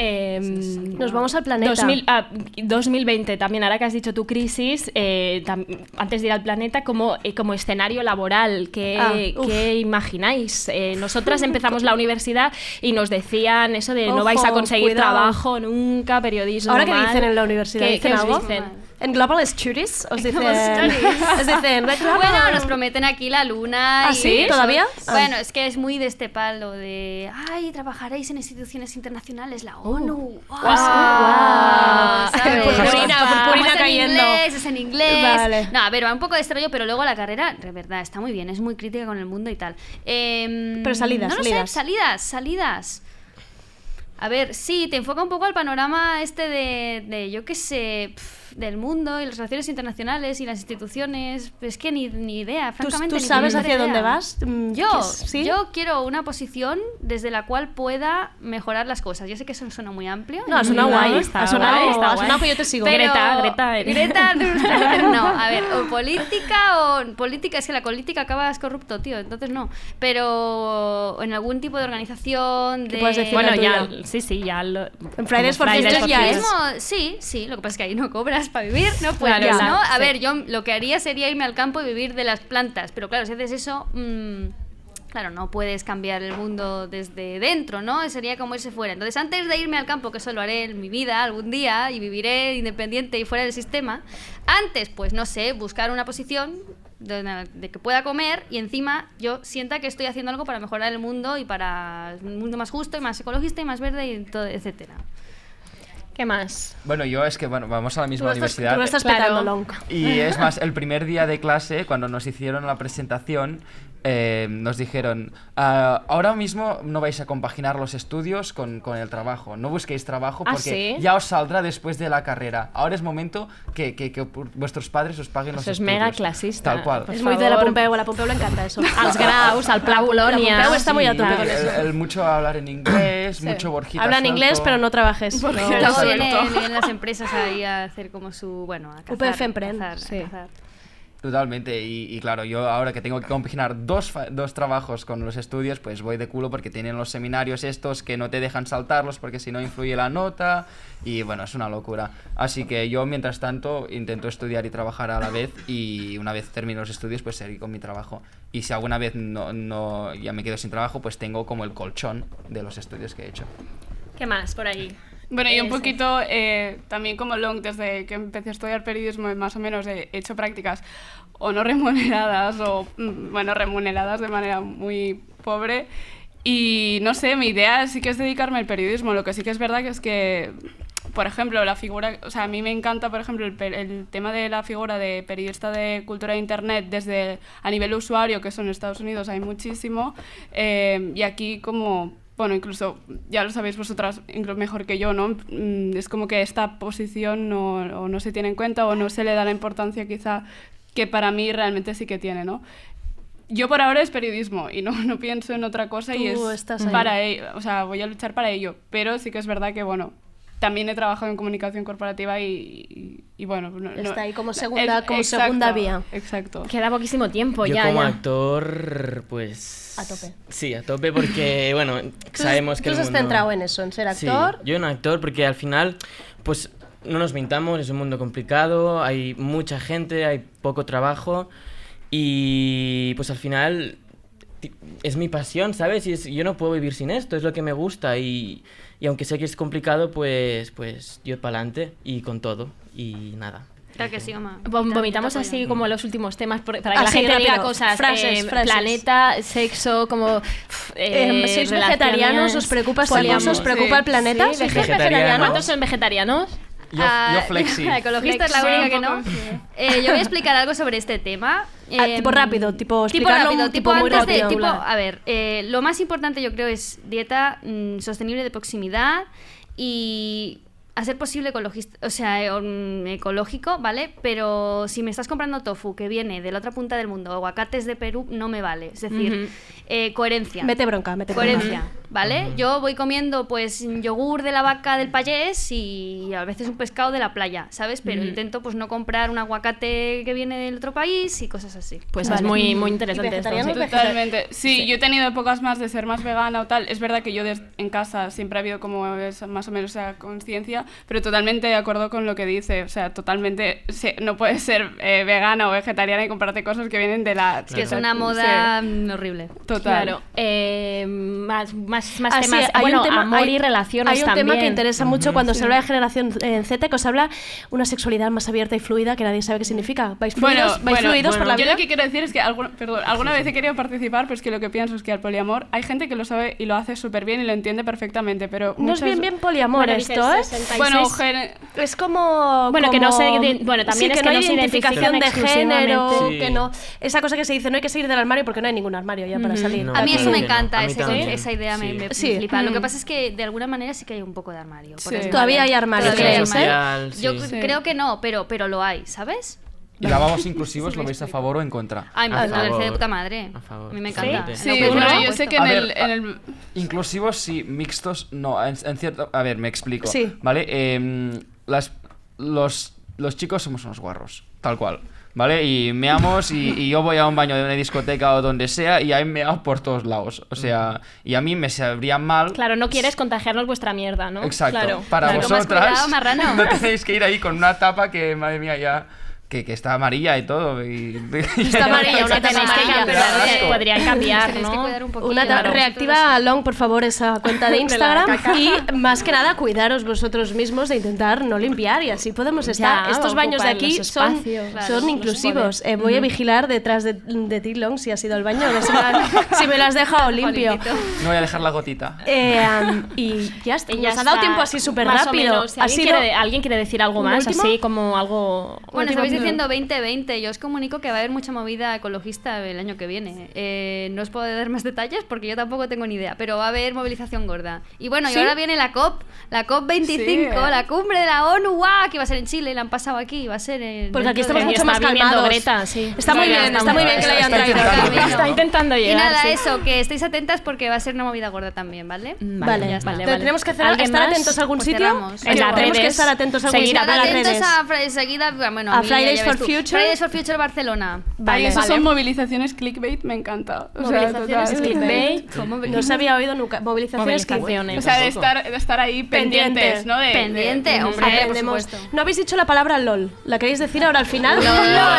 Speaker 5: Eh,
Speaker 4: Em, Nos vamos al planeta.
Speaker 5: 2000 ah, 2020, también ahora que has dicho tu crisis, eh, tam- antes de ir al planeta, como, eh, como escenario laboral, ¿qué,
Speaker 4: Ah,
Speaker 5: qué
Speaker 4: uf.
Speaker 5: imagináis? Eh, nosotras empezamos la universidad y nos decían eso de no
Speaker 4: Ojo,
Speaker 5: vais a conseguir
Speaker 4: cuidado.
Speaker 5: trabajo nunca, periodismo.
Speaker 4: Ahora que
Speaker 5: mal".
Speaker 4: dicen en la universidad,
Speaker 5: ¿Qué,
Speaker 4: ¿dicen
Speaker 5: qué os
Speaker 4: algo?
Speaker 5: dicen?
Speaker 4: En Global Studies os dicen...
Speaker 19: Studies.
Speaker 4: os dicen...
Speaker 19: Bueno, nos prometen aquí la luna.
Speaker 4: ¿Ah,
Speaker 19: y
Speaker 4: sí?
Speaker 19: eso.
Speaker 4: ¿Todavía? Ah.
Speaker 19: Bueno, es que es muy de este palo de. ¡Ay, trabajaréis en instituciones internacionales, la ONU! ¡Guau!
Speaker 5: Guau.
Speaker 19: ¿sabes?
Speaker 5: Purpurina, purpurina
Speaker 19: Como es en
Speaker 5: cayendo.
Speaker 19: inglés, es en inglés.
Speaker 5: Vale.
Speaker 19: No, a ver, va un poco de estrello, pero luego la carrera, de verdad, está muy bien, es muy crítica con el mundo y tal. Em,
Speaker 4: Pero salidas,
Speaker 19: no lo
Speaker 4: salidas.
Speaker 19: Sé, salidas, salidas. A ver, sí, te enfoca un poco al panorama este de, de, yo qué sé, pf, del mundo y las relaciones internacionales y las instituciones. Es que ni, ni idea,
Speaker 4: ¿Tú,
Speaker 19: francamente.
Speaker 4: tú
Speaker 19: ni
Speaker 4: sabes
Speaker 19: puñetera
Speaker 4: hacia
Speaker 19: idea.
Speaker 4: dónde vas? Mm,
Speaker 19: Yo,
Speaker 4: ¿qué- sí?
Speaker 19: yo quiero una posición desde la cual pueda mejorar las cosas. Yo sé que eso suena muy amplio.
Speaker 4: No, ha
Speaker 19: muy
Speaker 4: sonado guay,
Speaker 19: largo,
Speaker 4: ha sonado- ha sonado que yo te sigo. Greta, Greta eh. eres.
Speaker 19: Greta, no, a ver, o política o política es que la política acabas corrupto, tío, entonces no. Pero en algún tipo de organización
Speaker 5: ¿Qué
Speaker 19: de
Speaker 5: puedes decir la Bueno, ya- tuya? sí, sí, ya lo,
Speaker 4: En Fridays for Future ya es.
Speaker 19: Mismo- sí, sí, lo que pasa es que ahí no cobras para vivir, no
Speaker 5: Claro,
Speaker 19: puedes,
Speaker 5: ya,
Speaker 19: ¿no? A
Speaker 5: sí.
Speaker 19: ver, yo lo que haría sería irme al campo y vivir de las plantas, pero claro, si haces eso, mm, claro, no puedes cambiar el mundo desde dentro, ¿no? Sería como irse fuera. Entonces, antes de irme al campo, que eso lo haré en mi vida algún día y viviré independiente y fuera del sistema, antes, pues no sé, buscar una posición de, una- de que pueda comer y encima yo sienta que estoy haciendo algo para mejorar el mundo y para un mundo más justo y más ecologista y más verde y todo, etcétera.
Speaker 5: ¿Qué más?
Speaker 18: Bueno, yo es que bueno, vamos a la misma universidad.
Speaker 5: Claro.
Speaker 18: Y es más, el primer día de clase, cuando nos hicieron la presentación, eh, nos dijeron, "Ah, ahora mismo no vais a compaginar los estudios con, con el trabajo, no busquéis trabajo
Speaker 5: ¿Ah,
Speaker 18: porque
Speaker 5: sí?
Speaker 18: ya os saldrá después de la carrera. Ahora es momento que, que- que pu- vuestros padres os paguen los
Speaker 5: Eso es
Speaker 18: estudios.
Speaker 5: mega clasista.
Speaker 18: Tal cual.
Speaker 5: Por
Speaker 4: Es muy de la
Speaker 5: favor.
Speaker 4: Pompeu, a la Pompeu le encanta eso.
Speaker 5: Als graus, al Pla Bolonia.
Speaker 4: La Pompeu está muy a
Speaker 18: Sí,
Speaker 4: tope con
Speaker 18: el,
Speaker 4: eso.
Speaker 18: el mucho hablar en inglés, mucho borjita.
Speaker 4: Hablan
Speaker 18: suelto.
Speaker 4: inglés, pero no trabajes.
Speaker 18: Porque
Speaker 4: No.
Speaker 18: Exacto.
Speaker 19: Vienen, vienen las empresas ahí a hacer como su, bueno, a cazar.
Speaker 4: UPF
Speaker 19: Emprend. cazar.
Speaker 18: Totalmente, y, y claro, yo ahora que tengo que compaginar dos, fa- dos trabajos con los estudios, pues voy de culo porque tienen los seminarios estos que no te dejan saltarlos porque si no influye la nota y bueno, es una locura. Así que yo mientras tanto intento estudiar y trabajar a la vez y una vez termino los estudios pues seguir con mi trabajo. Y si alguna vez no, no ya me quedo sin trabajo pues tengo como el colchón de los estudios que he hecho.
Speaker 5: ¿Qué más por ahí?
Speaker 21: Bueno, y un
Speaker 5: Eh,
Speaker 21: poquito eh, también como long, desde que empecé a estudiar periodismo, más o menos he hecho prácticas o no remuneradas o, mm, bueno, remuneradas de manera muy pobre. Y no sé, mi idea sí que es dedicarme al periodismo. Lo que sí que es verdad que es que, por ejemplo, la figura, o sea, a mí me encanta, por ejemplo, el, per- el tema de la figura de periodista de cultura de Internet desde a nivel usuario, que eso en Estados Unidos hay muchísimo, eh, y aquí como, bueno, incluso, ya lo sabéis vosotras incluso mejor que yo, ¿no? Mm, Es como que esta posición no, o no se tiene en cuenta o no se le da la importancia quizá que para mí realmente sí que tiene, ¿no? Yo por ahora es periodismo y no, no pienso en otra cosa y es
Speaker 4: Tú estás ahí.
Speaker 21: para ello, o sea, voy a luchar para ello, pero sí que es verdad que, bueno, también he trabajado en comunicación corporativa y, y- y bueno... no- no-
Speaker 4: Está ahí como segunda-
Speaker 21: Es-
Speaker 4: como segunda vía.
Speaker 21: Exacto.
Speaker 5: eh, Queda poquísimo tiempo
Speaker 20: Yo
Speaker 5: ya.
Speaker 20: como
Speaker 5: ya.
Speaker 20: actor, pues...
Speaker 4: Oh, A tope.
Speaker 20: Sí, a tope porque, bueno,
Speaker 4: Tú-
Speaker 20: sabemos
Speaker 4: Tú
Speaker 20: que el
Speaker 4: estás
Speaker 20: mundo-
Speaker 4: centrado en eso, en ser actor.
Speaker 20: Sí, yo en actor porque al final, pues no nos mintamos, es un mundo complicado, hay mucha gente, hay poco trabajo Y pues al final ti- es mi pasión, ¿sabes? Y es- yo no puedo vivir sin esto, es lo que me gusta. Y, y aunque sé que es complicado, pues, pues yo para adelante y con todo. Y nada.
Speaker 19: Claro que sí, Oma.
Speaker 5: Vom- Vomitamos así como los últimos temas por-
Speaker 4: Ah,
Speaker 5: para que la
Speaker 19: Así,
Speaker 5: gente diga
Speaker 19: rápido.
Speaker 5: cosas. eh,
Speaker 19: Frases, frases.
Speaker 5: Planeta, sexo, como. pf,
Speaker 4: Eh, ¿sois
Speaker 5: relaciones,
Speaker 4: vegetarianos? ¿Os preocupa esta cosa?
Speaker 5: poliamor.
Speaker 4: ¿Os preocupa el planeta?
Speaker 5: Sí,
Speaker 4: ¿Sois
Speaker 5: vegetarianos?
Speaker 4: vegetarianos?
Speaker 5: ¿Cuántos son vegetarianos?
Speaker 19: Yo- Ah, yo flexi. la ecologista es la
Speaker 5: Flexi,
Speaker 19: única que
Speaker 5: un
Speaker 19: no.
Speaker 5: poco.
Speaker 19: Eh, yo voy a explicar algo sobre este tema.
Speaker 4: Ah,
Speaker 19: Eh,
Speaker 4: tipo rápido, tipo
Speaker 19: Tipo
Speaker 4: explicarlo
Speaker 19: rápido,
Speaker 4: un-
Speaker 19: tipo,
Speaker 4: muy
Speaker 19: antes de-
Speaker 4: rápido.
Speaker 19: tipo, a ver, eh, lo más importante yo creo es dieta mm, sostenible de proximidad y hacer posible ecologista, o sea, eh, mm, ecológico, ¿vale? Pero si me estás comprando tofu que viene de la otra punta del mundo, o aguacates de Perú, no me vale. Es decir,
Speaker 4: Ujú.
Speaker 19: eh, coherencia.
Speaker 4: Mete bronca, mete bronca.
Speaker 19: Coherencia, ¿vale? Yo voy comiendo pues yogur de la vaca del payés y a veces un pescado de la playa, ¿sabes? Pero
Speaker 5: Ujú.
Speaker 19: intento pues no comprar un aguacate que viene del otro país y cosas así.
Speaker 5: Pues es muy, muy interesante esto.
Speaker 21: Totalmente. Sí, yo he tenido épocas más de ser más vegana o tal. Es verdad que yo des- en casa siempre ha habido como esa- más o menos esa conciencia, pero totalmente de acuerdo con lo que dice. O sea, totalmente se- no puedes ser eh, vegana o vegetariana y comprarte cosas que vienen de la...
Speaker 19: Es que es una moda
Speaker 21: Sí.
Speaker 19: mm, horrible.
Speaker 21: Total.
Speaker 5: Claro. Eh, más más, más
Speaker 4: Ah, sí,
Speaker 5: temas.
Speaker 4: hay
Speaker 5: bueno,
Speaker 4: un tema-
Speaker 5: amor
Speaker 4: hay-
Speaker 5: y relaciones
Speaker 4: Hay un
Speaker 5: también.
Speaker 4: tema que interesa mucho cuando
Speaker 5: Sí.
Speaker 4: se habla de generación eh, Z, que os habla una sexualidad más abierta y fluida que nadie sabe qué significa. ¿Vais fluidos, vais fluidos por la
Speaker 21: yo
Speaker 4: vida?
Speaker 21: lo que quiero decir es que alguna, perdón, alguna vez he querido participar, pero es que lo que pienso es que al poliamor hay gente que lo sabe y lo hace súper bien y lo entiende perfectamente, pero
Speaker 4: No es
Speaker 21: muchas-
Speaker 4: bien bien poliamor
Speaker 21: Bueno, dices
Speaker 4: esto, ¿eh?
Speaker 21: 66. Bueno, gen-
Speaker 4: es como...
Speaker 5: Bueno, que no
Speaker 4: como-
Speaker 5: se ide- bueno,
Speaker 4: Sí,
Speaker 5: también es
Speaker 4: que
Speaker 5: que
Speaker 4: no
Speaker 5: no
Speaker 4: hay
Speaker 5: se
Speaker 4: identificación de
Speaker 5: identifican
Speaker 4: género,
Speaker 5: exclusivamente.
Speaker 4: que
Speaker 5: Sí.
Speaker 4: no... Esa cosa que se dice, no hay que salir del armario porque no hay ningún armario ya para
Speaker 19: Ujú.
Speaker 4: salir.
Speaker 19: a mí eso me
Speaker 4: Aquí.
Speaker 19: encanta, ese- esa idea me, me
Speaker 4: Sí.
Speaker 19: flipa. Lo que
Speaker 4: Mm.
Speaker 19: pasa es que de alguna manera sí que hay un poco de armario. por
Speaker 4: Sí.
Speaker 19: eso.
Speaker 4: Todavía hay armario,
Speaker 19: Todavía
Speaker 4: crees,
Speaker 19: hay
Speaker 4: ¿eh?
Speaker 19: armario.
Speaker 18: Social,
Speaker 19: Yo
Speaker 18: sí.
Speaker 19: cre- creo que no, pero, pero lo hay, ¿sabes?
Speaker 18: Y la vamos inclusivos, ¿lo veis a favor o en contra?
Speaker 19: Ay, me
Speaker 18: A
Speaker 19: parece de
Speaker 18: favor.
Speaker 19: puta madre.
Speaker 18: A favor.
Speaker 19: A mí me
Speaker 18: totalmente.
Speaker 19: encanta.
Speaker 21: Sí, pero yo sé que en
Speaker 18: A ver,
Speaker 21: el, en el-
Speaker 18: Inclusivos sí, mixtos no. En, en cierto, a ver, me explico.
Speaker 21: Sí.
Speaker 18: ¿Vale? Em, las, los, los chicos somos unos guarros, tal cual. ¿Vale? Y meamos y, y yo voy a un baño de una discoteca o donde sea y hay meado por todos lados. O sea, y a mí me sabría mal.
Speaker 5: Claro, no quieres contagiarnos vuestra mierda, ¿no?
Speaker 18: Exacto.
Speaker 5: Claro.
Speaker 18: Para
Speaker 5: Claro.
Speaker 18: vosotras.
Speaker 5: Más cuidado, marrano.
Speaker 18: No tenéis que ir ahí con una tapa que, madre mía, ya. Que, que está amarilla y todo. Y,
Speaker 4: Está amarilla, una tapa
Speaker 5: tenéis que
Speaker 4: amarilla.
Speaker 5: cambiar, Pero asco. eh, podrían cambiar,
Speaker 19: Tenéis que
Speaker 5: ¿no?
Speaker 19: cuidar un poquillo.
Speaker 4: Una ta-
Speaker 19: Claro.
Speaker 4: reactiva Long, por favor, esa cuenta de
Speaker 5: De la
Speaker 4: Instagram
Speaker 5: caca.
Speaker 4: y más que nada cuidaros vosotros mismos de intentar no limpiar y así podemos estar.
Speaker 5: Ya,
Speaker 4: Estos baños de
Speaker 5: ocupar
Speaker 4: aquí
Speaker 5: los
Speaker 4: son,
Speaker 5: espacios, claro,
Speaker 4: son
Speaker 5: los
Speaker 4: inclusivos.
Speaker 5: poderes.
Speaker 4: Eh, voy a
Speaker 5: Ujú.
Speaker 4: vigilar detrás de, de ti, Long, si has ido al baño, a ver si me, la- si me lo has dejado limpio.
Speaker 18: No voy a dejar la gotita.
Speaker 4: Eh, um, y ya está.
Speaker 5: Y ya
Speaker 4: Nos ha dado
Speaker 5: está.
Speaker 4: tiempo así súper
Speaker 5: Más o
Speaker 4: rápido.
Speaker 5: menos. Si
Speaker 4: Ha
Speaker 5: alguien,
Speaker 4: sido-
Speaker 5: quiere, alguien quiere decir algo
Speaker 4: ¿Un
Speaker 5: más,
Speaker 4: último?
Speaker 5: así como algo.
Speaker 19: Bueno,
Speaker 5: último.
Speaker 19: estabais diciendo 2020. Yo os comunico que va a haber mucha movida ecologista el año que viene. Eh, no os puedo dar más detalles porque yo tampoco tengo ni idea, pero va a haber movilización gorda. Y bueno,
Speaker 5: ¿Sí?
Speaker 19: y ahora viene la COP, la COP25,
Speaker 5: Sí.
Speaker 19: la cumbre de la ONU, ¡guau! que va a ser en Chile, la han pasado aquí, va a ser en.
Speaker 4: Porque aquí
Speaker 19: dentro
Speaker 4: estamos
Speaker 19: de-
Speaker 4: mucho más calmados. Está muy bien, está muy bien que lo hayan traído.
Speaker 5: Está intentando
Speaker 19: Y
Speaker 5: llegar.
Speaker 19: nada,
Speaker 5: sí.
Speaker 19: eso, que estéis atentas porque va a ser una movida gorda también, ¿vale?
Speaker 4: Mm, Vale,
Speaker 19: ya está.
Speaker 4: vale, Te- vale. tenemos que hacer- estar
Speaker 19: más?
Speaker 4: atentos a algún
Speaker 19: Pues
Speaker 4: sitio.
Speaker 19: cerramos.
Speaker 4: En las Tenemos que redes. estar atentos a algún
Speaker 19: Seguir
Speaker 4: sitio.
Speaker 19: atentos
Speaker 4: Las redes.
Speaker 19: a Fri- seguida- bueno,
Speaker 4: A
Speaker 19: Mila, ya
Speaker 4: Fridays
Speaker 19: ves
Speaker 4: for
Speaker 19: tú.
Speaker 4: Future.
Speaker 19: Fridays for Future Barcelona.
Speaker 21: Ay,
Speaker 19: eso
Speaker 21: esas son movilizaciones clickbait, me encanta. O sea,
Speaker 19: Movilizaciones
Speaker 21: total.
Speaker 19: clickbait. ¿Cómo
Speaker 4: No se había oído nunca. Movilizaciones, que-
Speaker 21: O sea, de estar, de estar ahí pendientes, ¿no? De- de- de-
Speaker 4: Aprendemos. No habéis dicho la palabra LOL. ¿La queréis decir ahora al final?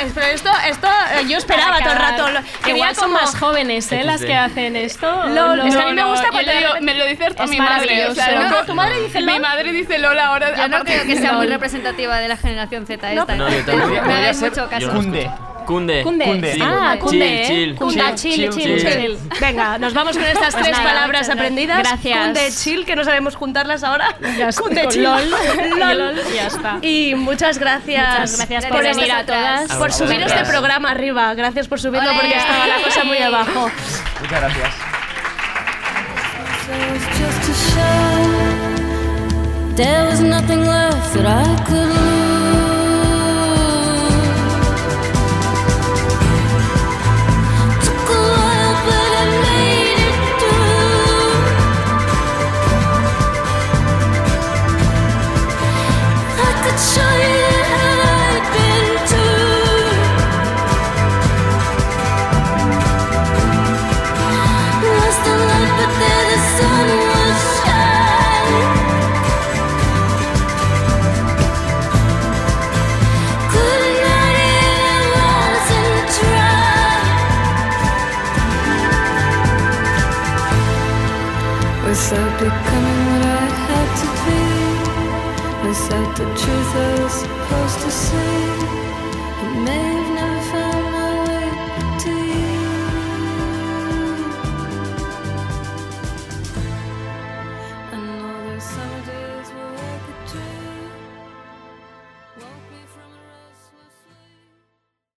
Speaker 4: Es- pero esto, esto eh, yo esperaba todo el rato. lo-
Speaker 5: Que
Speaker 4: quería
Speaker 5: igual son
Speaker 4: como-
Speaker 5: más jóvenes, ¿eh? Las
Speaker 4: XD.
Speaker 5: que hacen esto.
Speaker 4: LOL, es que a mí me gusta
Speaker 5: yo
Speaker 4: cuando
Speaker 5: le
Speaker 4: de
Speaker 5: digo-
Speaker 4: repente-
Speaker 21: Me lo dices tú a
Speaker 5: Es
Speaker 21: mi madre. O sea,
Speaker 5: maravilloso.
Speaker 21: loco,
Speaker 5: No, tu madre dice
Speaker 21: Mi
Speaker 5: LOL.
Speaker 21: madre dice LOL ahora.
Speaker 19: Yo no
Speaker 21: aparte-
Speaker 19: creo que sea muy
Speaker 21: LOL.
Speaker 19: representativa de la generación Z
Speaker 21: No,
Speaker 19: esta.
Speaker 20: No,
Speaker 19: ¿eh?
Speaker 20: yo tampoco.
Speaker 19: me hagáis mucho caso.
Speaker 20: Kunde.
Speaker 19: Kunde.
Speaker 20: Sí.
Speaker 19: Ah,
Speaker 4: Kunde,
Speaker 20: Chill,
Speaker 4: ¿eh?
Speaker 20: chill.
Speaker 4: Kunde, chill, chill, chill. Venga, nos vamos con estas
Speaker 5: Pues
Speaker 4: tres
Speaker 5: nada,
Speaker 4: palabras
Speaker 5: muchas
Speaker 4: aprendidas.
Speaker 5: gracias.
Speaker 4: Kunde chill, que no sabemos juntarlas ahora.
Speaker 5: está,
Speaker 4: Kunde
Speaker 5: con
Speaker 4: chill.
Speaker 5: LOL, y LOL,
Speaker 4: Y
Speaker 5: y ya está.
Speaker 4: muchas gracias.
Speaker 5: Muchas gracias por
Speaker 4: estas
Speaker 5: venir a
Speaker 4: entradas.
Speaker 5: todas.
Speaker 4: Por
Speaker 5: A
Speaker 4: subir
Speaker 5: vosotras.
Speaker 4: este programa arriba. Gracias por subirlo
Speaker 5: Olé.
Speaker 4: porque estaba la cosa muy abajo.
Speaker 18: Muchas gracias.
Speaker 4: Mm.
Speaker 13: just a show. There was nothing left that I could lose. Took a while, but I made it through. I could show you how I've been through. Lost the light, but then the sun will shine.
Speaker 15: becoming what I had to be. Miss out the truth I was supposed to say.